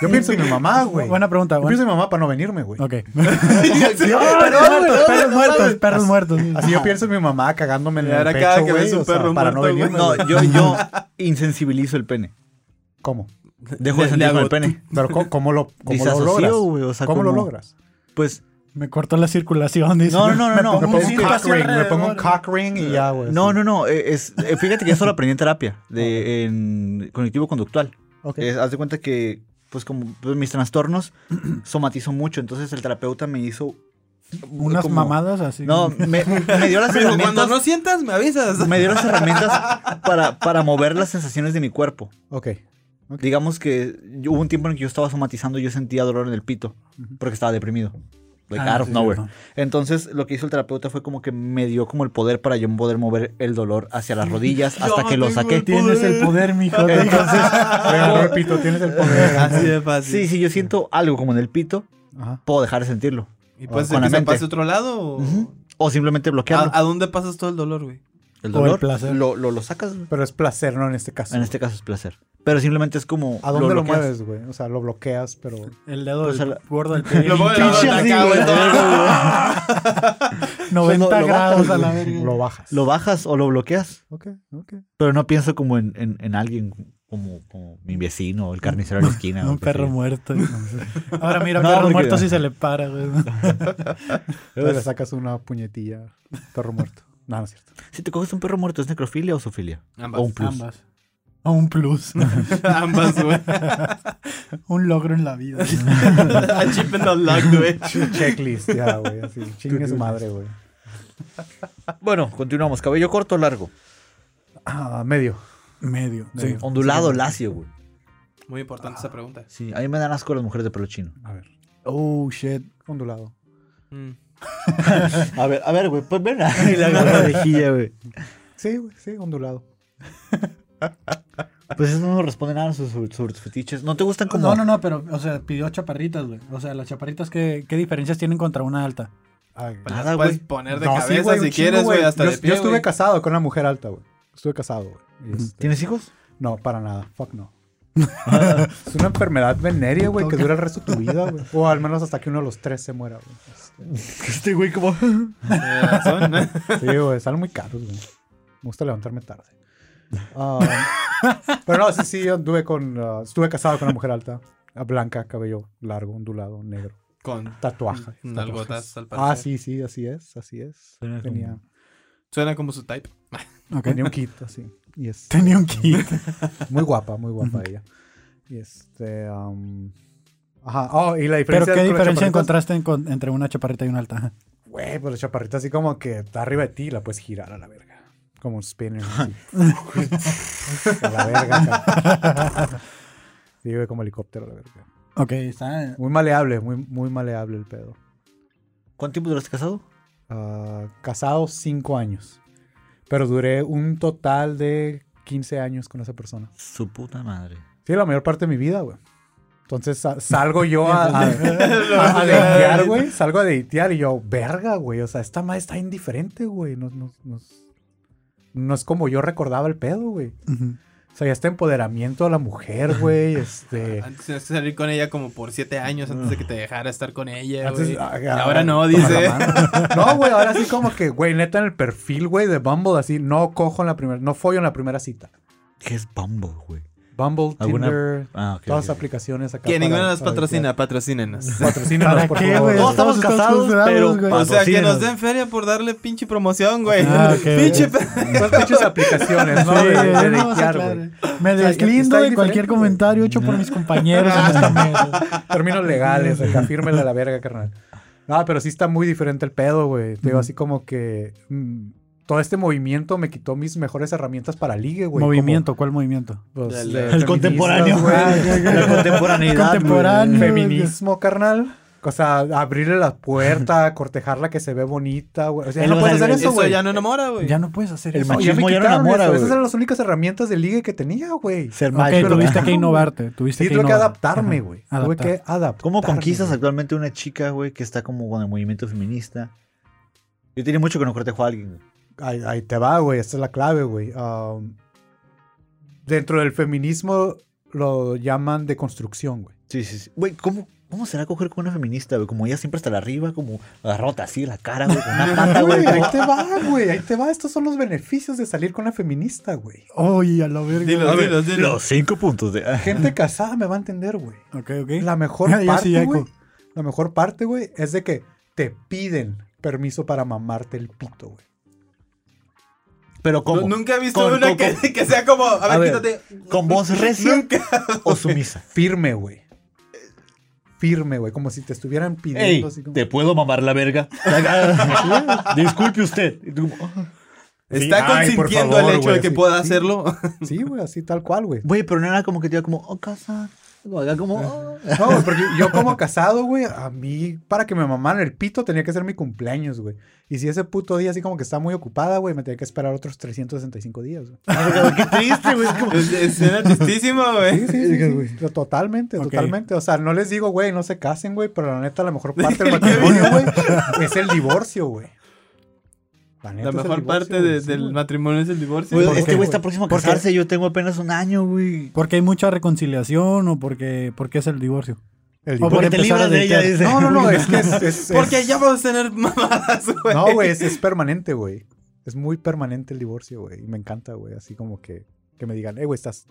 Speaker 5: Yo pienso en mi mamá, güey.
Speaker 3: Buena pregunta.
Speaker 5: Yo
Speaker 3: buena-
Speaker 5: pienso en mi mamá para no venirme, güey.
Speaker 3: Ok.
Speaker 4: Perdón, perdón,
Speaker 3: Perros
Speaker 4: no
Speaker 3: muertos,
Speaker 4: mames.
Speaker 3: perros muertos.
Speaker 5: Así yo pienso en mi mamá cagándome en
Speaker 4: Y
Speaker 5: el
Speaker 4: ahora
Speaker 5: pecho,
Speaker 4: cada que
Speaker 5: güey,
Speaker 4: ves un
Speaker 5: o sea,
Speaker 4: perro
Speaker 5: para no
Speaker 4: muerto, güey.
Speaker 5: venirme.
Speaker 2: No,
Speaker 5: güey.
Speaker 2: yo, yo insensibilizo el pene.
Speaker 5: ¿Cómo?
Speaker 2: Dejo de
Speaker 4: Le- le
Speaker 2: sentir con
Speaker 4: hago
Speaker 2: el pene.
Speaker 5: Pero ¿cómo, cómo lo, cómo lo
Speaker 2: Disasocio,
Speaker 5: logras?
Speaker 2: güey, o sea,
Speaker 5: ¿Cómo lo
Speaker 2: como-
Speaker 5: logras?
Speaker 2: Pues,
Speaker 3: Me cortó la circulación. dice.
Speaker 2: no, no, no,
Speaker 3: Me
Speaker 2: no.
Speaker 5: Me
Speaker 3: pongo
Speaker 5: pongo
Speaker 3: un
Speaker 5: un
Speaker 3: cinto
Speaker 5: cock
Speaker 3: así
Speaker 5: ring, me
Speaker 3: alrededor.
Speaker 5: pongo un cock ring y ya, güey.
Speaker 2: No,
Speaker 5: así.
Speaker 2: no, no. eh, Es, eh, fíjate que eso lo aprendí en terapia, de, en cognitivo conductual.
Speaker 5: Ok.
Speaker 2: Es- haz de cuenta que, pues como pues, mis trastornos somatizo mucho, entonces el terapeuta me hizo...
Speaker 3: Unas
Speaker 2: como-
Speaker 3: mamadas así. Ah,
Speaker 2: No, me, me dio las
Speaker 4: Pero cuando
Speaker 2: herramientas...
Speaker 4: no sientas, me avisas.
Speaker 2: Me dio las herramientas para, para mover las sensaciones de mi cuerpo.
Speaker 5: Ok. Ok.
Speaker 2: Digamos que yo- hubo un tiempo en el que yo estaba somatizando y yo sentía dolor en el pito porque estaba deprimido. Like
Speaker 3: Ah,
Speaker 2: out of
Speaker 3: sí,
Speaker 2: nowhere.
Speaker 3: cierto.
Speaker 2: Entonces, lo que hizo el terapeuta fue como que me dio como el poder para yo poder mover el dolor hacia las rodillas hasta
Speaker 4: Yo
Speaker 2: que lo
Speaker 4: tengo
Speaker 2: saqué.
Speaker 4: el
Speaker 3: Tienes el poder, mijo.
Speaker 2: Entonces,
Speaker 5: Pero, repito, tienes el poder.
Speaker 4: Así de fácil.
Speaker 2: sí, si yo siento algo como en el pito,
Speaker 5: Ajá.
Speaker 2: puedo dejar de sentirlo.
Speaker 4: ¿Y puedes
Speaker 2: Con
Speaker 4: ser
Speaker 2: la
Speaker 4: que se
Speaker 2: mente.
Speaker 4: pase a otro lado? o-
Speaker 2: Ujú. O simplemente bloquearlo.
Speaker 4: ¿A, a dónde pasas todo el dolor, güey?
Speaker 2: el
Speaker 3: o el
Speaker 2: dolor
Speaker 3: placer.
Speaker 2: Lo, lo, lo sacas. güey.
Speaker 5: Pero es placer, ¿no? En este caso.
Speaker 2: En este caso es placer. Pero simplemente es como.
Speaker 5: ¿A dónde lo,
Speaker 2: bloqueas.
Speaker 5: mueves, güey? O sea, lo bloqueas, pero...
Speaker 3: El dedo
Speaker 2: Pues
Speaker 3: del
Speaker 2: el-
Speaker 3: gordo del pie.
Speaker 4: Lo voy a dar
Speaker 2: Pinche
Speaker 4: acá,
Speaker 2: así,
Speaker 4: güey,
Speaker 2: güey.
Speaker 4: todo.
Speaker 2: Lo-
Speaker 3: 90
Speaker 2: lo
Speaker 3: grados
Speaker 2: bajas,
Speaker 3: a la
Speaker 2: güey.
Speaker 3: verga.
Speaker 5: Lo bajas.
Speaker 2: Lo bajas o lo bloqueas.
Speaker 5: Ok, ok.
Speaker 2: Pero no pienso como en, en, en alguien como, como mi vecino o el carnicero de la esquina. o
Speaker 3: Un
Speaker 2: qué sé
Speaker 3: perro
Speaker 2: yo.
Speaker 3: muerto. Ahora mira,
Speaker 2: pues No,
Speaker 3: perro
Speaker 2: porque-
Speaker 3: muerto si se le para, güey.
Speaker 5: Entonces le sacas una puñetilla. Perro muerto. No, no es cierto.
Speaker 2: Si te coges un perro muerto, ¿es necrofilia o zoofilia?
Speaker 4: Ambas.
Speaker 2: O un plus.
Speaker 3: Ambas. O un plus.
Speaker 4: Ambas, güey.
Speaker 3: un logro en la vida.
Speaker 4: A chip and a lock, güey.
Speaker 5: Checklist, ya, güey. Así, chingue su madre, güey.
Speaker 2: Bueno, continuamos. Cabello corto o largo.
Speaker 5: Ah, medio.
Speaker 3: Medio. Sí.
Speaker 2: Ondulado, lacio, güey.
Speaker 4: Muy importante esa pregunta.
Speaker 2: Sí, a mí me dan asco las mujeres de pelo chino.
Speaker 5: A ver.
Speaker 3: Oh, shit.
Speaker 5: Ondulado.
Speaker 4: Mm.
Speaker 2: A ver, a ver, güey, pues ven. Y le agarro la mejilla, güey.
Speaker 5: Sí, güey. Sí, ondulado.
Speaker 2: Pues eso no responde nada sobre, sus- sobre tus fetiches. ¿No te gustan como.?
Speaker 3: No, no, no, pero, o sea, pidió chaparritas, güey. O sea, las chaparritas, ¿qué, qué diferencias tienen contra una alta?
Speaker 5: Ay,
Speaker 4: Pues las
Speaker 2: Nada,
Speaker 4: puedes
Speaker 2: güey.
Speaker 4: poner de
Speaker 5: No, sí,
Speaker 4: cabeza
Speaker 5: güey, un
Speaker 4: si
Speaker 5: chingo,
Speaker 4: quieres, güey, hasta
Speaker 5: yo,
Speaker 4: de pie,
Speaker 5: yo estuve
Speaker 4: güey.
Speaker 5: casado con una mujer alta, güey. Estuve casado, güey. Y este-
Speaker 2: ¿Tienes hijos?
Speaker 5: No, para nada. Fuck no. es una enfermedad venérea, güey, que dura el resto de tu vida, güey. O al menos hasta que uno de los tres se muera, güey. Este,
Speaker 2: Este güey, como.
Speaker 4: Tiene razón, ¿eh?
Speaker 5: Sí, güey, salen muy caros, güey. Me gusta levantarme tarde. Ah, pero no, sí, sí, yo anduve con. ah, estuve casado con una mujer alta, ah, blanca, cabello largo, ondulado, negro,
Speaker 4: Con
Speaker 5: tatuaje.
Speaker 4: nalgotas, al parecer.
Speaker 5: Ah, sí, sí, así es, así es.
Speaker 2: Suena
Speaker 5: Tenía,
Speaker 2: como-
Speaker 4: Suena como su type.
Speaker 3: Ok.
Speaker 5: tenía un kit así. Y es
Speaker 3: Tenía un kit.
Speaker 5: muy guapa, muy guapa ella. Y este. am, ajá. Oh, y la
Speaker 3: pero,
Speaker 5: diferencia.
Speaker 3: ¿qué
Speaker 5: con las
Speaker 3: diferencia
Speaker 5: chaparritas-
Speaker 3: encontraste en con- entre una chaparrita y una alta?
Speaker 5: Güey, pues la chaparrita así como que está arriba de ti y la puedes girar a la verga. Como un spinner. así. a la verga. acá. Sí, güey, como helicóptero a la verga.
Speaker 3: Ok, está.
Speaker 5: Muy maleable, muy, muy maleable el pedo.
Speaker 2: ¿Cuánto tiempo duraste casado?
Speaker 5: Ah, casado cinco años. Pero duré un total de 15 años con esa persona.
Speaker 2: Su puta madre.
Speaker 5: Sí, la mayor parte de mi vida, güey. Entonces sa- salgo yo a, a, a- a datear, güey. Salgo a datear y yo, verga, güey. O sea, esta madre está indiferente, güey. No, no- no es- no es como yo recordaba el pedo, güey.
Speaker 3: Ujú.
Speaker 5: O sea, ya está empoderamiento a la mujer, güey. Este.
Speaker 4: Antes tenías que salir con ella como por siete años antes de que te dejara estar con ella,
Speaker 5: Antes-
Speaker 4: güey.
Speaker 5: ah,
Speaker 4: Y
Speaker 5: ah,
Speaker 4: ahora no,
Speaker 5: toma la
Speaker 4: dice.
Speaker 5: mano. No, güey, ahora sí como que, güey, neta en el perfil, güey, de Bumble, así, no cojo en la primera, no follo en la primera cita.
Speaker 2: ¿Qué es Bumble, güey?
Speaker 5: Bumble,
Speaker 2: ¿Alguna-
Speaker 5: Tinder,
Speaker 2: Ah, ok.
Speaker 5: todas las
Speaker 2: ok.
Speaker 5: aplicaciones acá.
Speaker 4: Que
Speaker 5: para-
Speaker 4: ninguna nos
Speaker 5: para
Speaker 4: patrocina, patrocínenos.
Speaker 5: Patrocínanos, por
Speaker 3: qué,
Speaker 5: favor.
Speaker 3: güey?
Speaker 2: Todos estamos casados,
Speaker 3: considerados,
Speaker 2: pero
Speaker 3: güey.
Speaker 4: O sea, que nos
Speaker 2: Patrocínenos.
Speaker 4: den feria por darle pinche promoción, güey.
Speaker 3: Ah, ok.
Speaker 4: pinche pe-
Speaker 5: Son muchas aplicaciones, ¿no?
Speaker 3: Sí,
Speaker 5: De- de
Speaker 3: no, o sea,
Speaker 5: datear,
Speaker 3: claro.
Speaker 5: güey.
Speaker 3: Me
Speaker 5: O sea, está
Speaker 3: deslindo de
Speaker 5: diferente,
Speaker 3: cualquier
Speaker 5: güey.
Speaker 3: comentario hecho por mis compañeros en esta mesa.
Speaker 5: Términos legales, acá fírmela a la verga, carnal. No, pero sí está muy diferente el pedo, güey. Te digo, así como que mm, todo este movimiento me quitó mis mejores herramientas para ligue, güey. como,
Speaker 3: ¿Movimiento? ¿Cuál movimiento?
Speaker 5: pues,
Speaker 4: El-
Speaker 5: de
Speaker 4: el
Speaker 5: feministas,
Speaker 2: contemporáneo.
Speaker 5: güey.
Speaker 2: La contemporaneidad.
Speaker 3: Contemporáneo.
Speaker 2: güey.
Speaker 5: Feminismo, carnal. O sea, abrirle la puerta, cortejarla que se ve bonita, güey. O sea,
Speaker 2: Eh, El
Speaker 5: no puedes
Speaker 2: orgasmo.
Speaker 5: hacer eso,
Speaker 4: Eso
Speaker 5: güey.
Speaker 4: ya no enamora, güey.
Speaker 3: Ya no puedes hacer
Speaker 2: El
Speaker 3: eso.
Speaker 5: No, ya me
Speaker 2: Machismo ya no
Speaker 5: quitaron
Speaker 2: enamora,
Speaker 5: eso.
Speaker 2: güey.
Speaker 5: Esas eran las únicas herramientas de ligue que tenía, güey.
Speaker 2: Ser
Speaker 3: Ok,
Speaker 2: macho.
Speaker 3: tuviste
Speaker 2: ajá.
Speaker 3: que innovarte. Tuviste
Speaker 5: Sí,
Speaker 3: que
Speaker 5: tuve que
Speaker 3: innovar.
Speaker 5: adaptarme,
Speaker 3: Ajá.
Speaker 5: güey. Tuve
Speaker 3: Adaptar.
Speaker 5: que adaptarme.
Speaker 2: ¿Cómo conquistas
Speaker 5: güey.
Speaker 2: actualmente una chica, güey, que está como con el movimiento feminista? Yo tenía mucho que no cortejo a alguien. güey.
Speaker 5: Ahí, ahí te va, güey. Esta es la clave, güey. Um, dentro del feminismo lo llaman deconstrucción, güey.
Speaker 2: Sí, sí, sí. Güey, ¿cómo, ¿cómo será coger con una feminista, güey? Como ella siempre hasta la arriba, como agarrota así la cara, güey, con una pata, güey.
Speaker 5: Güey, ahí
Speaker 2: como-
Speaker 5: te va, güey. Ahí te va. Estos son los beneficios de salir con una feminista, güey.
Speaker 3: Oye, a la verga.
Speaker 4: Dilo, dilo, dilo.
Speaker 2: Los cinco puntos de...
Speaker 5: Gente casada me va a entender, güey.
Speaker 3: Ok, ok.
Speaker 5: La mejor
Speaker 3: Ya sí,
Speaker 5: parte,
Speaker 3: ya,
Speaker 5: güey.
Speaker 3: co-
Speaker 5: La mejor parte, güey, es de que te piden permiso para mamarte el pito, güey.
Speaker 2: Pero ¿cómo?
Speaker 4: Nu- Nunca he visto
Speaker 2: Con-
Speaker 4: una
Speaker 2: con-
Speaker 4: que, que sea como, a ver,
Speaker 5: A ver.
Speaker 4: quítate.
Speaker 2: ¿Con voz recia o sumisa?
Speaker 5: Firme, güey. Firme, güey. Como si te estuvieran pidiendo.
Speaker 2: Ey,
Speaker 5: así como-
Speaker 2: ¿te puedo mamar la verga? Disculpe usted. Y tú como, "Ah".
Speaker 4: Está
Speaker 5: Ay, por
Speaker 4: consintiendo
Speaker 5: favor,
Speaker 4: el hecho
Speaker 5: güey,
Speaker 4: de que
Speaker 5: sí,
Speaker 4: pueda
Speaker 5: sí.
Speaker 4: hacerlo.
Speaker 5: Sí, güey, así tal cual, güey.
Speaker 2: Güey, pero no era como que te iba como, oh, casa. Como acá como, "Oh".
Speaker 5: No, güey, porque yo como casado, güey, a mí, para que me mamaran el pito, tenía que ser mi cumpleaños, güey. Y si ese puto día así como que está muy ocupada, güey, me tenía que esperar otros 365 díes, güey.
Speaker 2: Qué triste, güey. es como-
Speaker 4: Es- Escena tristísima, güey.
Speaker 5: Sí, sí, sí, sí, sí. Totalmente,
Speaker 3: Ok.
Speaker 5: totalmente. O sea, no les digo, güey, no se casen, güey, pero la neta, la mejor parte del matrimonio, güey, es el divorcio, güey.
Speaker 4: La mejor parte de- del matrimonio es el divorcio.
Speaker 2: Güey,
Speaker 5: ¿por
Speaker 2: este
Speaker 5: qué,
Speaker 2: güey
Speaker 5: güey?
Speaker 2: está próximo a
Speaker 5: ¿Por qué?
Speaker 2: casarse. Yo tengo apenas un año, güey.
Speaker 3: Porque hay mucha reconciliación o porque, porque es el divorcio.
Speaker 5: El
Speaker 3: O
Speaker 5: divorcio.
Speaker 3: por
Speaker 2: Porque te
Speaker 3: empezar
Speaker 2: libras
Speaker 3: a
Speaker 2: de ella,
Speaker 3: datear.
Speaker 2: dice.
Speaker 5: No, no, no, es que es... es- es-
Speaker 4: Porque ya vamos a tener mamadas, güey.
Speaker 5: No, güey, es, es permanente, güey. Es muy permanente el divorcio, güey. Y me encanta, güey. Así como que, que me digan, eh, güey, estás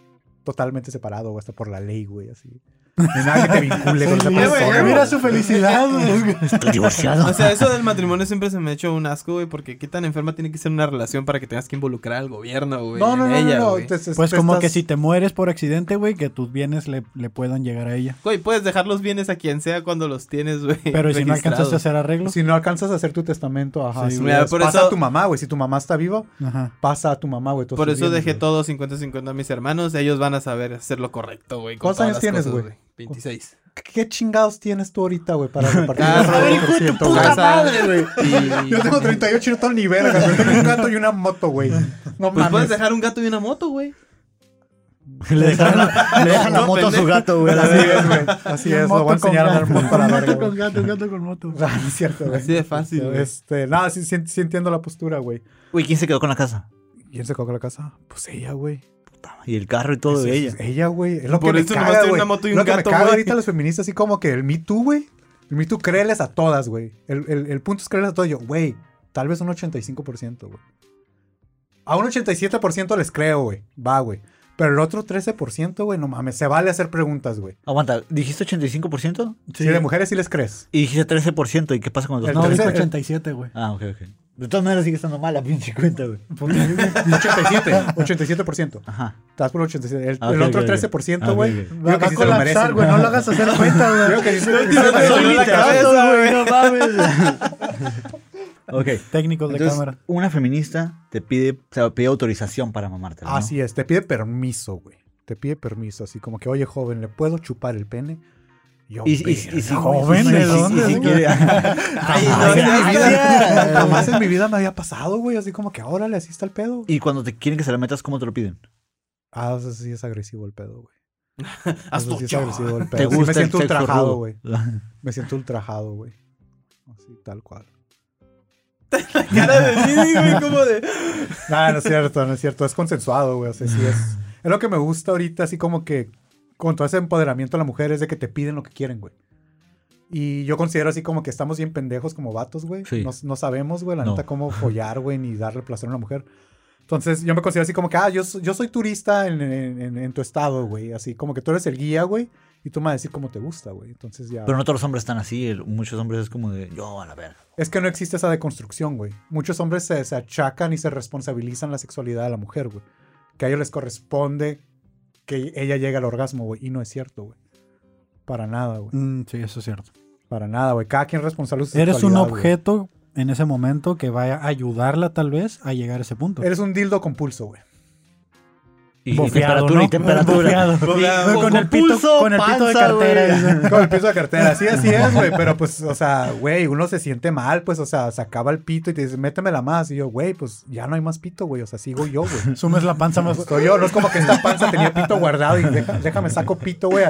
Speaker 5: totalmente separado, güey, hasta por la ley, güey, así. No hay nada que te vincule con esa
Speaker 4: güey,
Speaker 5: persona.
Speaker 4: ya,
Speaker 5: güey.
Speaker 4: mira
Speaker 3: su felicidad.
Speaker 2: Estoy divorciado.
Speaker 4: O sea, eso del matrimonio siempre se me ha hecho un asco, güey, porque qué tan enferma tiene que ser una relación para que tengas que involucrar al gobierno, güey.
Speaker 5: No, no,
Speaker 4: en
Speaker 5: no,
Speaker 4: ella,
Speaker 5: no.
Speaker 4: güey.
Speaker 5: no. te- te-
Speaker 3: pues
Speaker 5: te
Speaker 3: como que
Speaker 5: estás-
Speaker 3: si te mueres por accidente, güey, que tus bienes le, le puedan llegar a ella.
Speaker 4: Güey, puedes dejar los bienes a quien sea cuando los tienes, güey.
Speaker 3: Pero si no
Speaker 4: registrados.
Speaker 3: alcanzaste a hacer arreglos.
Speaker 5: Si no alcanzas a hacer tu testamento, ajá.
Speaker 3: Sí,
Speaker 5: sí,
Speaker 4: güey,
Speaker 5: es-
Speaker 4: por
Speaker 5: pasa
Speaker 4: eso-
Speaker 5: a tu mamá, güey. Si tu mamá está viva,
Speaker 3: Ajá.
Speaker 5: pasa a tu mamá, güey. todos
Speaker 4: Por
Speaker 5: tus
Speaker 4: eso
Speaker 5: bienes,
Speaker 4: dejé
Speaker 5: güey.
Speaker 4: todo 50-50 a mis hermanos. Ellos van a saber hacer lo correcto, güey. con
Speaker 5: ¿Cuántos
Speaker 4: todas
Speaker 5: años
Speaker 4: las
Speaker 5: tienes,
Speaker 4: cosas,
Speaker 5: güey?
Speaker 4: 26.
Speaker 5: ¿Qué chingados tienes tú ahorita, güey, para repartir? el
Speaker 4: Carro,
Speaker 5: 4%, güey?
Speaker 4: Casa, ah, y-
Speaker 5: Yo tengo 38 y no tengo ni verga, güey. Tengo un gato y una moto, güey. No
Speaker 4: Pues puedes
Speaker 5: mames.
Speaker 4: dejar un gato y una moto, güey.
Speaker 2: Le dejan la, le dejan la moto a su gato, güey. a la
Speaker 5: Así
Speaker 2: verga.
Speaker 5: es, güey. Así es. Lo voy a enseñar a dar moto a la verga,
Speaker 3: Gato
Speaker 5: güey. Ah,
Speaker 3: con gato, gato con moto.
Speaker 5: No, no es cierto, güey.
Speaker 4: Así de fácil, güey.
Speaker 5: Este, nada, sí, sí, sí entiendo la postura, güey.
Speaker 2: Güey, ¿quién se quedó con la casa?
Speaker 5: ¿Quién se coge la casa? Pues ella, güey.
Speaker 2: Y el carro y todo de ella.
Speaker 5: Es Ella, güey. Es lo
Speaker 4: Por
Speaker 5: que
Speaker 4: eso
Speaker 5: me
Speaker 4: nomás
Speaker 5: caga,
Speaker 4: tiene
Speaker 5: güey.
Speaker 4: una moto y
Speaker 5: lo
Speaker 4: un
Speaker 5: que
Speaker 4: gato,
Speaker 5: me caga
Speaker 4: güey.
Speaker 5: ahorita los feministas, así como que el Me Too, güey. El Me Too, créeles a todas, güey. El, el- el punto es créeles a todas. Yo, güey, tal vez un 85%, güey. A un 87% les creo, güey. Va, güey. Pero el otro 13%, güey, no mames. Se vale hacer preguntas, güey.
Speaker 2: Aguanta, ¿dijiste 85%?
Speaker 5: Si de mujeres sí les crees.
Speaker 2: Y dijiste 13%. ¿Y qué pasa con los
Speaker 5: El
Speaker 3: No,
Speaker 2: otros?
Speaker 3: dijo
Speaker 5: Entonces, eh,
Speaker 3: 87, güey.
Speaker 2: Ah, ok, ok. De todas maneras sigue estando mal la pinche cuenta, güey.
Speaker 5: 87, 87%.
Speaker 2: Ajá.
Speaker 5: Estás por el 87. El,
Speaker 2: Ah,
Speaker 5: el
Speaker 2: ok,
Speaker 5: otro
Speaker 2: ok, ok.
Speaker 5: 13%,
Speaker 2: Ah,
Speaker 5: güey.
Speaker 2: ok, ok.
Speaker 5: digo que sí se lo merecen,
Speaker 3: hacer cuenta, güey.
Speaker 5: Digo que sí se- sí se
Speaker 4: tienes
Speaker 5: lo merecen.
Speaker 4: razón, la cabeza, güey.
Speaker 2: No mames. ok.
Speaker 3: Técnicos de
Speaker 2: Entonces,
Speaker 3: cámara.
Speaker 2: una feminista te pide, o sea, pide autorización para mamártela, ¿no?
Speaker 5: Así es, te pide permiso, güey. Te pide permiso, así como que, oye, joven, ¿le puedo chupar el pene? Yo,
Speaker 2: Y, y, y, si- y, si-
Speaker 3: Joven,
Speaker 2: y si-
Speaker 3: ¿de
Speaker 2: y si-
Speaker 3: dónde,
Speaker 2: y si
Speaker 3: güey?
Speaker 2: quiere-
Speaker 4: Ay, no,
Speaker 2: Ay,
Speaker 4: seas
Speaker 2: gracias.
Speaker 5: verga, jamás en mi vida me había pasado, güey. Así como que, órale, así está el pedo.
Speaker 2: Y cuando te quieren que se la metas, ¿cómo te lo piden?
Speaker 5: Ah, o sea, sí es agresivo el pedo, güey.
Speaker 4: Haz
Speaker 5: Eso
Speaker 4: tu
Speaker 5: sí es
Speaker 4: yo.
Speaker 5: agresivo el
Speaker 2: ¿Te
Speaker 5: pedo. Sí,
Speaker 2: gusta
Speaker 5: me siento
Speaker 2: el sexo
Speaker 5: ultrajado,
Speaker 2: rudo?
Speaker 5: güey. Me siento ultrajado, güey. Así, tal cual.
Speaker 4: Cara de Didi, güey, como de...
Speaker 5: Ah, No, no es cierto, no es cierto. Es consensuado, güey. O sea, sí es. Es lo que me gusta ahorita, así como que con todo ese empoderamiento a la mujer es de que te piden lo que quieren, güey. Y yo considero así como que estamos bien pendejos como vatos, güey.
Speaker 2: Sí.
Speaker 5: No, no sabemos, güey, la
Speaker 2: No.
Speaker 5: neta, cómo follar, güey, ni darle placer a una mujer. Entonces yo me considero así como que, ah, yo, so- yo soy turista en, en- en- en tu estado, güey. Así como que tú eres el guía, güey. Y tú me vas a decir cómo te gusta, güey. Entonces ya...
Speaker 2: Pero no todos los hombres están así. el- muchos hombres es como de, yo a la verga.
Speaker 5: Es que no existe esa deconstrucción, güey. Muchos hombres se, se achacan y se responsabilizan la sexualidad de la mujer, güey. Que a ellos les corresponde que ella llegue al orgasmo, güey. Y no es cierto, güey. Para nada, güey.
Speaker 3: Mm, sí, eso es cierto.
Speaker 5: Para nada, güey. Cada quien es responsable de su
Speaker 3: Eres un
Speaker 5: sexualidad, güey.
Speaker 3: objeto en ese momento que vaya a ayudarla tal vez a llegar a ese punto.
Speaker 5: Eres un dildo con pulso, güey.
Speaker 2: Y, y
Speaker 3: Bofeado,
Speaker 2: temperatura,
Speaker 3: ¿no?
Speaker 2: y temperatura.
Speaker 3: Bofeado.
Speaker 4: Bofeado.
Speaker 3: Con,
Speaker 4: Con
Speaker 3: el pito,
Speaker 2: pulso,
Speaker 3: con el pito de
Speaker 2: panza,
Speaker 3: cartera.
Speaker 2: güey.
Speaker 3: dice.
Speaker 5: Con el piso de cartera. Así, así es, güey. Pero pues, o sea, güey, uno se siente mal, pues, o sea, sacaba el pito y te dice, métemela más. Y yo, güey, pues ya no hay más pito, güey. O sea, sigo yo, güey.
Speaker 3: Sumes la panza más.
Speaker 5: Soy yo, no es como que esta panza tenía pito guardado y deja- déjame saco pito, güey.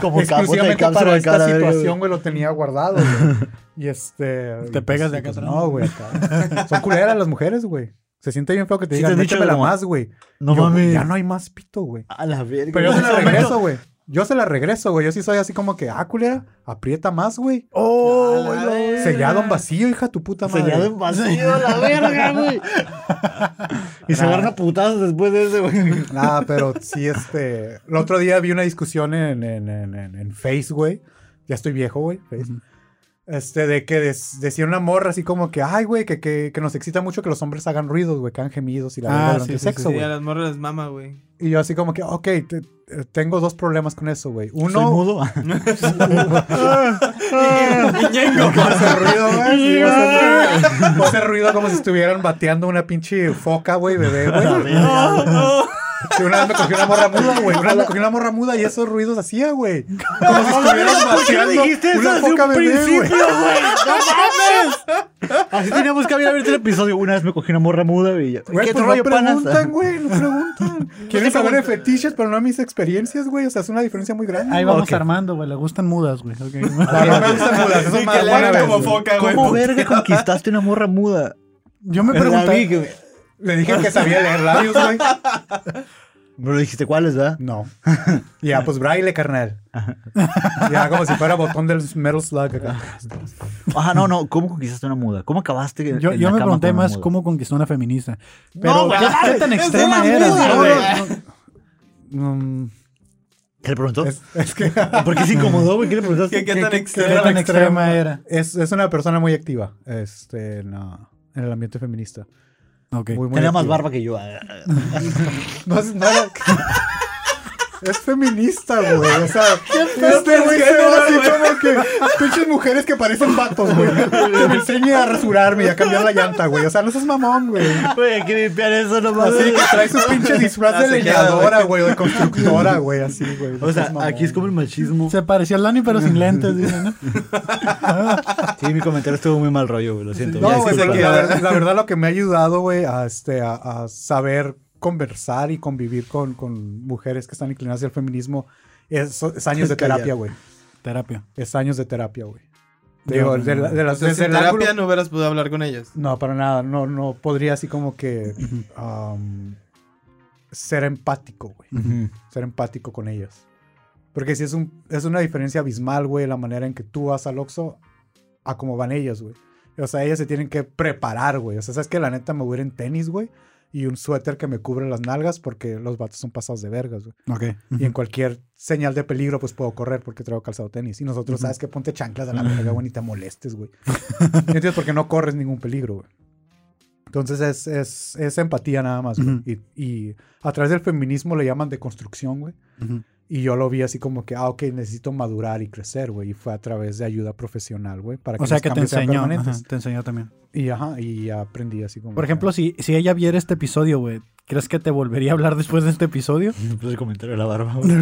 Speaker 2: Como capota de
Speaker 5: Exclusivamente para
Speaker 2: cápsula de
Speaker 5: esta
Speaker 2: cara,
Speaker 5: situación, güey, lo tenía guardado, güey. Y este.
Speaker 3: Te pegas de acá
Speaker 5: pues,
Speaker 3: atrás.
Speaker 5: No, güey, acá. Son culeras las mujeres, güey. Se siente bien feo que te
Speaker 2: Sí
Speaker 5: digan,
Speaker 2: te han dicho
Speaker 5: métemela
Speaker 2: como-
Speaker 5: más, güey.
Speaker 2: No
Speaker 5: Yo,
Speaker 2: mames.
Speaker 5: Ya no hay más pito, güey.
Speaker 2: A la verga.
Speaker 5: Pero yo se la
Speaker 3: momento-
Speaker 5: regreso, güey. Yo se la regreso, güey. Yo sí soy así como que, ah, culera, aprieta más, güey.
Speaker 3: ¡Oh!
Speaker 4: A la verga.
Speaker 5: Sellado en vacío, hija, tu puta madre.
Speaker 2: Sellado en vacío, la verga, güey. Y se agarran a putazos después de ese, güey.
Speaker 5: Nada, Ah, pero sí, este. El otro día vi una discusión en, en, en, en- en Face, güey. Ya estoy viejo, güey. Face.
Speaker 3: Ujú.
Speaker 5: Este, de que des- decía una morra así como que, ay, güey, que, que, que nos excita mucho que los hombres hagan ruidos, güey, que hagan gemidos y la
Speaker 3: Ah,
Speaker 5: verdad durante
Speaker 3: sí,
Speaker 5: el
Speaker 3: sí,
Speaker 5: sexo,
Speaker 3: sí,
Speaker 4: Sí,
Speaker 5: güey.
Speaker 4: a las morras les mama, güey.
Speaker 5: Y yo así como que, ok, te- eh, tengo dos problemas con eso, güey.
Speaker 2: Soy
Speaker 5: Uno,
Speaker 2: mudo.
Speaker 5: va a hacer ruido, güey. sí, va a hacer ruido. Va a hacer ruido como si estuvieran bateando una pinche foca, güey, bebé, güey. Sí, una vez me cogió una morra muda, güey. Una vez me cogió una morra muda y esos ruidos hacía, güey. Como si estuvieran vaciando una foca bebé, güey.
Speaker 2: güey? ¡No mames! Así teníamos que haber abierto el episodio. Una vez me cogí una morra muda y ya.
Speaker 5: Güey,
Speaker 2: ¿Qué
Speaker 5: pues
Speaker 2: rollo,
Speaker 5: no
Speaker 2: panas?
Speaker 5: preguntan, güey, no preguntan. Quieren saber de fetiches, pero no de mis experiencias, güey. O sea, es una diferencia muy grande.
Speaker 3: Ahí vamos
Speaker 2: Ok.
Speaker 3: armando, güey. Le gustan mudas, güey. Ok.
Speaker 5: No, no me gustan mudas, eso
Speaker 4: Sí,
Speaker 5: más,
Speaker 4: que le
Speaker 5: buena
Speaker 4: hagan
Speaker 5: vez,
Speaker 4: como
Speaker 5: güey.
Speaker 4: foca, güey.
Speaker 2: ¿Cómo verga conquistaste una morra muda?
Speaker 3: Yo me
Speaker 2: La
Speaker 3: preguntaba.
Speaker 2: vi que-
Speaker 5: Le dije que sabía leer labios, güey.
Speaker 2: No le dijiste cuáles, ¿verdad?
Speaker 5: No. Ya, pues braille, carnal. Ya, como si fuera botón del Metal Slug. acá.
Speaker 2: Ajá, no, no. ¿Cómo conquistaste una muda? ¿Cómo acabaste en
Speaker 3: Yo,
Speaker 2: en
Speaker 3: yo
Speaker 2: la
Speaker 3: me
Speaker 2: cama
Speaker 3: pregunté
Speaker 2: con una
Speaker 3: más
Speaker 2: muda?
Speaker 3: cómo conquistó una feminista. Pero
Speaker 4: güey,
Speaker 3: ¿qué,
Speaker 4: ah,
Speaker 3: qué tan
Speaker 4: es
Speaker 3: extrema
Speaker 4: una
Speaker 3: era?
Speaker 4: muda,
Speaker 3: No,
Speaker 4: güey.
Speaker 3: no, no.
Speaker 5: Mm,
Speaker 2: ¿Qué le preguntó?
Speaker 5: es, es que
Speaker 2: ¿Por qué se incomodó, güey? ¿Qué le preguntaste?
Speaker 4: ¿Qué, qué tan
Speaker 5: qué-
Speaker 3: ¿Qué
Speaker 4: extrema?
Speaker 3: tan extrema era?
Speaker 5: es, es una persona muy activa este, en, la- en el ambiente feminista.
Speaker 3: Ok.
Speaker 5: Muy, muy
Speaker 2: Tenía más
Speaker 5: activa.
Speaker 2: barba que yo. ah.
Speaker 5: No es nada. Es feminista, güey. O sea, este güey se ve así como que pinches mujeres que parecen vatos, güey. Que me enseñe a rasurarme y a cambiar la llanta, güey. O sea, no seas mamón, güey.
Speaker 2: Güey, hay que limpiar eso nomás.
Speaker 5: Así que trae su pinche disfraz de
Speaker 4: Ah, se queda,
Speaker 5: leñadora, güey, o de constructora, güey, así, güey. No
Speaker 2: O sea,
Speaker 5: seas mamón.
Speaker 2: aquí es como el machismo.
Speaker 3: Se parecía al Lani, pero sin lentes, dicen, ¿no?
Speaker 2: Sí, mi comentario estuvo muy mal rollo, güey. Lo siento.
Speaker 5: No,
Speaker 2: Ya,
Speaker 5: güey,
Speaker 2: disculpa.
Speaker 5: porque la, verdad- la verdad lo que me ha ayudado, güey, a, este, a, a saber conversar y convivir con, con mujeres que están inclinadas hacia el feminismo es, es años de terapia, güey.
Speaker 3: Terapia.
Speaker 5: Es años de terapia, güey.
Speaker 3: Ya,
Speaker 5: Digo,
Speaker 3: no,
Speaker 5: de, la- de las
Speaker 4: Entonces,
Speaker 5: desde
Speaker 4: sin
Speaker 5: el
Speaker 4: Pues terapia
Speaker 5: ángulo-
Speaker 4: no hubieras podido hablar con ellas.
Speaker 5: No, para nada. No, no podría así como que um, ser empático, güey.
Speaker 2: Ujú.
Speaker 5: Ser empático con ellas. Porque si es, un, es una diferencia abismal, güey, la manera en que tú vas al Oxxo a cómo van ellas, güey. O sea, ellas se tienen que preparar, güey. O sea, sabes que la neta me voy a ir en tenis, güey. Y un suéter que me cubre las nalgas porque los vatos son pasados de vergas, güey.
Speaker 3: Ok.
Speaker 5: Y en cualquier señal de peligro, pues puedo correr porque traigo calzado tenis. Y nosotros, ¿sabes que Ponte chanclas a la verga, güey, ni te molestes, güey. ¿Entiendes? Porque no corres ningún peligro, güey. Entonces es, es, es empatía nada más, güey.
Speaker 3: Ujú.
Speaker 5: y, y a través del feminismo le llaman deconstrucción, güey.
Speaker 3: Ujú.
Speaker 5: Y yo lo vi así como que, ah, ok, necesito madurar y crecer, güey. Y fue a través de ayuda profesional, güey. Para que
Speaker 3: O sea
Speaker 5: los
Speaker 3: que te
Speaker 5: cambios sean
Speaker 3: enseñó.
Speaker 5: permanentes.
Speaker 3: ajá, te enseñó también.
Speaker 5: Y ajá, y aprendí así como.
Speaker 3: Por
Speaker 5: que-
Speaker 3: ejemplo, si, si ella viera este episodio, güey, ¿crees que te volvería a hablar después de este episodio?
Speaker 2: Pues el comentario de la barba. güey.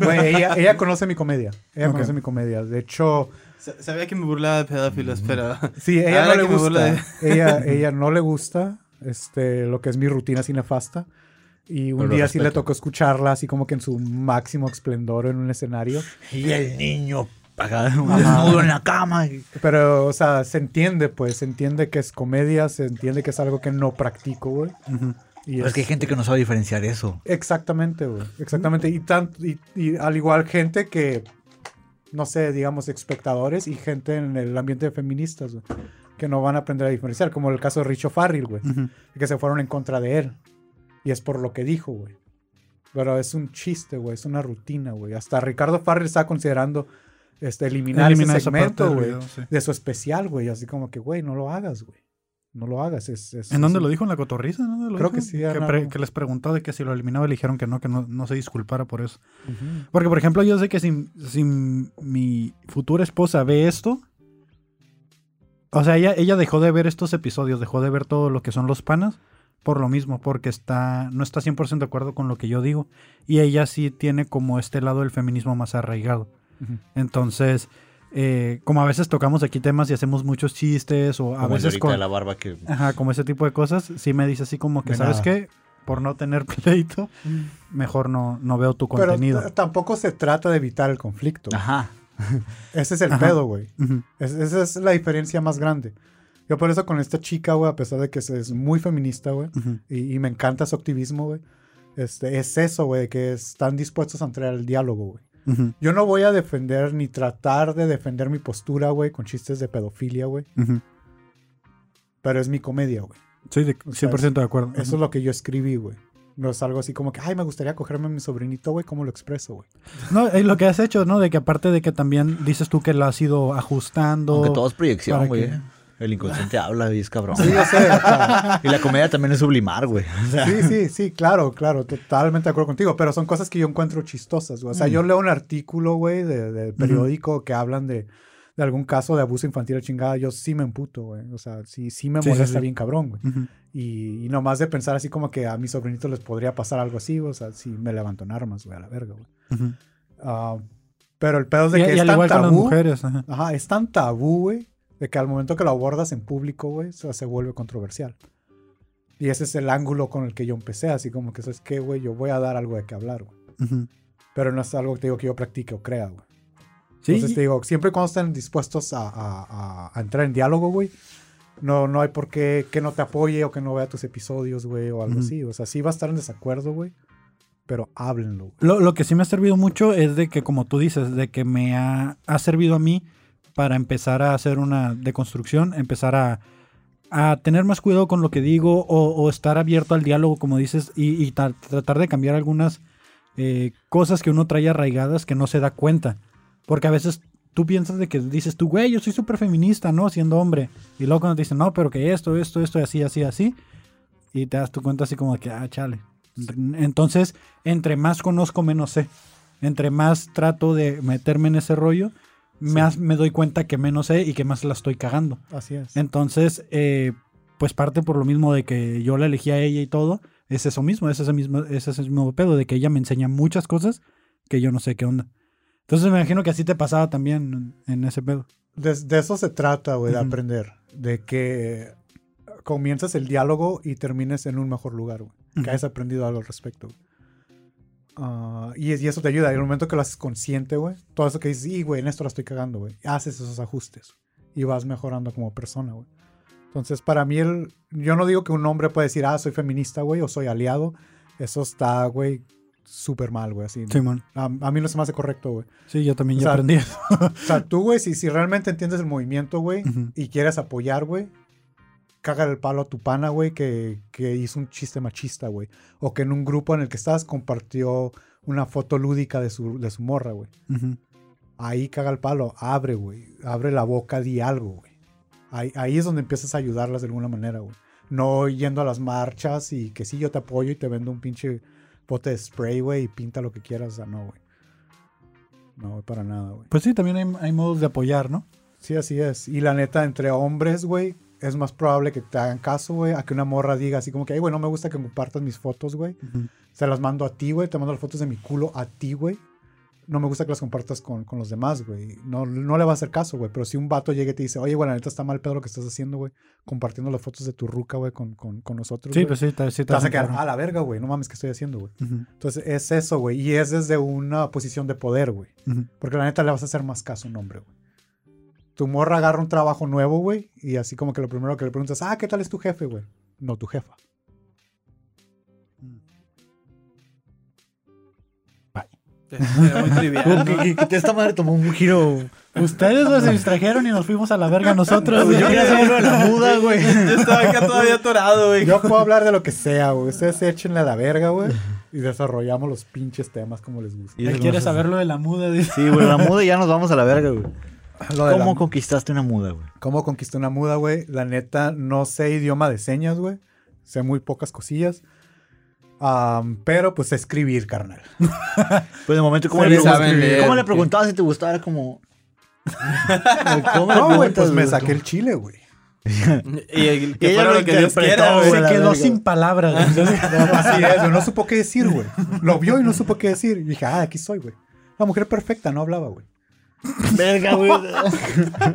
Speaker 5: Güey, ella, ella conoce mi comedia. Ella
Speaker 3: Ok.
Speaker 5: conoce mi comedia. De hecho,
Speaker 4: Sa- Sabía que me burlaba de pedófilos, pero...
Speaker 5: Sí, ella
Speaker 4: Ahora
Speaker 5: no le
Speaker 4: que me burla
Speaker 5: gusta. Ella, ella no le gusta este, lo que es mi rutina así nefasta. Y un
Speaker 2: Pero lo
Speaker 5: día sí le
Speaker 2: respeto.
Speaker 5: tocó escucharla así como que en su máximo esplendor en un escenario.
Speaker 2: Y el niño acá, desnudo en la cama. y-
Speaker 5: Pero, o sea, se entiende, pues, se entiende que es comedia, se entiende que es algo que no practico, güey. Y
Speaker 2: Pero es que hay gente que no sabe diferenciar eso.
Speaker 5: Exactamente, güey. Exactamente. Y, tan, y, y al igual gente que, no sé, digamos, espectadores y gente en el ambiente de feministas, güey, que no van a aprender a diferenciar, como el caso de Richo Farrell, güey,
Speaker 3: Ujú.
Speaker 5: que se fueron en contra de él. Y es por lo que dijo, güey. Pero es un chiste, güey, es una rutina, güey. Hasta Ricardo Farrell está considerando este, eliminar,
Speaker 3: Elimina
Speaker 5: ese
Speaker 3: esa parte
Speaker 5: segmento,
Speaker 3: del
Speaker 5: güey,
Speaker 3: video, sí.
Speaker 5: de su especial, güey. Así como que, güey, no lo hagas, güey. No lo hagas. Es, es-
Speaker 3: ¿En dónde
Speaker 5: es-
Speaker 3: lo dijo? ¿En la cotorriza? ¿En dónde lo
Speaker 5: Creo
Speaker 3: dijo?
Speaker 5: que sí,
Speaker 3: Que,
Speaker 5: en
Speaker 3: pre-
Speaker 5: algo.
Speaker 3: que les preguntó de que si lo eliminaba, le dijeron que no, que no, no se disculpara por eso.
Speaker 5: Ujú.
Speaker 3: Porque, por ejemplo, yo sé que si, si mi futura esposa ve esto, o sea, ella, ella dejó de ver estos episodios, dejó de ver todo lo que son los panas por lo mismo, porque está no está 100% de acuerdo con lo que yo digo. Y ella sí tiene como este lado del feminismo más arraigado.
Speaker 5: Ujú.
Speaker 3: Entonces, eh, como a veces tocamos aquí temas y hacemos muchos chistes o a
Speaker 2: Como el de
Speaker 3: veces
Speaker 2: ahorita
Speaker 3: con...
Speaker 2: de la barba que.
Speaker 3: Ajá, como ese tipo de cosas, sí me dice así como que,
Speaker 5: De
Speaker 3: ¿sabes
Speaker 5: nada.
Speaker 3: qué? Por no tener pleito, mejor no, no veo tu
Speaker 5: Pero
Speaker 3: contenido.
Speaker 5: t- tampoco se trata de evitar el conflicto. güey.
Speaker 2: Ajá.
Speaker 5: Ese es el
Speaker 3: Ajá.
Speaker 5: pedo, güey.
Speaker 3: Ujú.
Speaker 5: Es- esa es la diferencia más grande. Yo por eso con esta chica, güey, a pesar de que es, es muy feminista, güey,
Speaker 3: Ujú.
Speaker 5: y, y me encanta su activismo, güey, este, es eso, güey, de que están dispuestos a entrar al diálogo, güey.
Speaker 3: Ujú.
Speaker 5: Yo no voy a defender ni tratar de defender mi postura, güey, con chistes de pedofilia, güey,
Speaker 3: Ujú.
Speaker 5: pero es mi comedia, güey.
Speaker 3: Sí, de,
Speaker 5: O sea,
Speaker 3: 100% de acuerdo.
Speaker 5: Eso es lo que yo escribí, güey. No es algo así como que, ay, me gustaría cogerme a mi sobrinito, güey, ¿cómo lo expreso, güey?
Speaker 3: No, es lo que has hecho, ¿no? De que aparte de que también dices tú que lo has ido ajustando.
Speaker 2: Aunque todo es proyección,
Speaker 3: ¿para
Speaker 2: güey.
Speaker 3: qué?
Speaker 2: eh. El inconsciente habla y es cabrón.
Speaker 5: Sí, yo sé, o sea,
Speaker 2: Y la comedia también es sublimar, güey. O sea,
Speaker 5: Sí, sí, sí, claro, claro, totalmente de acuerdo contigo, pero son cosas que yo encuentro chistosas, güey. O
Speaker 3: Mm.
Speaker 5: sea, yo leo un artículo, güey, de- del periódico que hablan de, de algún caso de abuso infantil o chingada, yo sí me emputo, güey. O sea, sí, sí me
Speaker 3: Sí, sí,
Speaker 5: molesta
Speaker 3: sí.
Speaker 5: bien cabrón, güey.
Speaker 3: Ujú.
Speaker 5: Y, y nomás de pensar así como que a mis sobrinitos les podría pasar algo así, güey, o sea, sí me levantan armas, güey, a la verga, güey.
Speaker 3: Ujú.
Speaker 5: Ah, pero el pedo es de
Speaker 3: Y,
Speaker 5: que
Speaker 3: y
Speaker 5: es
Speaker 3: al
Speaker 5: tan
Speaker 3: igual con las
Speaker 5: tabú,
Speaker 3: mujeres. ajá.
Speaker 5: Ajá, es tan tabú, güey, de que al momento que lo abordas en público, güey, se, se vuelve controversial. Y ese es el ángulo con el que yo empecé, así como que, ¿sabes qué, güey? Yo voy a dar algo de qué hablar, güey.
Speaker 3: Ujú.
Speaker 5: Pero no es algo que te digo que yo practique o crea, güey.
Speaker 3: Sí,
Speaker 5: Entonces te digo, siempre y cuando estén dispuestos a, a- a- a entrar en diálogo, güey, no, no hay por qué que no te apoye o que no vea tus episodios, güey, o algo
Speaker 3: Ujú.
Speaker 5: así. O sea, sí va a estar en desacuerdo, güey, pero háblenlo, güey.
Speaker 3: Lo, lo que sí me ha servido mucho es de que, como tú dices, de que me ha, ha servido a mí para empezar a hacer una deconstrucción, empezar a, a tener más cuidado con lo que digo o, o estar abierto al diálogo, como dices, y, y tra- tratar de cambiar algunas eh, cosas que uno trae arraigadas que no se da cuenta. Porque a veces tú piensas de que dices tú, güey, yo soy súper feminista, ¿no? Siendo hombre. Y luego cuando te dicen, no, pero que esto, esto, esto, y así, así, así. Y te das tu cuenta así como que, ah, chale. Entonces, entre más conozco, menos sé. Entre más trato de meterme en ese rollo, más me doy cuenta que menos sé y que más la estoy cagando.
Speaker 5: Así es.
Speaker 3: Entonces, eh, pues parte por lo mismo de que yo la elegí a ella y todo, es eso mismo, es ese mismo, es ese mismo pedo, de que ella me enseña muchas cosas que yo no sé qué onda. Entonces me imagino que así te pasaba también en, en ese pedo.
Speaker 5: De, de eso se trata, güey, de
Speaker 3: Ujú.
Speaker 5: aprender. De que comiences el diálogo y termines en un mejor lugar, güey.
Speaker 3: Ujú.
Speaker 5: Que hayas aprendido algo al respecto, güey. Ah, y, es- y eso te ayuda. Y el momento que lo haces consciente, güey, todo eso que dices, y güey, en esto la estoy cagando, güey. Haces esos ajustes y vas mejorando como persona, güey. Entonces, para mí, el, yo no digo que un hombre puede decir, ah, soy feminista, güey, o soy aliado. Eso está, güey, súper mal, güey. Así,
Speaker 3: Simón.
Speaker 5: a, a mí no se me hace correcto, güey.
Speaker 3: Sí, yo también
Speaker 5: O
Speaker 3: ya
Speaker 5: sea,
Speaker 3: aprendí.
Speaker 5: O sea, tú, güey, si, si realmente entiendes el movimiento, güey,
Speaker 3: Ujú.
Speaker 5: y quieres apoyar, güey, caga el palo a tu pana, güey, que, que hizo un chiste machista, güey. O que en un grupo en el que estás compartió una foto lúdica de su, de su morra, güey.
Speaker 3: Ujú.
Speaker 5: Ahí caga el palo, abre, güey. Abre la boca, di algo, güey. Ahí, ahí es donde empiezas a ayudarlas de alguna manera, güey. No yendo a las marchas y que sí, yo te apoyo y te vendo un pinche bote de spray, güey, y pinta lo que quieras. O sea, no, güey. No, güey, para nada, güey.
Speaker 3: Pues sí, también hay, hay modos de apoyar, ¿no?
Speaker 5: Sí, así es. Y la neta, entre hombres, güey, es más probable que te hagan caso, güey, a que una morra diga así como que, ay, güey, no me gusta que compartas mis fotos, güey.
Speaker 3: Ujú.
Speaker 5: Se las mando a ti, güey. Te mando las fotos de mi culo a ti, güey. No me gusta que las compartas con, con los demás, güey. No, no le va a hacer caso, güey. Pero si un vato llega y te dice, oye, güey, la neta está mal pedo lo que estás haciendo, güey. Compartiendo las fotos de tu ruca, güey, con, con, con nosotros.
Speaker 3: Sí,
Speaker 5: güey,
Speaker 3: pues sí, te, sí
Speaker 5: te vas a quedar, "Ah,
Speaker 3: cabrón.
Speaker 5: a la verga, güey. No mames, ¿qué estoy haciendo, güey?
Speaker 3: Ujú,
Speaker 5: Entonces es eso, güey. Y es desde una posición de poder, güey.
Speaker 3: ujú.
Speaker 5: Porque la neta le vas a hacer más caso a un hombre, güey. Tu morra agarra un trabajo nuevo, güey, y así como que lo primero que le preguntas, ah, ¿qué tal es tu jefe, güey? No tu jefa.
Speaker 4: Era muy trivial. ¿no?
Speaker 2: Esta madre tomó un giro.
Speaker 3: Ustedes nos distrajeron y nos fuimos a la verga nosotros.
Speaker 2: Pues Yo quería saber lo de la muda, güey.
Speaker 4: Yo estaba acá todavía atorado, güey.
Speaker 5: Yo puedo hablar de lo que sea, güey. Ustedes échenle a la verga, güey. Y desarrollamos los pinches temas como les gusta.
Speaker 3: Él quiere saber lo de la muda. dice.
Speaker 2: Sí, güey, la muda y ya nos vamos a la verga, güey.
Speaker 5: Lo de la-
Speaker 2: ¿Cómo conquistaste una muda, güey?
Speaker 5: ¿Cómo conquistó una muda, güey? La neta, no sé idioma de señas, güey. Sé muy pocas cosillas. Am, pero pues sé escribir, carnal.
Speaker 2: Pues de momento, ¿cómo,
Speaker 4: Sí,
Speaker 2: le,
Speaker 4: saben
Speaker 2: preguntabas-
Speaker 4: leer,
Speaker 2: ¿cómo le
Speaker 4: ¿qué?
Speaker 2: preguntabas si te gustaba? Era como. ¿Cómo le
Speaker 5: No, güey,
Speaker 2: preguntas,
Speaker 5: pues me
Speaker 2: güey?
Speaker 5: saqué el chile, güey.
Speaker 4: Y el- que
Speaker 2: Ella
Speaker 4: fuera
Speaker 2: lo
Speaker 4: lo que Dios
Speaker 2: interpretó,
Speaker 4: quiera, güey.
Speaker 2: güey.
Speaker 3: Se
Speaker 2: la
Speaker 3: quedó
Speaker 2: verga.
Speaker 3: sin palabras. Entonces,
Speaker 5: Así es, güey, no supo qué decir, güey. Lo vio y no supo qué decir. Y dije, ah, aquí soy, güey. La mujer perfecta, no hablaba, güey.
Speaker 2: Verga, güey.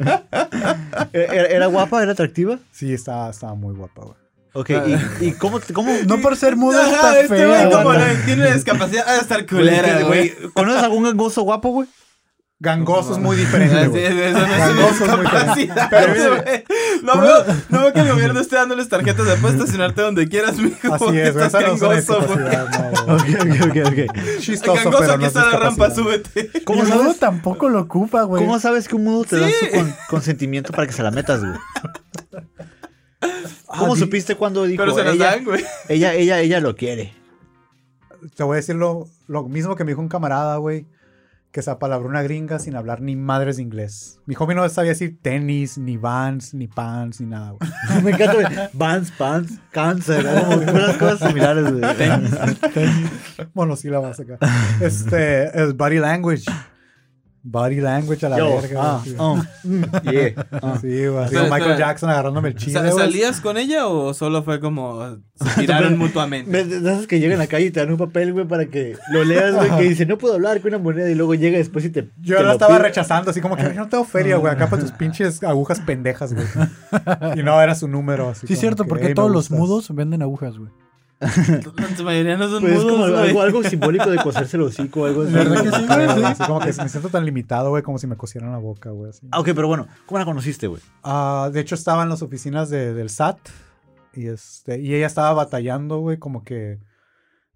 Speaker 2: ¿Era, era guapa? ¿Era atractiva?
Speaker 5: Sí, estaba, estaba muy guapa, güey.
Speaker 2: Ok, ¿y, y cómo, cómo
Speaker 3: no por ser muda
Speaker 4: Ajá,
Speaker 3: está
Speaker 4: este güey
Speaker 3: fea.
Speaker 4: como
Speaker 3: güey.
Speaker 4: no tiene discapacidad, ha de
Speaker 5: Pues
Speaker 4: estar culera, güey.
Speaker 2: ¿Conoces algún gangoso guapo, güey?
Speaker 5: Gangoso es muy
Speaker 4: Así
Speaker 5: diferente,
Speaker 4: es,
Speaker 5: güey.
Speaker 4: Eso no es una
Speaker 5: Gangoso es muy
Speaker 4: discapacidad, güey. No
Speaker 5: Con-
Speaker 4: veo, no veo que el gobierno esté dándoles tarjetas de puedes estacionarte donde quieras, mijo.
Speaker 5: Así es, güey.
Speaker 4: Estás
Speaker 5: Esa no es una
Speaker 4: gangoso, güey.
Speaker 5: discapacidad, no,
Speaker 2: Ok,
Speaker 5: güey.
Speaker 2: ok, ok, ok.
Speaker 5: Chistoso,
Speaker 4: Gangoso,
Speaker 5: pero
Speaker 4: aquí
Speaker 5: no es
Speaker 4: está la rampa,
Speaker 5: discapacidad.
Speaker 4: súbete.
Speaker 3: Y
Speaker 2: ¿Cómo
Speaker 3: el mudo
Speaker 2: sabes,
Speaker 3: tampoco lo ocupa, güey.
Speaker 2: ¿Cómo sabes que un mudo te da
Speaker 4: Sí.
Speaker 2: su con- consentimiento para que se la metas, güey? ¿Cómo
Speaker 5: di-
Speaker 2: supiste cuando dijo
Speaker 4: Ah, Pero se las
Speaker 2: ella,
Speaker 4: dan, güey.
Speaker 2: ella, ella, ella lo quiere?
Speaker 5: Te voy a decir lo, lo mismo que me dijo un camarada, güey. Que se apalabró una gringa sin hablar ni madres de inglés. Mi joven no sabía decir tenis, ni vans, ni pants, ni nada, güey.
Speaker 2: Me encanta, güey. Vans, pants, cáncer, ¿no? como puras cosas similares, güey.
Speaker 5: Monosílabas acá. Este, es body language. Body language a la
Speaker 2: Yo,
Speaker 5: verga.
Speaker 2: ah,
Speaker 5: güey.
Speaker 2: ah, mm, yeah. ah.
Speaker 5: Sí, güey. así
Speaker 4: Espera,
Speaker 5: como Michael
Speaker 4: espera.
Speaker 5: Jackson agarrándome el chile,
Speaker 4: Sa-
Speaker 5: güey.
Speaker 4: ¿Salías con ella o solo fue como se tiraron mutuamente?
Speaker 2: Me- de esas que llegan a la calle y te dan un papel, güey, para que lo leas, güey, que dice, no puedo hablar con una moneda y luego llega después y te.
Speaker 5: Yo
Speaker 2: te
Speaker 5: la
Speaker 2: lo
Speaker 5: estaba
Speaker 2: pide. Ah.
Speaker 5: rechazando, así como que "Ay, no tengo feria, güey. Acá para tus pinches agujas pendejas, güey. Y no, era su número. Así
Speaker 3: Sí, es
Speaker 5: como
Speaker 3: cierto,
Speaker 5: que, "Hey,
Speaker 3: porque
Speaker 5: me
Speaker 3: todos los
Speaker 5: gustas".
Speaker 3: mudos venden agujas, güey.
Speaker 4: En su mayoría no son
Speaker 2: Pues es como
Speaker 4: mudos, güey.
Speaker 2: algo, algo simbólico de coserse el hocico, algo así.
Speaker 3: ¿Verdad que sí, güey?
Speaker 5: Así como que me siento tan limitado, güey, como si me cosieran la boca, güey. así.
Speaker 2: Ah, ok, pero bueno, ¿cómo la conociste, güey?
Speaker 5: Ah, de hecho, estaba en las oficinas de- del SAT y, este, y ella estaba batallando, güey, como que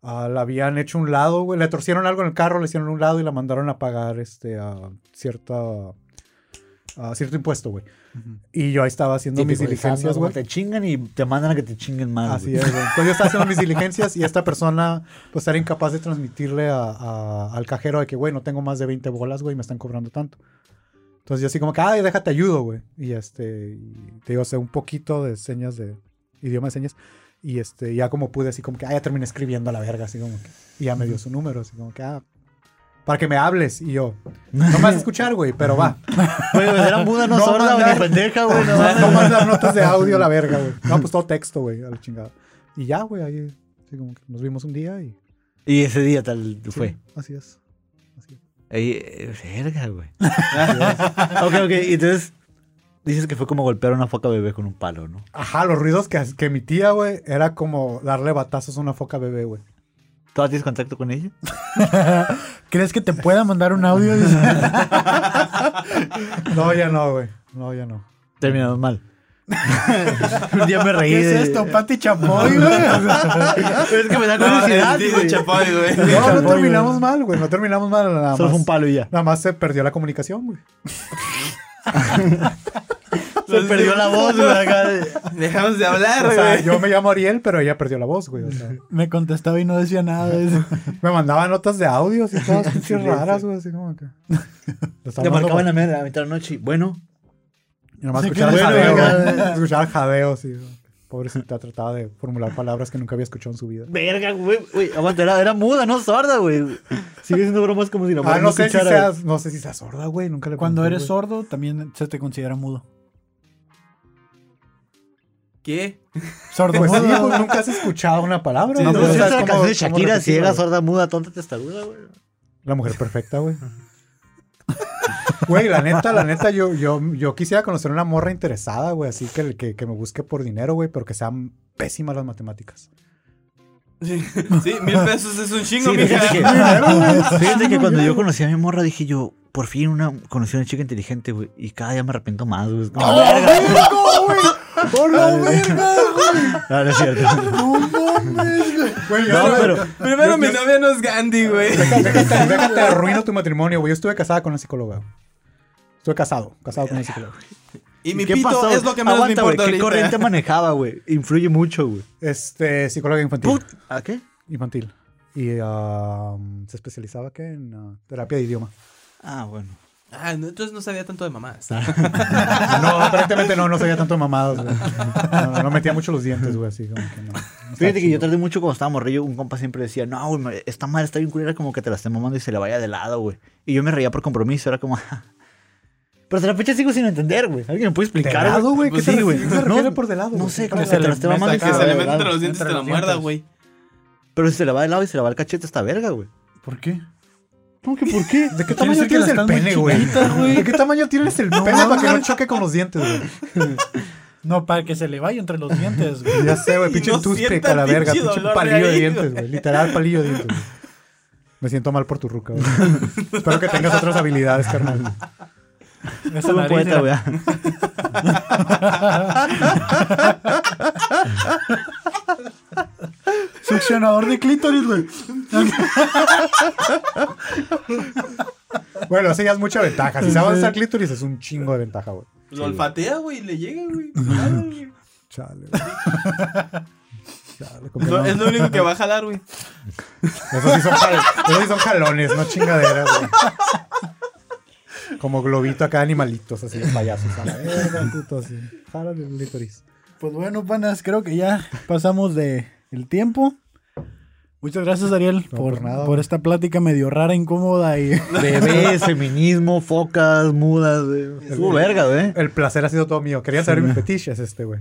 Speaker 5: ah, la habían hecho un lado, güey. Le torcieron algo en el carro, le hicieron un lado y la mandaron a pagar este, a cierta, a cierto impuesto, güey. Y yo ahí estaba haciendo mis
Speaker 2: Típico,
Speaker 5: diligencias,
Speaker 2: como
Speaker 5: güey.
Speaker 2: Te chingan y te mandan a que te chinguen más.
Speaker 5: Así
Speaker 2: güey.
Speaker 5: es, güey. Entonces yo estaba haciendo mis diligencias y esta persona pues era incapaz de transmitirle a- a- al cajero de que, güey, no tengo más de 20 bolas, güey, me están cobrando tanto. Entonces yo así como que, ay, déjate ayudo, güey. Y este, y te digo, sé un poquito de señas de, idioma de señas. Y este, ya como pude, así como que, ah, ya terminé escribiendo a la verga, así como que. Y ya me dio su número, así como que, ah, para que me hables. Y yo, no me vas a escuchar, güey, pero va.
Speaker 2: Güey, pues era muda, no,
Speaker 5: No
Speaker 2: sorda, güey,
Speaker 5: mandar-
Speaker 2: ni pendeja, güey. No,
Speaker 5: No,
Speaker 2: mames.
Speaker 5: no mandar notas de audio a la verga, güey. No, pues todo texto, güey, a la chingada. Y ya, güey, ahí así como que nos vimos un día y.
Speaker 2: Y ese día tal
Speaker 5: sí,
Speaker 2: fue.
Speaker 5: Así es. Así es.
Speaker 2: Ey, eh, verga, güey. ok, ok, y entonces dices que fue como golpear a una foca bebé con un palo, ¿no?
Speaker 5: Ajá, los ruidos que, que emitía, güey, era como darle batazos a una foca bebé, güey.
Speaker 2: ¿Todavía tienes contacto con ella?
Speaker 3: ¿Crees que te pueda mandar un audio? Dice,
Speaker 5: No, ya no, güey. No, ya no.
Speaker 2: Terminamos mal. un día me reí.
Speaker 3: ¿Qué es
Speaker 2: de-
Speaker 3: esto, Pati Chapoy, güey?
Speaker 2: Es que me da
Speaker 4: No,
Speaker 2: curiosidad,
Speaker 4: el tío
Speaker 2: güey.
Speaker 4: Chapoy, güey.
Speaker 5: No,
Speaker 3: Chapoy,
Speaker 5: no terminamos mal, güey. No terminamos mal nada
Speaker 2: Solo fue un
Speaker 5: más.
Speaker 2: palo y ya.
Speaker 5: Nada más se perdió la comunicación, güey.
Speaker 2: Se perdió la voz, güey. acá de-
Speaker 4: Dejamos de hablar,
Speaker 5: O
Speaker 4: güey.
Speaker 5: sea, yo me llamo Ariel, pero ella perdió la voz, güey. O sea,
Speaker 3: Me contestaba y no decía nada. dice.
Speaker 5: me mandaba notas de audio y todas pinches raras, güey. Así como que.
Speaker 2: Te marcaba en la media, a la mitad de la noche. y, Bueno,
Speaker 5: Y nomás
Speaker 3: Se
Speaker 5: escuchaba el
Speaker 3: quedó
Speaker 5: jadeo.
Speaker 3: bueno,
Speaker 5: güey.
Speaker 3: güey.
Speaker 5: Escuchaba el jadeo, sí. Pobrecita, trataba de formular palabras que nunca había escuchado en su vida.
Speaker 2: verga, güey. güey, Aguanta, era, era muda, no sorda, güey. Sigue siendo bromas como si la
Speaker 5: Ah,
Speaker 2: mujer
Speaker 5: no sé, si
Speaker 2: escuchara, güey.
Speaker 5: seas, no sé si seas sorda, güey. Nunca le
Speaker 3: Cuando
Speaker 5: pregunté,
Speaker 3: eres
Speaker 5: güey.
Speaker 3: sordo, también se te considera mudo.
Speaker 4: ¿Qué?
Speaker 3: Sordo
Speaker 5: Pues sí,
Speaker 3: mudo.
Speaker 5: güey, nunca has escuchado una palabra.
Speaker 4: Sí,
Speaker 5: güey.
Speaker 2: No,
Speaker 4: no
Speaker 2: pues esa
Speaker 5: sabes
Speaker 2: es la
Speaker 5: cómo-
Speaker 2: canción de
Speaker 5: cómo
Speaker 2: Shakira,
Speaker 5: repetirlo,
Speaker 2: ciega,
Speaker 5: güey.
Speaker 2: sorda, muda, tonta, testaruda, güey.
Speaker 5: La mujer perfecta, güey. Güey, la neta, la neta, yo, yo, yo quisiera conocer una morra interesada, güey. Así que, que, que me busque por dinero, güey, pero que sean pésimas las matemáticas.
Speaker 4: Sí, mil pesos es un chingo,
Speaker 2: Sí,
Speaker 4: mija.
Speaker 2: fíjate que, fíjate que cuando yo conocí a mi morra dije yo, por fin una, conocí a una chica inteligente, güey, y cada día me arrepiento más, güey. Es como, "Verga".
Speaker 5: ¡Oh, güey! ¡Oh, la verga!
Speaker 2: No, no es cierto.
Speaker 5: ¡No, no!
Speaker 3: mames, güey.
Speaker 5: Güey, yo-
Speaker 2: No, pero
Speaker 4: Primero, mi novia no es Gandhi, güey.
Speaker 5: Déjate, déjate, arruino tu matrimonio, güey. Yo estuve casada con una psicóloga. güey. Estuve casado, casado con una psicóloga.
Speaker 4: Y mi pito es lo que menos
Speaker 2: Aguanta,
Speaker 4: me
Speaker 2: güey,
Speaker 4: importa
Speaker 2: ¿Qué
Speaker 4: ahorita.
Speaker 2: corriente manejaba, güey? Influye mucho, güey.
Speaker 5: Este, psicóloga infantil.
Speaker 2: Put- ¿A qué?
Speaker 5: Infantil. Y ah, se especializaba ¿qué? en ah, terapia de idioma.
Speaker 2: Ah, bueno.
Speaker 4: Ah, no, entonces no sabía tanto de mamás.
Speaker 5: No, aparentemente no, no sabía tanto de mamadas. güey. No, no metía mucho los dientes, güey, así como que no.
Speaker 2: Fíjate que yo tardé mucho cuando estaba morrillo. Un compa siempre decía, no, güey, me- esta madre está bien culera, como que te la esté mamando y se le vaya de lado, güey. Y yo me reía por compromiso, era como. "Ja". Pero hasta la fecha sigo sin entender, güey. ¿Alguien me puede explicar?
Speaker 5: ¿De lado, güey? ¿Qué
Speaker 4: Pues
Speaker 5: te
Speaker 4: sí,
Speaker 5: re-
Speaker 2: güey.
Speaker 5: qué se refiere
Speaker 2: No,
Speaker 5: por de lado?
Speaker 2: No
Speaker 5: güey?
Speaker 2: sé,
Speaker 5: ¿Qué
Speaker 2: como que te la esté
Speaker 4: Me
Speaker 2: mamando y
Speaker 4: saca-
Speaker 2: se
Speaker 4: que se
Speaker 2: le
Speaker 4: le
Speaker 2: va
Speaker 4: mete
Speaker 2: de
Speaker 4: entre
Speaker 2: lado.
Speaker 4: los dientes y
Speaker 5: entre
Speaker 4: te la
Speaker 5: los
Speaker 4: muerda,
Speaker 5: dientes.
Speaker 4: güey.
Speaker 2: Pero si se le va de lado y se le va el cachete, esta verga, güey.
Speaker 3: ¿Por qué?
Speaker 2: ¿Cómo que por qué?
Speaker 5: ¿De
Speaker 3: Quiere
Speaker 5: qué
Speaker 3: decir
Speaker 5: tamaño
Speaker 3: que la
Speaker 5: tienes el
Speaker 3: estás muy
Speaker 5: pene, güey?
Speaker 3: chiquita, güey.
Speaker 5: ¿De qué tamaño tienes el pene para que no choque con los dientes, güey?
Speaker 3: No, para que se le vaya entre los dientes, güey.
Speaker 5: Ya sé, güey,
Speaker 4: Y
Speaker 5: pinche
Speaker 4: no
Speaker 5: toothpick
Speaker 4: sienta
Speaker 5: a la
Speaker 4: pinche
Speaker 5: verga, pinche
Speaker 4: dolor de
Speaker 5: palillo de
Speaker 4: ahí,
Speaker 5: dientes,
Speaker 4: güey.
Speaker 5: güey. Literal palillo de dientes, güey. Me siento mal por tu ruca, güey. Espero que tengas otras habilidades, carnal.
Speaker 3: Esa
Speaker 2: Soy un
Speaker 3: nariz,
Speaker 2: poeta,
Speaker 3: mira.
Speaker 2: güey.
Speaker 3: Succionador de clítoris, güey.
Speaker 5: Bueno, eso ya es mucha ventaja. Si sabes usar clítoris, es un chingo de ventaja, güey.
Speaker 4: Lo olfatea, güey, y le llega, güey. Claro, güey.
Speaker 5: Chale, güey. Chale, como
Speaker 4: Es
Speaker 5: que
Speaker 4: lo-
Speaker 5: no.
Speaker 4: Es lo único que va a jalar, güey.
Speaker 5: Esos sí, son jal- esos sí son jalones, no chingaderas, güey. Como globito acá, animalitos, así, de payasos. A la verga, puto, así. Jálale el clítoris.
Speaker 3: Pues bueno, panas, creo que ya pasamos de el tiempo. Muchas gracias, Ariel,
Speaker 5: No,
Speaker 3: por,
Speaker 5: por nada,
Speaker 3: por
Speaker 5: güey.
Speaker 3: esta plática medio rara, incómoda y...
Speaker 2: Bebés, feminismo, focas, mudas, güey. Estuvo verga, güey.
Speaker 5: El placer ha sido todo mío. Querían saber mis fetiches, este, güey.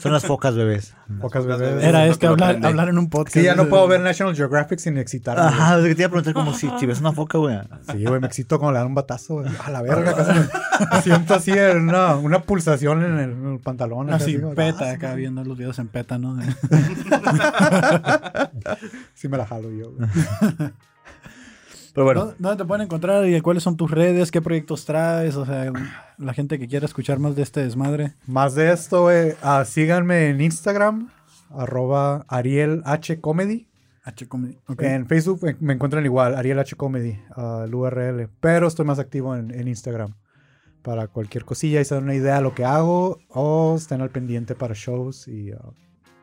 Speaker 2: Son las focas, bebés.
Speaker 5: Pocas
Speaker 4: Pocas
Speaker 5: veces.
Speaker 4: veces.
Speaker 3: Era
Speaker 4: Eso
Speaker 3: este
Speaker 4: te lo
Speaker 3: hablar,
Speaker 4: aprendí.
Speaker 3: hablar en un podcast.
Speaker 5: Sí, ya no puedo ver National Geographic sin excitarme. güey.
Speaker 2: Ajá, es que te iba a preguntar como si, si ves una foca, güey.
Speaker 5: Sí, güey, me excito cuando le dan un batazo. güey. A la verga, casi me- me siento así en una, una pulsación en el, en el pantalón. acá,
Speaker 3: Así,
Speaker 5: como,
Speaker 3: peta,
Speaker 5: ah,
Speaker 3: acá viendo los videos en peta, ¿no?
Speaker 5: sí, Sí me la jalo yo. güey.
Speaker 2: Pero bueno.
Speaker 3: ¿Dó- ¿Dónde te pueden encontrar y cuáles son tus redes? ¿Qué proyectos traes? O sea, la gente que quiera escuchar más de este desmadre.
Speaker 5: Más de esto, güey, ah, síganme en Instagram, arroba Ariel H. Comedy.
Speaker 3: H Comedy. Ok.
Speaker 5: En Facebook me- me encuentran igual, Ariel H. Comedy, ah, el URL. Pero estoy más activo en, en Instagram. Para cualquier cosilla y se dan una idea de lo que hago. O estén al pendiente para shows y ah,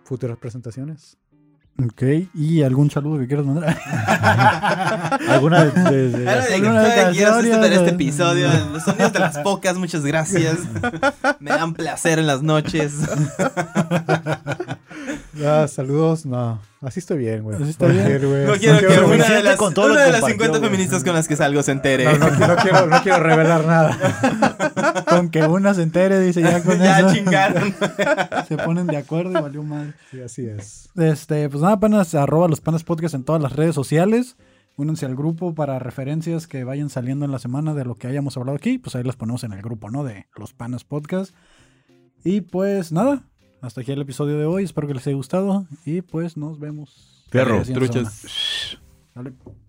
Speaker 5: futuras presentaciones.
Speaker 3: Ok. ¿Y algún saludo que quieras mandar?
Speaker 2: Alguna de, de- de-
Speaker 4: Claro, de que
Speaker 3: alguna
Speaker 4: todavía
Speaker 3: de
Speaker 4: quiero
Speaker 3: Casoria,
Speaker 4: sustentar este
Speaker 3: de-
Speaker 4: episodio. Los sonidos de las pocas, muchas gracias. Me dan placer en las noches.
Speaker 5: Ah, saludos, no. Así estoy bien, güey.
Speaker 3: Así está bien.
Speaker 5: Cualquier, güey.
Speaker 4: No quiero que una de
Speaker 2: suficiente
Speaker 4: las,
Speaker 2: con todo lo
Speaker 4: una de las
Speaker 2: compartió,
Speaker 4: 50
Speaker 2: güey.
Speaker 4: feministas con las que salgo se entere.
Speaker 5: No, no, no quiero, no quiero revelar nada.
Speaker 3: con que una se entere, dice ya con
Speaker 4: ya
Speaker 3: eso.
Speaker 4: chingaron.
Speaker 3: Se ponen de acuerdo y valió madre.
Speaker 5: Sí, así es.
Speaker 3: Este, pues nada, panas, arroba los panas podcast en todas las redes sociales. Únanse al grupo para referencias que vayan saliendo en la semana de lo que hayamos hablado aquí. Pues ahí las ponemos en el grupo, ¿no? De los panas podcast. Y pues nada, hasta aquí el episodio de hoy. Espero que les haya gustado. Y pues nos vemos.
Speaker 2: Perro,
Speaker 3: la siguiente
Speaker 4: truchas.
Speaker 3: semana. Dale.